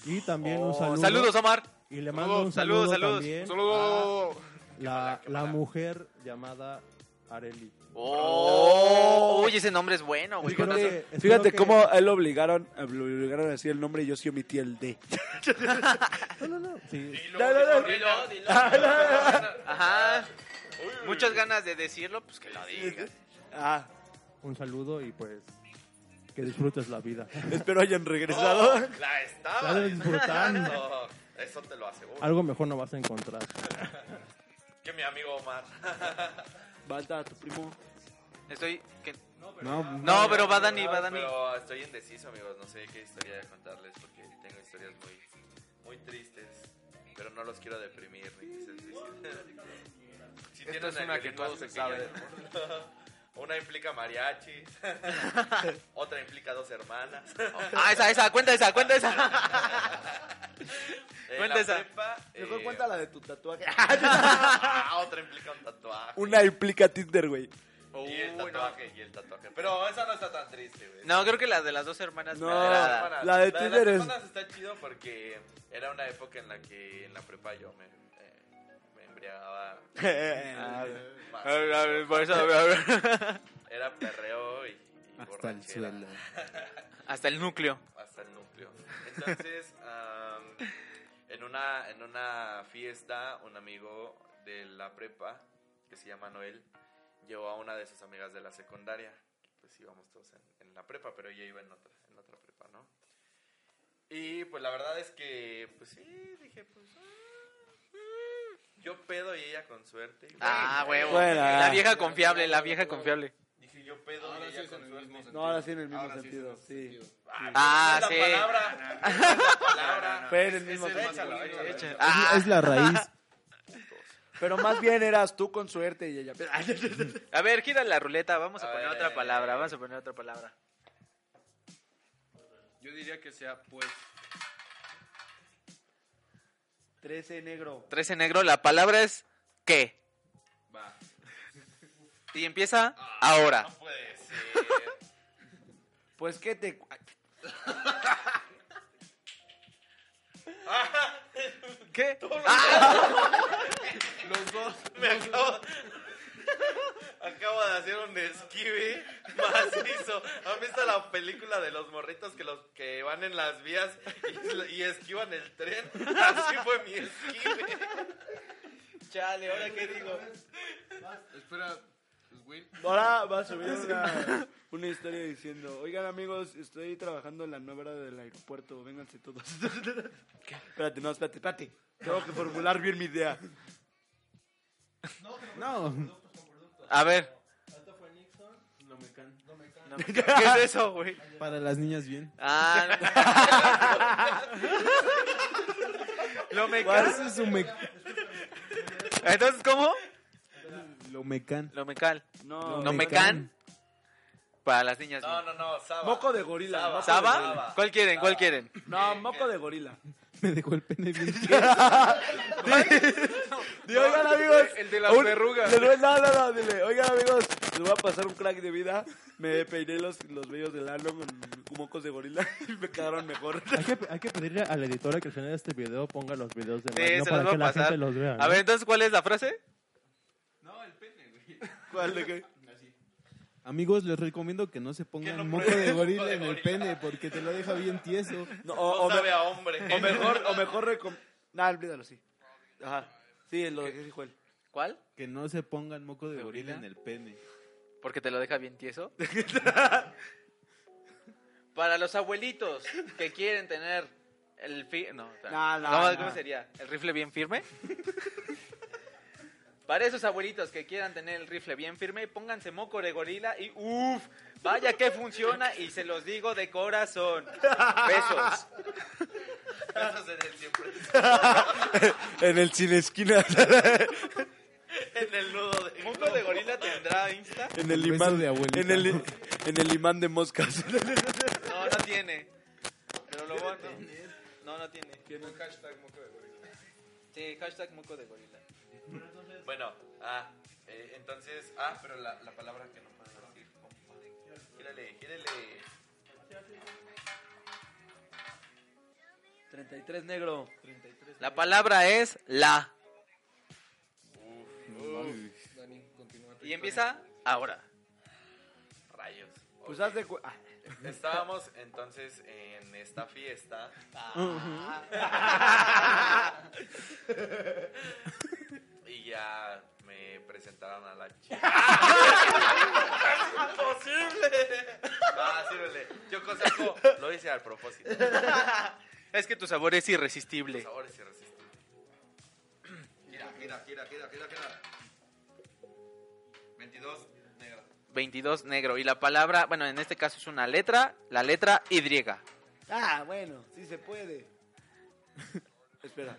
Speaker 6: Y también un saludo.
Speaker 5: Saludos, Omar.
Speaker 6: Y le mando un saludo
Speaker 5: Saludos, saludos.
Speaker 6: también
Speaker 2: Un saludo.
Speaker 8: Ah.
Speaker 6: La, la mujer llamada Areli.
Speaker 5: Oh, uy, ese nombre es bueno, güey.
Speaker 6: Espero
Speaker 5: con razón.
Speaker 6: que- espero
Speaker 1: Fíjate
Speaker 6: que-
Speaker 1: cómo a él lo obligaron, a- lo obligaron a decir el nombre y yo sí omití el D.
Speaker 6: No, no, no. Sí,
Speaker 1: No, no, no.
Speaker 5: Dilo, dilo.
Speaker 6: Ah,
Speaker 5: Ajá. Muchas ganas de decirlo, pues que lo digas.
Speaker 1: Ah,
Speaker 6: un saludo y pues que disfrutes la vida.
Speaker 1: espero hayan [laughs] regresado.
Speaker 8: La
Speaker 5: Ah,
Speaker 8: estaba
Speaker 6: La debes
Speaker 5: [laughs]
Speaker 6: disfrutar.
Speaker 8: disfrutando. Eso te lo aseguro.
Speaker 6: Algo mejor no vas a encontrar.
Speaker 8: Que mi amigo Omar.
Speaker 1: Basta, tu primo.
Speaker 5: Estoy. que-
Speaker 1: No,
Speaker 5: No, pero va Dani, va Dani.
Speaker 8: Pero estoy indeciso, amigos. No sé qué historia contarles porque tengo historias muy, muy tristes. Pero no los quiero deprimir ni que sean tristes. [laughs] Si
Speaker 2: Esta
Speaker 8: tienen
Speaker 2: es una
Speaker 8: el
Speaker 2: que
Speaker 8: violín más
Speaker 2: todos se
Speaker 8: pequeño
Speaker 2: saben.
Speaker 8: del mundo. [laughs] Una
Speaker 2: [laughs]
Speaker 8: implica mariachi. Otra implica dos hermanas.
Speaker 5: Ah, esa, esa, cuenta esa, cuenta [laughs] esa.
Speaker 8: En
Speaker 5: Cuenta
Speaker 8: la
Speaker 5: esa.
Speaker 8: prepa,
Speaker 1: Mejor
Speaker 8: eh,
Speaker 1: cuenta la de tu tatuaje.
Speaker 8: ah, otra implica un tatuaje.
Speaker 1: [laughs] Una implica Tinder, güey.
Speaker 8: Y el tatuaje, y el tatuaje. Pero esa no está tan triste, güey.
Speaker 5: No, creo que la de las dos hermanas.
Speaker 1: No.
Speaker 5: me
Speaker 8: las
Speaker 5: agrada.
Speaker 8: hermanas.
Speaker 1: la de
Speaker 8: las
Speaker 1: Tinder es-
Speaker 8: hermanas está chido porque era una época en la que en la prepa yo me, eh, me
Speaker 1: [laughs]
Speaker 8: embriagaba.
Speaker 1: Eh,
Speaker 8: Ah, más.
Speaker 5: A ver, a ver, por eso, a ver, a ver.
Speaker 8: Era perreo y, y
Speaker 3: Hasta el
Speaker 8: borrachera.
Speaker 3: suelo.
Speaker 5: Hasta el núcleo.
Speaker 8: Hasta el núcleo. Entonces, [laughs] am, en, una, en una fiesta, un amigo de la prepa, que se llama Noel, llevó a una de sus amigas de la secundaria. Pues íbamos todos en, en la prepa, pero ella iba en otra, en otra prepa, ¿no? Y pues la verdad es que, pues sí, dije, pues. ah, mm. Yo pedo y ella con suerte.
Speaker 5: Ah, huevo.
Speaker 7: Bueno,
Speaker 5: la
Speaker 7: ah.
Speaker 5: vieja confiable, la vieja confiable.
Speaker 8: Dije, yo pedo y ella con suerte.
Speaker 7: No, ahora sí en el mismo
Speaker 2: Ahora sí es en
Speaker 7: sentido.
Speaker 2: el
Speaker 7: Sí.
Speaker 5: Ah, sí.
Speaker 8: La palabra. La palabra.
Speaker 7: [laughs] Fue en el mismo
Speaker 2: el
Speaker 7: sentido.
Speaker 2: masculino,
Speaker 8: échala,
Speaker 2: eh.
Speaker 5: Echa-
Speaker 6: Es-
Speaker 5: Ah,
Speaker 6: Es, la raíz.
Speaker 7: Pero más bien eras tú con suerte y ella.
Speaker 5: a ver, gira la ruleta, vamos a,
Speaker 8: A
Speaker 5: poner
Speaker 8: ver,
Speaker 5: otra
Speaker 8: eh.
Speaker 5: palabra, vamos a poner otra palabra.
Speaker 2: Yo diría que sea, pues,
Speaker 7: 13 negro.
Speaker 5: 13 negro, la palabra es ¿qué?
Speaker 8: Va.
Speaker 5: Y empieza ahora.
Speaker 8: No puede ser.
Speaker 7: Pues que te. cu-
Speaker 5: ¿Qué?
Speaker 2: los dos.
Speaker 8: Me acabo. Acabo de hacer un esquive macizo. ¿Han visto la película de los morritos que los que van en las vías y, y esquivan el tren? Así fue mi esquive.
Speaker 5: Chale, ¿ahora qué digo?
Speaker 2: Espera, pues, Will.
Speaker 7: Ahora va a subir una, una historia diciendo: Oigan, amigos, estoy trabajando en la nueva era del aeropuerto. Vénganse todos. Espérate, no, espérate, espérate. Tengo que formular bien mi idea.
Speaker 3: No.
Speaker 5: A ver, ¿qué es eso, güey?
Speaker 3: Para las niñas bien.
Speaker 5: Ah, no. Lo mecal.
Speaker 3: Ese es un me-
Speaker 8: [laughs]
Speaker 5: Entonces, ¿cómo?
Speaker 3: Lo mecan.
Speaker 5: Lo mecal.
Speaker 7: No,
Speaker 5: No mecan. Para las niñas.
Speaker 8: No, no, no, Saba.
Speaker 7: moco de gorila. moco de
Speaker 5: ¿Saba?
Speaker 8: Saba.
Speaker 5: ¿Cuál quieren? ¿Cuál quieren?
Speaker 7: gorila. No, moco de gorila.
Speaker 3: [laughs] Me dejó el pene
Speaker 7: [laughs]
Speaker 3: bien. [laughs]
Speaker 7: Dile, oigan amigos.
Speaker 2: el de las
Speaker 7: un-
Speaker 2: verrugas.
Speaker 7: le voy- No, no, no, dile, oigan amigos, les voy a pasar un crack de vida. Me peiné los, los vellos del ano con mocos de gorila [laughs] y me quedaron mejor.
Speaker 6: Hay que, hay que pedirle a la editora que al final de este video ponga los videos de
Speaker 5: Sí,
Speaker 6: Magno
Speaker 5: se
Speaker 6: para
Speaker 5: los voy
Speaker 6: que la
Speaker 5: a pasar.
Speaker 6: gente los vea.
Speaker 5: A ver, entonces, ¿cuál es la frase?
Speaker 7: ¿Cuál de qué?
Speaker 3: Amigos, les recomiendo que no se pongan moco de gorila en el pene porque te lo deja bien tieso.
Speaker 7: No, o,
Speaker 8: No
Speaker 7: o me-
Speaker 8: sabe a hombre.
Speaker 7: o mejor, o mejor recom... Nah, olvídalo, sí. Ajá. Sí, es lo que dijo él.
Speaker 5: ¿Cuál?
Speaker 3: Que no se pongan moco de gorila en el pene.
Speaker 5: Porque te lo deja bien
Speaker 8: [laughs]
Speaker 5: tieso. Para los abuelitos que quieren tener el fi- no, o sea,
Speaker 7: No, no,
Speaker 5: ¿cómo-
Speaker 7: no.
Speaker 5: ¿cómo sería? ¿El rifle bien firme? Para esos abuelitos que quieran tener el rifle bien firme, pónganse moco de gorila y uff, vaya que funciona y se los digo de corazón. Besos.
Speaker 8: Besos en el siempre.
Speaker 7: En el cine esquina, [laughs]
Speaker 8: En el nudo de.
Speaker 5: ¿Moco de gorila tendrá Insta?
Speaker 7: en el
Speaker 3: Beso
Speaker 7: imán
Speaker 3: de abuelita.
Speaker 7: en el, en el imán de moscas.
Speaker 5: No, no tiene. Pero lo
Speaker 7: eh,
Speaker 5: bueno. No, no tiene. Tiene un hashtag moco de gorila. Sí, hashtag
Speaker 8: Bueno, ah, eh, entonces. Ah, pero la, la palabra que no puedo decir. Gírale, gírale.
Speaker 7: 33 negro.
Speaker 5: moco de gorila. La palabra es la.
Speaker 2: Dani, continúa.
Speaker 5: Y empieza ahora.
Speaker 8: Rayos.
Speaker 7: Pues haz de... cu- ah.
Speaker 8: Estábamos entonces en esta fiesta. y ya me presentaron a la
Speaker 7: [laughs]
Speaker 8: chica. ¡Imposible! Ah, sírvele. Yo consejo, lo hice al propósito. Por
Speaker 5: Es que tu sabor es irresistible.
Speaker 8: favor, es irresistible. Gira, gira, gira, gira, gira, gira. 22, negra.
Speaker 5: 22 negro. Y la palabra, bueno, en este caso es una letra, la letra Y.
Speaker 7: Ah, bueno, sí se puede. Espera.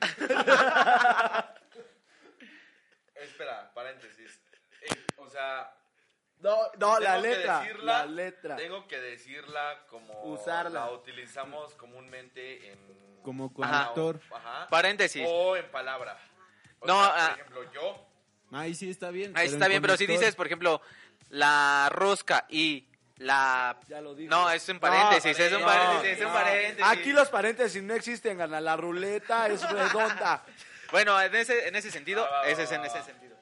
Speaker 8: Espera, paréntesis. Eh, o sea,
Speaker 7: No, no, la
Speaker 8: Tengo que
Speaker 7: letra.
Speaker 8: decirla,
Speaker 7: la letra.
Speaker 8: Tengo que decirla como
Speaker 7: Usarla.
Speaker 8: la utilizamos comúnmente en
Speaker 7: Ah,
Speaker 3: Como
Speaker 5: Ajá.
Speaker 3: conductor.
Speaker 8: Ajá.
Speaker 5: Paréntesis.
Speaker 8: o en palabra. O
Speaker 5: No,
Speaker 8: sea,
Speaker 5: ah.
Speaker 8: por ejemplo, yo
Speaker 3: Ahí sí está bien.
Speaker 5: Ahí está
Speaker 3: en
Speaker 5: bien, pero si
Speaker 3: conductor-
Speaker 5: dices, por ejemplo, la rosca y la...
Speaker 7: Ya lo dije.
Speaker 5: No, es un paréntesis, es un
Speaker 8: Ah, no,
Speaker 5: paréntesis, es
Speaker 8: no.
Speaker 5: un paréntesis.
Speaker 7: Aquí los paréntesis no existen, gana. La ruleta es redonda.
Speaker 5: Bueno, en ese, en ese sentido,
Speaker 8: Ah, va, va,
Speaker 5: ese es
Speaker 8: va,
Speaker 5: en
Speaker 8: va,
Speaker 5: ese
Speaker 8: va.
Speaker 5: sentido.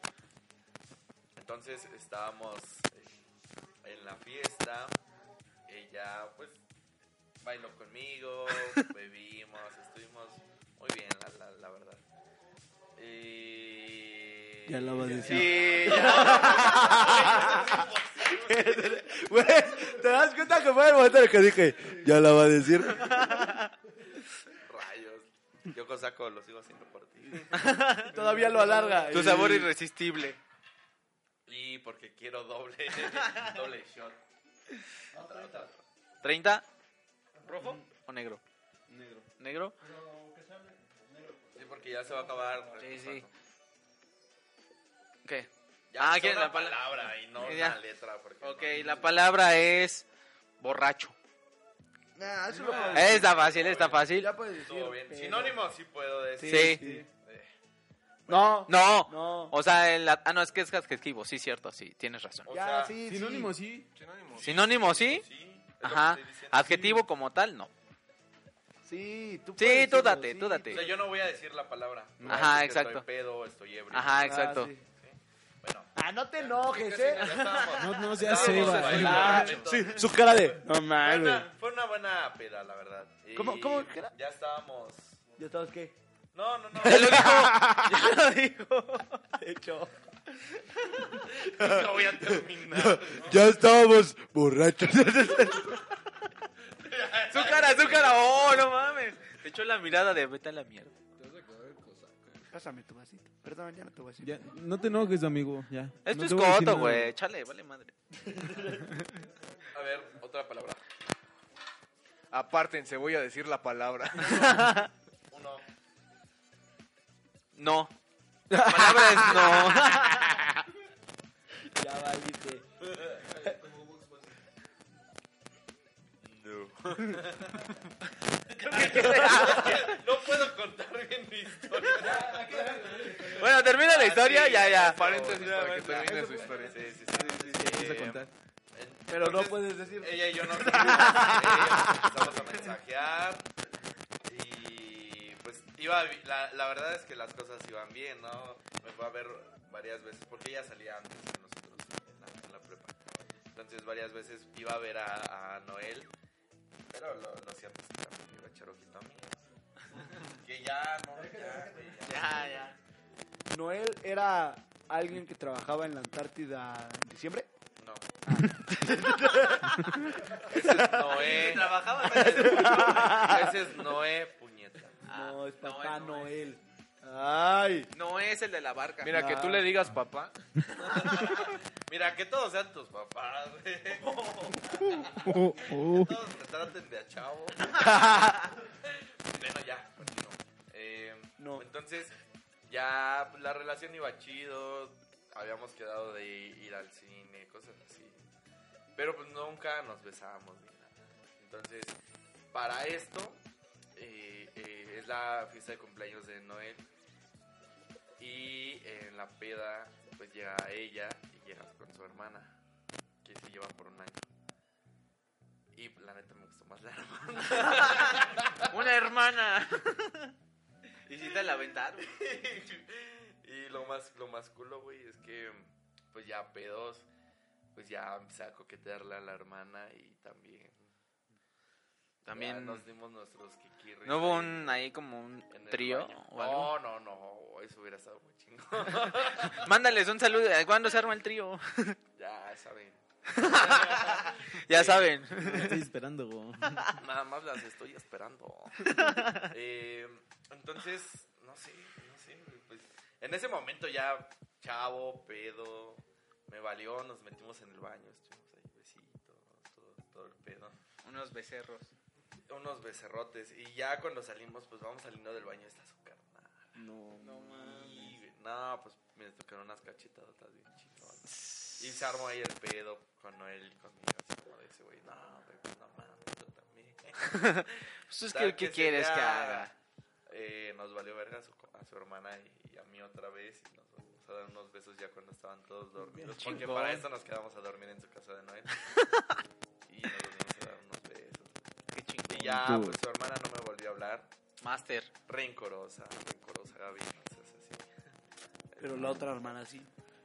Speaker 8: entonces estábamos eh, en la fiesta. Ella pues bailó
Speaker 5: [laughs]
Speaker 8: conmigo, bebimos, estuvimos muy bien, la, la, la verdad. Y...
Speaker 3: Ya la vas a decir.
Speaker 8: Sí, ya.
Speaker 7: Güey, ¿te das cuenta que fue el momento en el que dije, ya la va a decir?
Speaker 8: saco, lo sigo haciendo por ti.
Speaker 1: Todavía lo alarga.
Speaker 5: Tu
Speaker 1: Y-
Speaker 5: sabor irresistible.
Speaker 8: Y porque quiero
Speaker 5: [laughs]
Speaker 8: doble, doble shot. Otra, otra.
Speaker 5: ¿30? ¿Rojo o negro?
Speaker 3: Negro.
Speaker 5: ¿Negro?
Speaker 8: Sí, porque ya se va a acabar.
Speaker 5: Sí, sí. ¿Qué?
Speaker 8: Ya
Speaker 5: Ah,
Speaker 8: es
Speaker 5: ¿quién?
Speaker 8: una
Speaker 5: La pala-
Speaker 8: palabra y no
Speaker 5: Ya.
Speaker 8: una letra. Porque
Speaker 5: Ok,
Speaker 8: no-
Speaker 5: la palabra es borracho.
Speaker 1: Nah, eso lo puedo decir.
Speaker 5: Está fácil, está fácil.
Speaker 1: Ya puedes decir.
Speaker 8: Todo bien.
Speaker 1: pero-
Speaker 8: Sinónimo sí puedo decir.
Speaker 5: Sí.
Speaker 1: Eh. No.
Speaker 5: No.
Speaker 1: No.
Speaker 5: O sea, el- ah, no, es que es adjetivo, sí, cierto, sí, tienes razón.
Speaker 8: O
Speaker 1: Ya,
Speaker 8: sea, sí.
Speaker 1: sí, sí.
Speaker 3: Sinónimo, sí.
Speaker 2: Sinónimo.
Speaker 5: Sinónimo, sí.
Speaker 8: es lo que
Speaker 5: Ajá.
Speaker 8: estoy diciendo.
Speaker 5: Adjetivo como tal, no.
Speaker 1: Sí, tú
Speaker 5: Sí,
Speaker 1: puedes
Speaker 5: tú
Speaker 1: decirlo,
Speaker 5: date,
Speaker 1: sí.
Speaker 5: tú
Speaker 8: O
Speaker 5: date.
Speaker 8: sea, yo no voy a decir la palabra. Voy a
Speaker 5: Ajá,
Speaker 8: decir que
Speaker 5: exacto.
Speaker 8: Estoy pedo, estoy ebrio.
Speaker 5: Ajá,
Speaker 1: Ah,
Speaker 5: exacto.
Speaker 1: sí.
Speaker 8: Bueno,
Speaker 1: Ah, no te enojes,
Speaker 8: ya
Speaker 1: eh.
Speaker 8: estábamos.
Speaker 3: No, no, ya
Speaker 8: estábamos
Speaker 3: sé.
Speaker 8: ahí,
Speaker 3: va.
Speaker 1: Ah,
Speaker 8: momento.
Speaker 1: sí, su cara de. No
Speaker 8: Fue
Speaker 1: mames.
Speaker 8: una, fue una buena peda, la verdad. Y
Speaker 1: ¿Cómo- cómo que era?
Speaker 8: Ya estábamos.
Speaker 1: ¿Ya estabas qué?
Speaker 8: No, no, no.
Speaker 1: De hecho.
Speaker 8: no voy a terminar.
Speaker 1: Ya estábamos borrachos.
Speaker 5: Su cara, su cara, oh, no mames. Te echó la mirada de vete a la mierda.
Speaker 1: Pásame tu vasito. Perdón, ya no te voy a decir.
Speaker 3: Ya, no te enojes, amigo. Ya.
Speaker 5: Esto
Speaker 3: No
Speaker 5: es
Speaker 3: te voy a decir
Speaker 5: coto,
Speaker 3: nada.
Speaker 5: güey. Chale, vale madre.
Speaker 8: A ver, otra palabra.
Speaker 2: Apártense, voy a decir la palabra.
Speaker 8: Uno.
Speaker 5: No. La palabra es no.
Speaker 1: Ya valiste.
Speaker 8: No puedo contar bien mi historia.
Speaker 5: Bueno, termina la historia, ya, ya.
Speaker 2: Paréntesis para que termine su historia.
Speaker 8: Sí, sí, sí.
Speaker 3: Empieza a
Speaker 8: Eh,
Speaker 3: contar.
Speaker 1: Pero no puedes decir.
Speaker 8: Ella y yo
Speaker 1: [laughs]
Speaker 8: nos empezamos a mensajear y pues iba bi- la, la verdad es que las cosas iban bien, ¿no? Me fue a ver varias veces porque ella salía antes que nosotros en la, en la prepa. Entonces varias veces iba a ver a, a Noel, pero lo, lo hacía pues, también iba a echar ojito a mí. Que ya, no, ya, güey, ya.
Speaker 5: Ya, ya.
Speaker 1: Noel era alguien que trabajaba en la Antártida en diciembre.
Speaker 8: No. Ese es Noé.
Speaker 5: Trabajaba.
Speaker 8: Ese es Noé, puñeta.
Speaker 1: no, es
Speaker 5: Ah, no,
Speaker 1: papá
Speaker 5: es
Speaker 1: Noel. Ay.
Speaker 5: No es el de la barca.
Speaker 2: Mira, que tú le digas papá.
Speaker 8: Mira, que todos sean tus papás, güey.
Speaker 6: Oh, oh.
Speaker 8: Todos me traten de a chavo. bueno, ya, continúo. Eh,
Speaker 1: No.
Speaker 8: Entonces, ya la relación iba chido. Habíamos quedado de ir al cine, cosas así. Pero pues nunca nos besábamos ni nada. Entonces, para esto, eh, eh, es la fiesta de cumpleaños de Noel. Y en la peda, pues llega ella y llega con su hermana, que se lleva por un año. Y la neta me gustó más la hermana. [laughs]
Speaker 5: Una hermana. [laughs] Y si te la aventaron.
Speaker 8: y lo más, lo más culo, güey, es que, pues ya a pedos, pues ya empecé a coquetearle a la hermana y también. ya
Speaker 5: También.
Speaker 8: nos dimos nuestros kikirris.
Speaker 5: ¿No hubo
Speaker 8: ahí
Speaker 5: un ahí como un
Speaker 8: en el
Speaker 5: trío
Speaker 8: baño.
Speaker 5: o algo?
Speaker 8: No, no, no, eso hubiera estado muy chingo.
Speaker 5: Mándales un saludo. eh, ¿Cuándo se arma el trío?
Speaker 8: [laughs]
Speaker 5: [laughs]
Speaker 8: ya saben,
Speaker 5: Ya saben.
Speaker 3: Estoy esperando, güey.
Speaker 8: nada más las estoy esperando. Eh, entonces, no sé, no sé, güey, pues en ese momento ya chavo, pedo, me valió, nos metimos en el baño, estuvimos ahí besitos, todo, todo el pedo.
Speaker 5: [laughs] Unos becerros.
Speaker 8: unos becerrotes. Y ya cuando salimos, pues vamos saliendo del baño, está su carnal.
Speaker 3: No.
Speaker 8: No No, pues me tocaron unas cachetadotas bien chingonas. Y se armó ahí el pedo con él y conmigo. Así como de ese güey, no, güey, pues no mames, tú también.
Speaker 5: Pues es
Speaker 8: Tal
Speaker 5: que, ¿qué
Speaker 8: se
Speaker 5: quieres que
Speaker 8: vea,
Speaker 5: haga?
Speaker 8: eh, nos valió verga a su, a su hermana y, y a mí otra vez. Y nos vamos a dar unos besos ya cuando estaban todos dormidos. Porque
Speaker 5: Chingón.
Speaker 8: para eso nos quedamos a dormir en su casa de Noel. y nos volvimos a dar unos besos.
Speaker 5: Qué chingón.
Speaker 8: Y ya,
Speaker 6: Tú.
Speaker 8: pues su hermana no me volvió a hablar.
Speaker 5: Master.
Speaker 8: rencorosa, rencorosa Gaby, no seas así.
Speaker 1: Pero la otra hermana sí.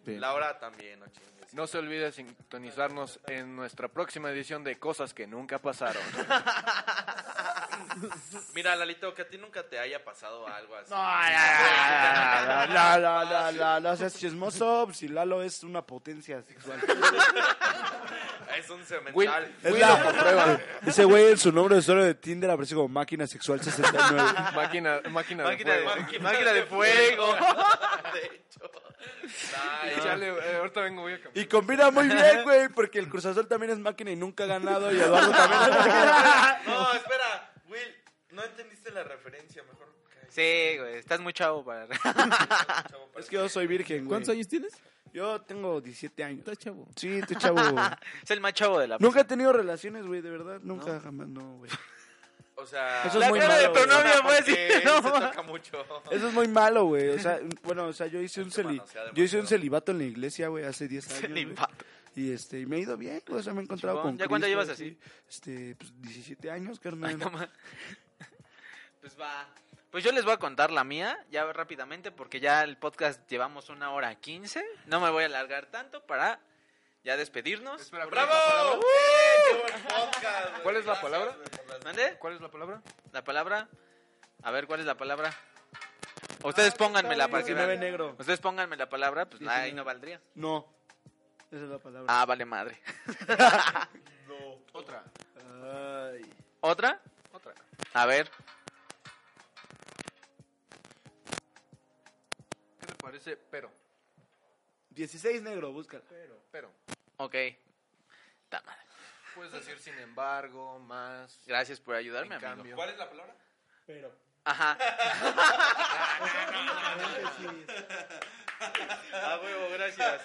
Speaker 8: Laura también, no chingues.
Speaker 2: No se olvide sintonizarnos en nuestra próxima edición de Cosas que nunca pasaron.
Speaker 8: Mira, Lalito, que a ti nunca te haya pasado algo así.
Speaker 7: No, no, no, no, no, no, no seas chismoso. Si Lalo es una potencia sexual.
Speaker 8: Es un cemental.
Speaker 7: Es la Ese güey en su nombre de usuario de Tinder aparece como máquina sexual 69.
Speaker 2: Máquina, máquina,
Speaker 5: Máquina
Speaker 2: de
Speaker 5: de,
Speaker 2: fuego.
Speaker 5: máquina, de fuego.
Speaker 8: De hecho. Ay,
Speaker 2: Chale, eh, ahorita vengo, voy a cambiar.
Speaker 7: Y
Speaker 5: [laughs]
Speaker 7: combina muy bien, güey, porque el Cruz Azul también es máquina y nunca ha ganado. Y Eduardo también es máquina.
Speaker 8: No, espera, Will, no entendiste la referencia, mejor. cállate,
Speaker 5: Sí, güey, estás muy chavo para... [laughs]
Speaker 8: chavo, para
Speaker 7: Es que yo soy virgen, güey.
Speaker 3: ¿Cuántos años tienes?
Speaker 7: Yo tengo 17 años.
Speaker 3: Estás chavo.
Speaker 7: Sí, estoy chavo. güey.
Speaker 5: es el más chavo de la...
Speaker 7: Nunca he tenido relaciones, güey, de verdad. Nunca, jamás, no, güey.
Speaker 8: O sea,
Speaker 7: Eso es
Speaker 5: la
Speaker 7: muy
Speaker 5: cara de
Speaker 7: malo,
Speaker 5: tu
Speaker 7: güey.
Speaker 5: novia fue así.
Speaker 8: porque
Speaker 5: No,
Speaker 8: se
Speaker 5: mames.
Speaker 8: toca mucho.
Speaker 7: Eso es muy malo, güey. O sea, bueno, o sea, yo hice un
Speaker 8: que
Speaker 7: celi-
Speaker 8: manosea
Speaker 7: yo hice un
Speaker 8: demasiado.
Speaker 7: celibato en la iglesia, güey, hace 10 años. güey.
Speaker 5: Celibato.
Speaker 7: Y este, y me ha ido bien, güey, o sea, me he encontrado
Speaker 5: Chingón.
Speaker 7: con
Speaker 5: ¿Ya cuánto
Speaker 7: Cristo,
Speaker 5: llevas así?
Speaker 7: Este, pues 17 años,
Speaker 5: Ay,
Speaker 7: carnal.
Speaker 5: no ma- [laughs] pues va. Pues yo les voy a contar la mía, ya rápidamente, porque ya el podcast llevamos una hora quince. No me voy a alargar tanto para ya despedirnos.
Speaker 2: Espera, ¿cuál es la
Speaker 8: ¡Bravo!
Speaker 2: palabra?
Speaker 8: ¡Eh, ¡Qué buen podcast! güey!
Speaker 2: ¿Cuál es la
Speaker 8: Gracias,
Speaker 2: palabra?
Speaker 8: güey, por las-
Speaker 5: ¿Mande?
Speaker 2: ¿Cuál es la palabra?
Speaker 5: ¿La palabra? A ver, ¿cuál es la palabra?
Speaker 8: Ah,
Speaker 5: Ustedes pónganmela para que
Speaker 7: me ve
Speaker 5: vean.
Speaker 7: negro.
Speaker 5: Ustedes pónganme la palabra, pues ahí no valdría.
Speaker 7: No. Esa es la palabra.
Speaker 5: Ah, vale
Speaker 8: [laughs]
Speaker 5: madre.
Speaker 2: Otra.
Speaker 7: Ay.
Speaker 5: ¿Otra?
Speaker 2: Otra.
Speaker 5: A ver.
Speaker 2: ¿Qué te parece pero?
Speaker 7: 16 negro, búscala.
Speaker 2: Pero.
Speaker 5: Ok. Ta madre.
Speaker 2: Puedes decir sin embargo, más.
Speaker 5: Gracias por
Speaker 2: en
Speaker 5: ayudarme, amigo.
Speaker 2: cambio.
Speaker 8: ¿Cuál es la palabra?
Speaker 5: Ajá.
Speaker 8: A huevo, gracias.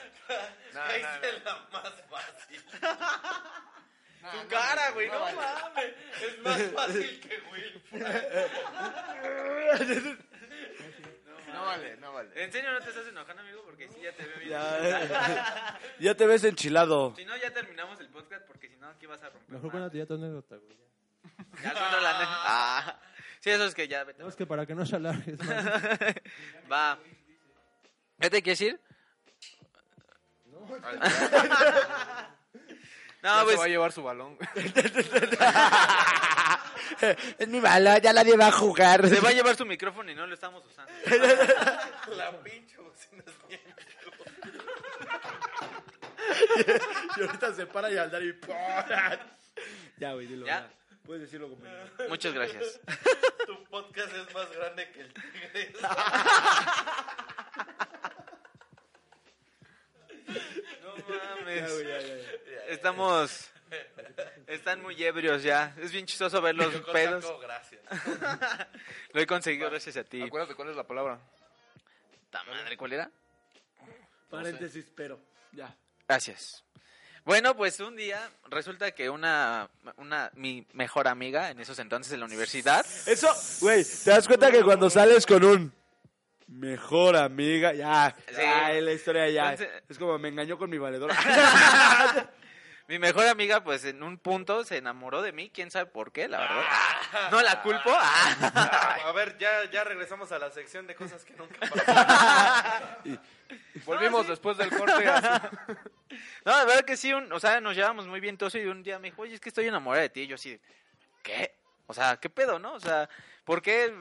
Speaker 2: Nah,
Speaker 8: Ahí
Speaker 2: nah,
Speaker 8: se la más
Speaker 5: [laughs]
Speaker 8: fácil.
Speaker 2: nah,
Speaker 8: Tu
Speaker 2: nah,
Speaker 8: cara,
Speaker 2: nah,
Speaker 8: güey, no
Speaker 2: nah, nah.
Speaker 8: mames. Es más fácil que Will.
Speaker 2: No vale, no vale.
Speaker 5: ¿En serio no te estás enojando, amigo? Porque sí, ya te veo bien.
Speaker 7: Ya, ya te ves enchilado.
Speaker 5: Si no, ya terminamos el podcast porque si no, aquí vas a romper.
Speaker 6: Mejor
Speaker 5: madre.
Speaker 6: cuéntate ya tu anécdota, güey.
Speaker 5: [laughs] Ya cuento la anécdota. Ah. Sí, eso es que ya vete.
Speaker 6: No, es que para que no se alargue. es más-
Speaker 5: Va. ¿Qué te quieres ir? No, [laughs]
Speaker 2: Ya se
Speaker 5: pues.
Speaker 2: va a llevar su balón.
Speaker 7: [laughs]
Speaker 2: [laughs]
Speaker 7: Es mi bala, ya nadie va a jugar.
Speaker 5: Se va a llevar su micrófono y no lo estamos usando.
Speaker 8: La pinche bocina es bien.
Speaker 7: Y ahorita se para y al dar y. Ya, güey, dilo.
Speaker 5: ¿Ya?
Speaker 7: Puedes decirlo conmigo.
Speaker 5: Muchas gracias.
Speaker 8: [laughs] Tu podcast es más grande que el tigre.
Speaker 5: [laughs] No
Speaker 7: Ya,
Speaker 5: mames.
Speaker 7: güey, ya, ya, ya.
Speaker 5: Estamos. Están muy ebrios ya. Es bien chistoso ver los
Speaker 8: Yo
Speaker 5: pedos.
Speaker 8: saco, gracias.
Speaker 5: [laughs] Lo he conseguido gracias a ti.
Speaker 2: Acuérdate cuál es la palabra.
Speaker 5: Ta madre, ¿cuál era?
Speaker 7: Paréntesis, pero. Ya.
Speaker 5: Gracias. Bueno, pues un día resulta que una, una mi mejor amiga en esos entonces en la
Speaker 7: [laughs]
Speaker 5: universidad.
Speaker 7: Eso, güey, ¿te das cuenta que cuando sales con un mejor amiga, ya,
Speaker 5: Sí.
Speaker 7: ya, es la historia ya.
Speaker 5: Entonces-
Speaker 7: es como me engañó con mi valedora.
Speaker 5: [laughs] Mi mejor amiga, pues en un punto se enamoró de mí, quién sabe por qué, la verdad. No la culpo.
Speaker 7: [laughs]
Speaker 5: Ah.
Speaker 8: A ver, ya, ya regresamos a la sección de cosas que
Speaker 2: [laughs]
Speaker 8: nunca pasaron.
Speaker 2: Volvimos después del corte. a-
Speaker 5: No, la verdad que sí, un- o sea, nos llevamos muy bien todos y un día me dijo, oye, es que estoy enamorada de ti. Y yo así, de, ¿qué? O sea, ¿qué pedo, no? O sea, ¿por qué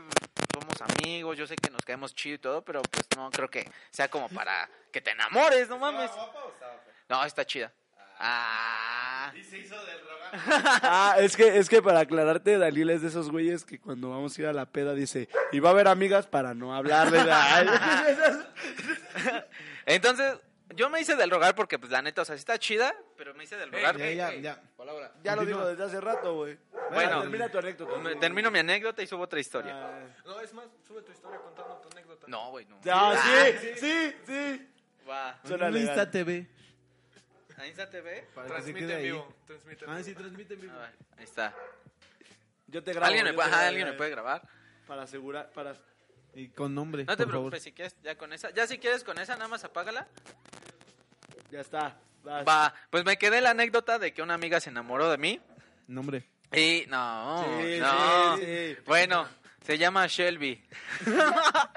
Speaker 5: somos amigos? Yo sé que nos caemos chido y todo, pero pues no creo que sea como para que te enamores, no mames.
Speaker 8: guapa o estaba fea?
Speaker 5: No, está chida. Ah.
Speaker 8: Y se hizo
Speaker 5: [laughs]
Speaker 8: del rogado.
Speaker 7: ah, es que, es que para aclararte, Dalila es de esos güeyes que cuando vamos a ir a la peda dice, y va a haber amigas para no hablarle.
Speaker 5: [laughs] Entonces, yo me hice del rogar porque, pues, la neta, o sea, sí está chida, pero me hice del rogar.
Speaker 3: Ya, ya, ya.
Speaker 2: Palabra.
Speaker 7: ya lo
Speaker 3: Continúa.
Speaker 7: digo desde hace rato, güey.
Speaker 5: Bueno.
Speaker 7: termina tu anécdota.
Speaker 5: pues, Me-
Speaker 7: güey.
Speaker 5: Termino mi anécdota y subo otra historia.
Speaker 7: Ah,
Speaker 2: No, es más, sube tu historia contando tu anécdota.
Speaker 5: No, güey, no.
Speaker 7: ah, sí, sí, sí.
Speaker 5: Va.
Speaker 7: Suena legal.
Speaker 6: Insta TV.
Speaker 5: Ahí está TV.
Speaker 3: Para que se
Speaker 2: Transmite
Speaker 3: quede
Speaker 2: en
Speaker 3: ahí.
Speaker 2: vivo. Transmite en
Speaker 3: Ah,
Speaker 2: vivo.
Speaker 3: sí, transmite en vivo.
Speaker 5: A ver, ahí está.
Speaker 7: Yo te grabo.
Speaker 5: ¿Alguien me,
Speaker 7: yo
Speaker 5: puede,
Speaker 7: te grabo,
Speaker 5: ajá, ¿alguien me
Speaker 7: ya,
Speaker 5: puede grabar?
Speaker 7: Para asegurar, para...
Speaker 3: Y con nombre.
Speaker 5: No te
Speaker 3: por favor.
Speaker 5: preocupes si quieres, ya con esa. Ya si quieres con esa, nada más apágala.
Speaker 7: Ya está. vas.
Speaker 5: Va. Pues me quedé la anécdota de que una amiga se enamoró de mí.
Speaker 3: Nombre.
Speaker 5: Y no,
Speaker 7: Sí,
Speaker 5: no.
Speaker 7: sí, sí.
Speaker 5: Bueno, se llama Shelby. [laughs]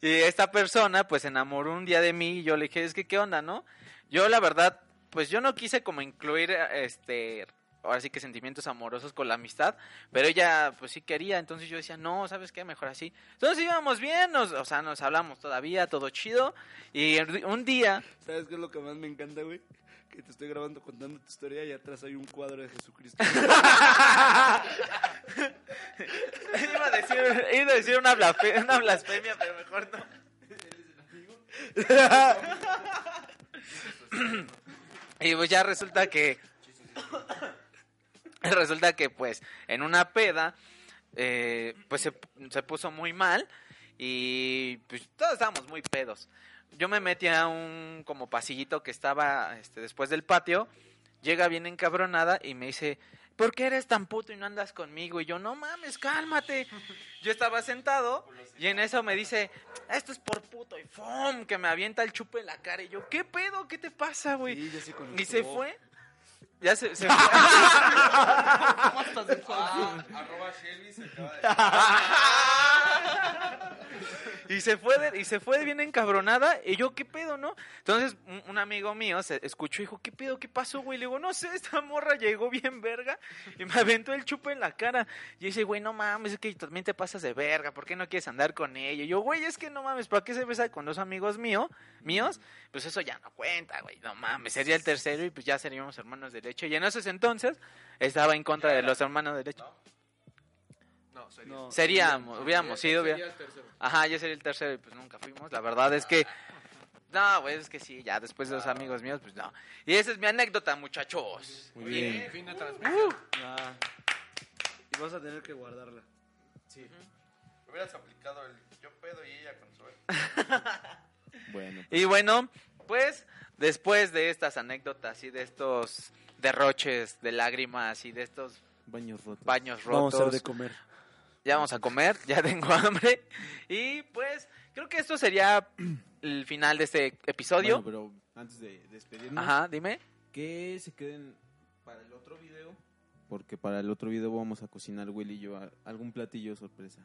Speaker 5: y esta persona pues se enamoró un día de mí y yo le dije, es que qué onda, ¿no? Yo la verdad, pues yo no quise como incluir este ahora sí que sentimientos amorosos con la amistad, pero ella pues sí quería, entonces yo decía, no, ¿sabes qué? Mejor así. Entonces íbamos bien, nos, o sea, nos hablamos todavía, todo chido, y el- un día,
Speaker 7: Ah, ¿Sabes qué es lo que más me encanta, güey? Que te estoy grabando contando tu historia y atrás hay un cuadro de Jesucristo.
Speaker 5: iba a decir, iba a decir una, blafe- una blasfemia, pero mejor no. Y pues ya resulta que. resulta que, pues, en una peda, eh, pues se, se puso muy mal. Y pues todos estábamos muy pedos. Yo me metí a un como pasillito que estaba este, después del patio. Llega bien encabronada y me dice. ¿Por qué eres tan puto y no andas conmigo? Y yo, no mames, cálmate. Yo estaba sentado y en eso me dice, esto es por puto y ¡fum! que me avienta el chupe en la cara. Y yo, ¿qué pedo? ¿Qué te pasa, güey?
Speaker 7: Sí, ya se conectó.
Speaker 5: Y se fue. Ya se, se fue.
Speaker 2: arroba Shelby se acaba de...
Speaker 5: y se fue de- y se fue bien encabronada. Y yo, ¿qué pedo, no? Entonces, un, un amigo mío se escuchó y dijo, ¿qué pedo? ¿Qué pasó, güey? Le digo, no sé, esta morra llegó bien verga [laughs] y me aventó el chupe en la cara. Y dice, güey, no mames, es que también te pasas de verga, ¿por qué no quieres andar con ella? Y yo, güey, es que no mames, ¿para qué se besa con dos amigos míos? míos? Pues eso ya no cuenta, güey, no mames, sería el tercero y pues ya seríamos hermanos de leche. Y en esos entonces estaba en contra de los hermanos de leche.
Speaker 2: No, sería.
Speaker 7: No.
Speaker 5: Seríamos, hubiéramos
Speaker 2: Sería-
Speaker 5: sido,
Speaker 2: sería
Speaker 5: hubiera-
Speaker 2: el tercero.
Speaker 5: Ajá, yo sería el tercero y pues nunca fuimos. La verdad es que. No, güey, es que sí, ya después de los amigos míos, pues no. Y esa es mi anécdota, muchachos.
Speaker 3: Muy bien.
Speaker 2: Fin de transmisión.
Speaker 7: Ah. Y vas a tener que guardarla.
Speaker 8: Hubieras aplicado el yo pedo y ella con suerte.
Speaker 3: Bueno.
Speaker 5: Y bueno, pues después de estas anécdotas y de estos derroches de lágrimas y de estos
Speaker 3: Baños rotos.
Speaker 5: baños rotos,
Speaker 7: Vamos a hacer de comer.
Speaker 5: ya vamos a comer, [laughs] ya tengo hambre. Y pues creo que esto sería el final de este episodio.
Speaker 3: Bueno, pero antes de
Speaker 7: pues,
Speaker 3: despedirnos,
Speaker 5: Ajá, dime.
Speaker 3: que se queden para el otro video. Porque para el otro video vamos a cocinar Willy y yo a- algún platillo sorpresa.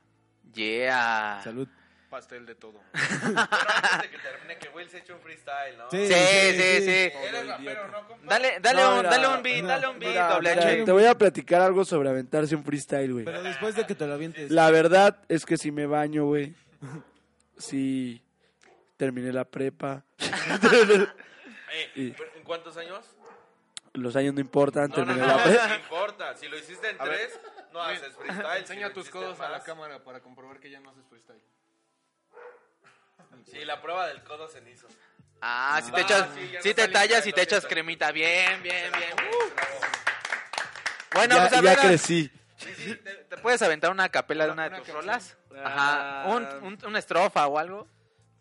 Speaker 5: Yeah.
Speaker 3: Salud.
Speaker 2: Pastel de todo.
Speaker 8: Pero antes de que termine, que Will se eche un freestyle, ¿no?
Speaker 5: Sí, sí, sí.
Speaker 2: Eres rapero, ¿no, compa?
Speaker 5: Dale, dale,
Speaker 7: No,
Speaker 5: un,
Speaker 7: mira,
Speaker 5: dale un beat, dale un beat,
Speaker 7: Mira,
Speaker 5: doble
Speaker 7: mira,
Speaker 5: H.
Speaker 7: [laughs] te voy a platicar algo sobre aventarse un freestyle, güey.
Speaker 3: Pero después de que te lo avientes.
Speaker 7: La verdad es que si me baño, güey. Si terminé la prepa.
Speaker 8: [laughs] Eh,
Speaker 7: Y-
Speaker 8: pero ¿En cuántos años?
Speaker 7: Los años no importan,
Speaker 8: No, no,
Speaker 7: terminé
Speaker 8: no,
Speaker 7: la prepa.
Speaker 8: no importa. Si lo hiciste en
Speaker 2: A ver.
Speaker 8: tres, [laughs] no
Speaker 2: [laughs]
Speaker 8: haces freestyle. Si
Speaker 2: Enseña
Speaker 8: lo
Speaker 2: tus
Speaker 8: hiciste
Speaker 2: codos a la
Speaker 8: más-
Speaker 2: cámara para comprobar que ya no haces freestyle.
Speaker 8: Sí, la prueba del codo cenizo.
Speaker 5: Ah, si te
Speaker 8: Ah,
Speaker 5: echas,
Speaker 8: sí, ya
Speaker 5: si
Speaker 8: no
Speaker 5: te
Speaker 8: sale
Speaker 5: tallas
Speaker 8: ni
Speaker 5: y te
Speaker 8: de
Speaker 5: echas
Speaker 8: lo que
Speaker 5: cremita. Bien, bien, bien. Bueno,
Speaker 7: Ya,
Speaker 5: pues a
Speaker 7: ya
Speaker 5: ver,
Speaker 7: crecí.
Speaker 5: ¿te, te puedes aventar una capela de una de tus rolas?
Speaker 8: Ah.
Speaker 5: Ajá, un, un- una estrofa o algo.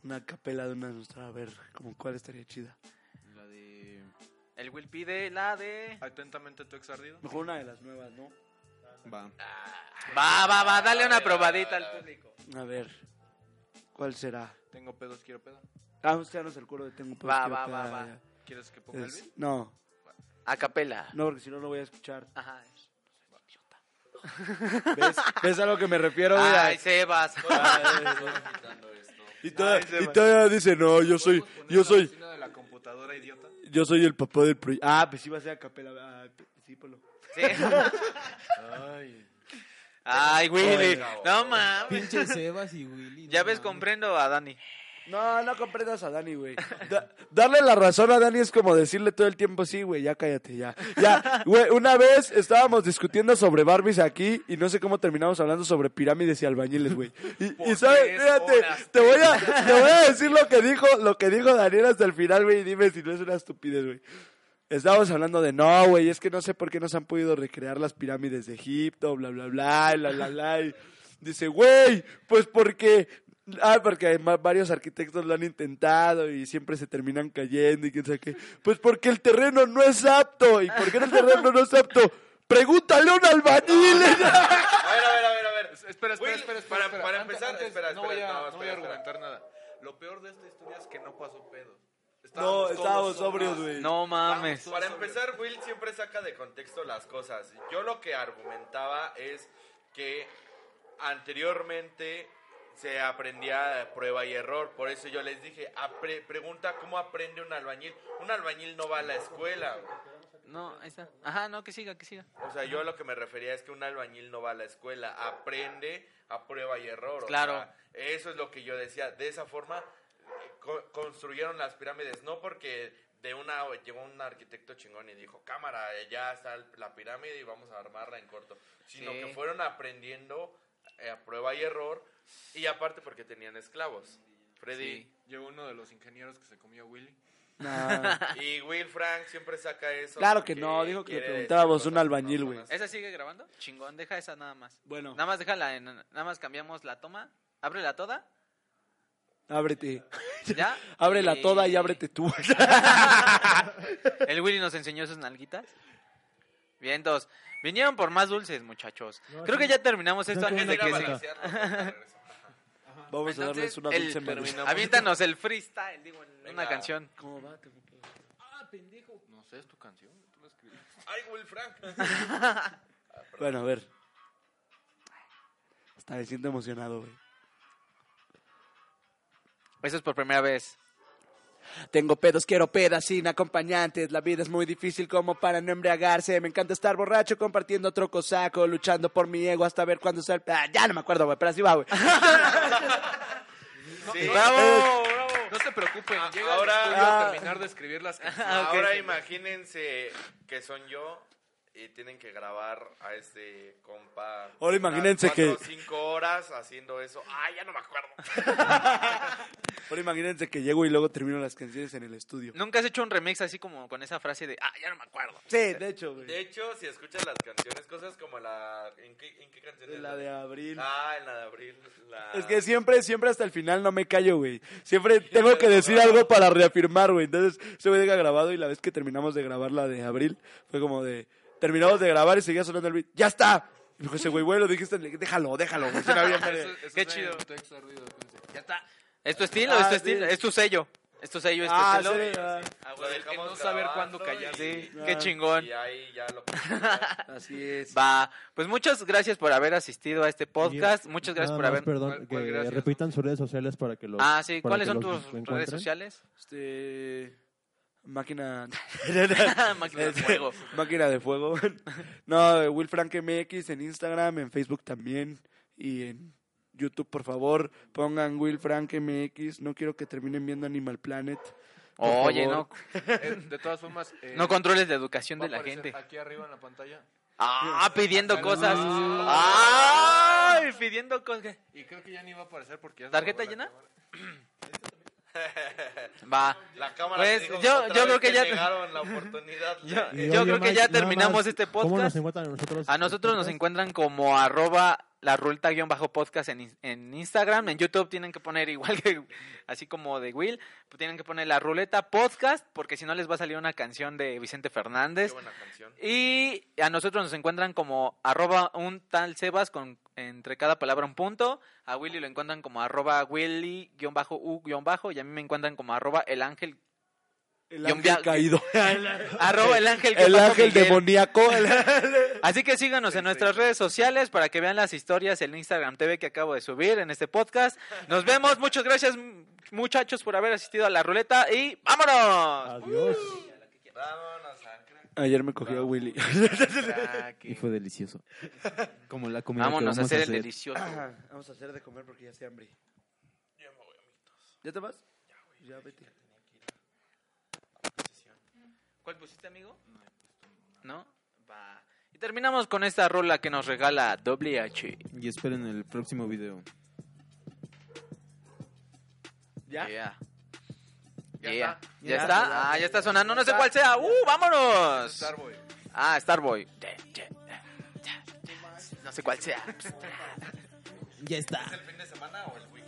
Speaker 7: Una capela de una nuestra, a ver, como cuál estaría chida.
Speaker 3: La de.
Speaker 5: El Will pide la de...
Speaker 2: Atentamente tu ex ardido.
Speaker 7: Mejor una de las nuevas, ¿no?
Speaker 3: Va.
Speaker 5: Va, va, va, dale una probadita al público.
Speaker 7: A ver, ¿cuál será?
Speaker 2: Tengo pedos, quiero pedo.
Speaker 7: Ah, buscarnos el cuero de tengo un
Speaker 5: Va, va, va, va.
Speaker 2: ¿Quieres que ponga el beat?
Speaker 7: Es, no,
Speaker 5: A capela.
Speaker 7: no, porque si no lo voy a escuchar.
Speaker 5: Ajá.
Speaker 7: ¿Ves, ¿Ves a lo que me refiero? güey?
Speaker 5: Ay, Sebas.
Speaker 7: y toda- y todavía dice, no, yo soy, yo
Speaker 2: ¿Poner la
Speaker 7: soy,
Speaker 2: bocina de la computadora, idiota?
Speaker 7: yo soy el papá del proyecto. Ah, pues sí va a ser a capela. Ah, sí, ponlo.
Speaker 5: Sí. Ay, Willy. No mames.
Speaker 3: Pinche Sebas y Willy.
Speaker 5: Ya
Speaker 3: no
Speaker 5: ves,
Speaker 3: mames.
Speaker 5: comprendo a Dani.
Speaker 7: No, no comprendas a
Speaker 2: [laughs]
Speaker 7: Dani, güey. Da- darle la razón a Dani es como decirle todo el tiempo, sí, güey, ya cállate, ya. Ya, güey, una vez estábamos discutiendo sobre Barbies aquí y no sé cómo terminamos hablando sobre pirámides y albañiles, güey. Y, y sabes,
Speaker 2: tres
Speaker 7: fíjate,
Speaker 2: horas.
Speaker 7: te voy, a, te voy a decir lo que dijo, lo que dijo Daniel hasta el final, güey, y dime si no es una estupidez, güey. Estábamos hablando de no, güey, es que no sé por qué no se han podido recrear las pirámides de Egipto, bla, bla, bla, y la, la, la. y dice, güey, pues porque. Ah, porque además varios arquitectos lo han intentado y siempre se terminan cayendo y quién sabe qué. Pues porque el terreno no es apto. ¿Y por qué el terreno no es apto? Pregúntale a
Speaker 5: [laughs]
Speaker 7: un albañil.
Speaker 8: A ver, a ver, a ver, a ver.
Speaker 2: Es- Espera, espera,
Speaker 8: Will,
Speaker 2: espera, espera,
Speaker 8: para-
Speaker 2: espera.
Speaker 8: para
Speaker 2: Antes-
Speaker 8: empezar,
Speaker 2: antes,
Speaker 8: espera,
Speaker 2: no
Speaker 8: espera,
Speaker 2: voy a,
Speaker 8: no,
Speaker 2: no voy a
Speaker 8: espera,
Speaker 2: argumentar nada. Lo peor de esta historia es que no pasó pedo.
Speaker 7: [laughs] No,
Speaker 2: todos
Speaker 7: estábamos sobrios, güey.
Speaker 5: No mames.
Speaker 8: Para empezar, Will siempre saca de contexto las cosas. Yo lo que argumentaba es que anteriormente se aprendía a prueba y error. Por eso yo les dije, apre- pregunta cómo aprende un albañil. Un albañil no va a la escuela. güey.
Speaker 5: No, ahí está. Ajá, no, que siga, que siga.
Speaker 8: O sea, yo a lo que me refería es que un albañil no va a la escuela, aprende a prueba y error. o
Speaker 5: Claro.
Speaker 8: sea, eso es lo que yo decía. De esa forma eh, co- construyeron las pirámides, no porque de una llegó un arquitecto chingón y dijo, cámara, eh, ya está el- la pirámide y vamos a armarla en corto, sino
Speaker 5: Sí.
Speaker 8: que fueron aprendiendo eh, a prueba y error y aparte porque tenían esclavos. Freddy
Speaker 5: Sí.
Speaker 2: Llegó uno de los ingenieros que se comió a Willy.
Speaker 7: No.
Speaker 8: [laughs] y Will Frank siempre saca eso.
Speaker 7: Claro que
Speaker 8: porque
Speaker 7: no, dijo que le
Speaker 8: quiere
Speaker 7: preguntábamos
Speaker 8: decir
Speaker 7: un
Speaker 8: cosas
Speaker 7: albañil, güey.
Speaker 8: cabronas.
Speaker 5: ¿Esa sigue grabando? Chingón, deja esa nada más.
Speaker 7: Bueno,
Speaker 5: Nada más déjala en- Nada más cambiamos la toma. Ábrela toda.
Speaker 7: ábrete.
Speaker 5: ¿Ya?
Speaker 7: [laughs] Ábrela
Speaker 5: Eh,
Speaker 7: toda y ábrete tú. [laughs]
Speaker 5: El Willy nos enseñó sus nalguitas. Bien, dos. Vinieron por más dulces, muchachos. Creo que ya terminamos
Speaker 6: Ya
Speaker 5: esto antes
Speaker 6: con
Speaker 5: de
Speaker 6: la
Speaker 5: que
Speaker 6: cámara.
Speaker 5: se-
Speaker 7: Vamos a darles una
Speaker 5: el-
Speaker 7: dulce madre.
Speaker 2: pues
Speaker 5: terminamos. Aviéntanos el freestyle, digo, en una
Speaker 8: Venga.
Speaker 5: canción.
Speaker 2: Ah, No sé, es tu canción. Tú la escribiste.
Speaker 8: Ay, Will Frank.
Speaker 5: [laughs]
Speaker 7: Bueno, a ver. Hasta me siento emocionado, güey.
Speaker 5: Eso es por primera vez.
Speaker 7: Tengo pedos, quiero pedas sin acompañantes. La vida es muy difícil como para no embriagarse. Me encanta estar borracho compartiendo otro cosaco, luchando por mi ego hasta ver cuándo sal... Ah, ya no me acuerdo, güey, pero así va, güey.
Speaker 5: ¡Bravo!
Speaker 2: No se preocupen,
Speaker 8: Ah,
Speaker 2: llega
Speaker 8: ahora-
Speaker 2: ahora a
Speaker 7: Ah.
Speaker 2: terminar de escribir
Speaker 8: [laughs]
Speaker 2: las canciones.
Speaker 8: Ahora imagínense que son yo y tienen que grabar a este compa.
Speaker 7: Ahora imagínense
Speaker 8: unas cuatro
Speaker 7: que-
Speaker 8: o cinco horas haciendo eso. Ay, ya no me acuerdo.
Speaker 7: Ahora imagínense que llego y luego termino las canciones en el estudio.
Speaker 5: Nunca has hecho un remix así como con esa frase de, ah, ya no me acuerdo.
Speaker 7: Sí, de hecho, güey.
Speaker 8: [laughs] De hecho, si escuchas las canciones, cosas como la. ¿En qué, en qué canción es
Speaker 7: La de abril.
Speaker 8: Ah, en la de abril. la-
Speaker 7: Es que siempre, siempre hasta el final no me callo, güey. [laughs] Siempre tengo que decir algo para reafirmar, güey. Entonces, se me deja grabado y la vez que terminamos de grabar la de abril, fue como de. Terminamos de grabar y seguía sonando el beat. ¡Ya está! Y me dijo ese güey, güey, lo dijiste. le dije, Déjalo, déjalo, güey. Suena [laughs] bien,
Speaker 2: Eso-
Speaker 7: madre".
Speaker 2: eso
Speaker 5: Qué
Speaker 2: es el
Speaker 5: chido.
Speaker 2: texto ardido, acuérdense.
Speaker 5: Ya está. ¿Es tu estilo?
Speaker 7: Ah,
Speaker 5: ¿Es tu estilo?
Speaker 7: sí.
Speaker 5: ¿Es tu sello? ¿Es tu sello? ¿Es tu
Speaker 7: Ah,
Speaker 5: estilo?
Speaker 7: sí, ah,
Speaker 8: Ah,
Speaker 2: Lo
Speaker 8: güey,
Speaker 2: del que
Speaker 8: dejamos
Speaker 2: no saber
Speaker 8: grabando
Speaker 2: cuándo callar.
Speaker 5: Sí,
Speaker 7: Ah.
Speaker 5: qué chingón.
Speaker 8: Y ahí ya lo.
Speaker 7: Así es.
Speaker 5: Va, pues muchas gracias por haber asistido a este podcast. Muchas
Speaker 6: Nada
Speaker 5: gracias por
Speaker 6: más,
Speaker 5: haber.
Speaker 6: Perdón,
Speaker 2: ¿Cuál-
Speaker 6: que
Speaker 2: cuál gracias?
Speaker 6: repitan sus redes sociales para que los.
Speaker 5: Ah, sí,
Speaker 6: para
Speaker 5: ¿cuáles
Speaker 6: que
Speaker 5: son
Speaker 6: los
Speaker 5: tus
Speaker 6: encuentren. [laughs]
Speaker 5: redes sociales? [laughs]
Speaker 7: Este. Máquina.
Speaker 5: Máquina de fuego.
Speaker 7: Máquina de fuego. [laughs] No, Will Frank MX en Instagram, en Facebook también y en YouTube, por favor, pongan Will Frank MX. No quiero que terminen viendo Animal Planet. Por
Speaker 5: Oye, no,
Speaker 7: favor.
Speaker 2: Eh, de todas formas, eh,
Speaker 5: no controles la educación
Speaker 2: va a
Speaker 5: de la
Speaker 2: aparecer
Speaker 5: gente.
Speaker 2: Aquí arriba en la pantalla.
Speaker 5: Ah, pidiendo
Speaker 2: Ah,
Speaker 5: cosas.
Speaker 2: no.
Speaker 5: Ay, pidiendo cosas.
Speaker 2: Y creo que ya ni va a aparecer porque ya se
Speaker 5: ¿Tarjeta
Speaker 2: apagó la
Speaker 5: llena?
Speaker 2: cámara.
Speaker 5: Va.
Speaker 8: La cámara
Speaker 5: Pues,
Speaker 8: te dijo
Speaker 5: yo-
Speaker 8: otra
Speaker 5: yo
Speaker 8: vez
Speaker 5: creo que ya-
Speaker 8: negaron la oportunidad.
Speaker 5: Yo-
Speaker 8: güey.
Speaker 6: Y oye,
Speaker 5: Yo creo que
Speaker 6: Mike,
Speaker 5: ya
Speaker 6: nada
Speaker 5: terminamos
Speaker 6: más,
Speaker 5: este
Speaker 6: ¿Cómo nos
Speaker 5: podcast.
Speaker 6: encuentran a nosotros?
Speaker 5: A nosotros nos encuentran como arroba la rulta-podcast en, in- en Instagram. En YouTube tienen que poner igual que, así como de Will, pues tienen que poner la ruleta podcast porque si no les va a salir una canción de Vicente
Speaker 8: Qué
Speaker 5: Fernández.
Speaker 8: buena canción.
Speaker 5: Y a nosotros nos encuentran como arroba un tal Sebas con entre cada palabra un punto. A Willy lo encuentran como arroba Willy-U-bajo y a mí me encuentran como arroba el ángel.
Speaker 7: El
Speaker 5: Yo
Speaker 7: ángel
Speaker 5: envia-
Speaker 7: caído.
Speaker 5: [laughs] Arroba el ángel. que
Speaker 7: El
Speaker 5: bajo
Speaker 7: ángel
Speaker 5: Miguel.
Speaker 7: demoníaco.
Speaker 5: [laughs] Así que síganos en nuestras redes sociales para que vean las historias en Instagram TV que acabo de subir en este podcast. Nos vemos. Muchas gracias m- muchachos por haber asistido a la ruleta y vámonos.
Speaker 6: Adiós.
Speaker 8: Vámonos, Ángel.
Speaker 7: Ayer me cogió a Willy.
Speaker 3: Y fue
Speaker 5: [laughs]
Speaker 3: delicioso. Como la comida
Speaker 5: Vámonos
Speaker 3: que
Speaker 5: a
Speaker 3: vamos
Speaker 5: hacer el delicioso.
Speaker 7: Vamos a hacer de comer porque ya se hambre. Ya te vas? Ya vete.
Speaker 5: ¿Cuál pusiste, amigo? pues ¿No? Va. Y terminamos con esta rola que nos regala WH.
Speaker 3: Y esperen el próximo video.
Speaker 5: ¿Ya? Yeah. Yeah. ¿Ya,
Speaker 3: Ya
Speaker 5: está? Ah, ya está sonando. No sé cuál sea. ¡Uh, vámonos!
Speaker 2: Starboy.
Speaker 5: Ah, Starboy. Yeah, yeah, yeah, yeah. No sé cuál sea.
Speaker 3: Ya está.
Speaker 8: ¿El fin de semana o el weekend?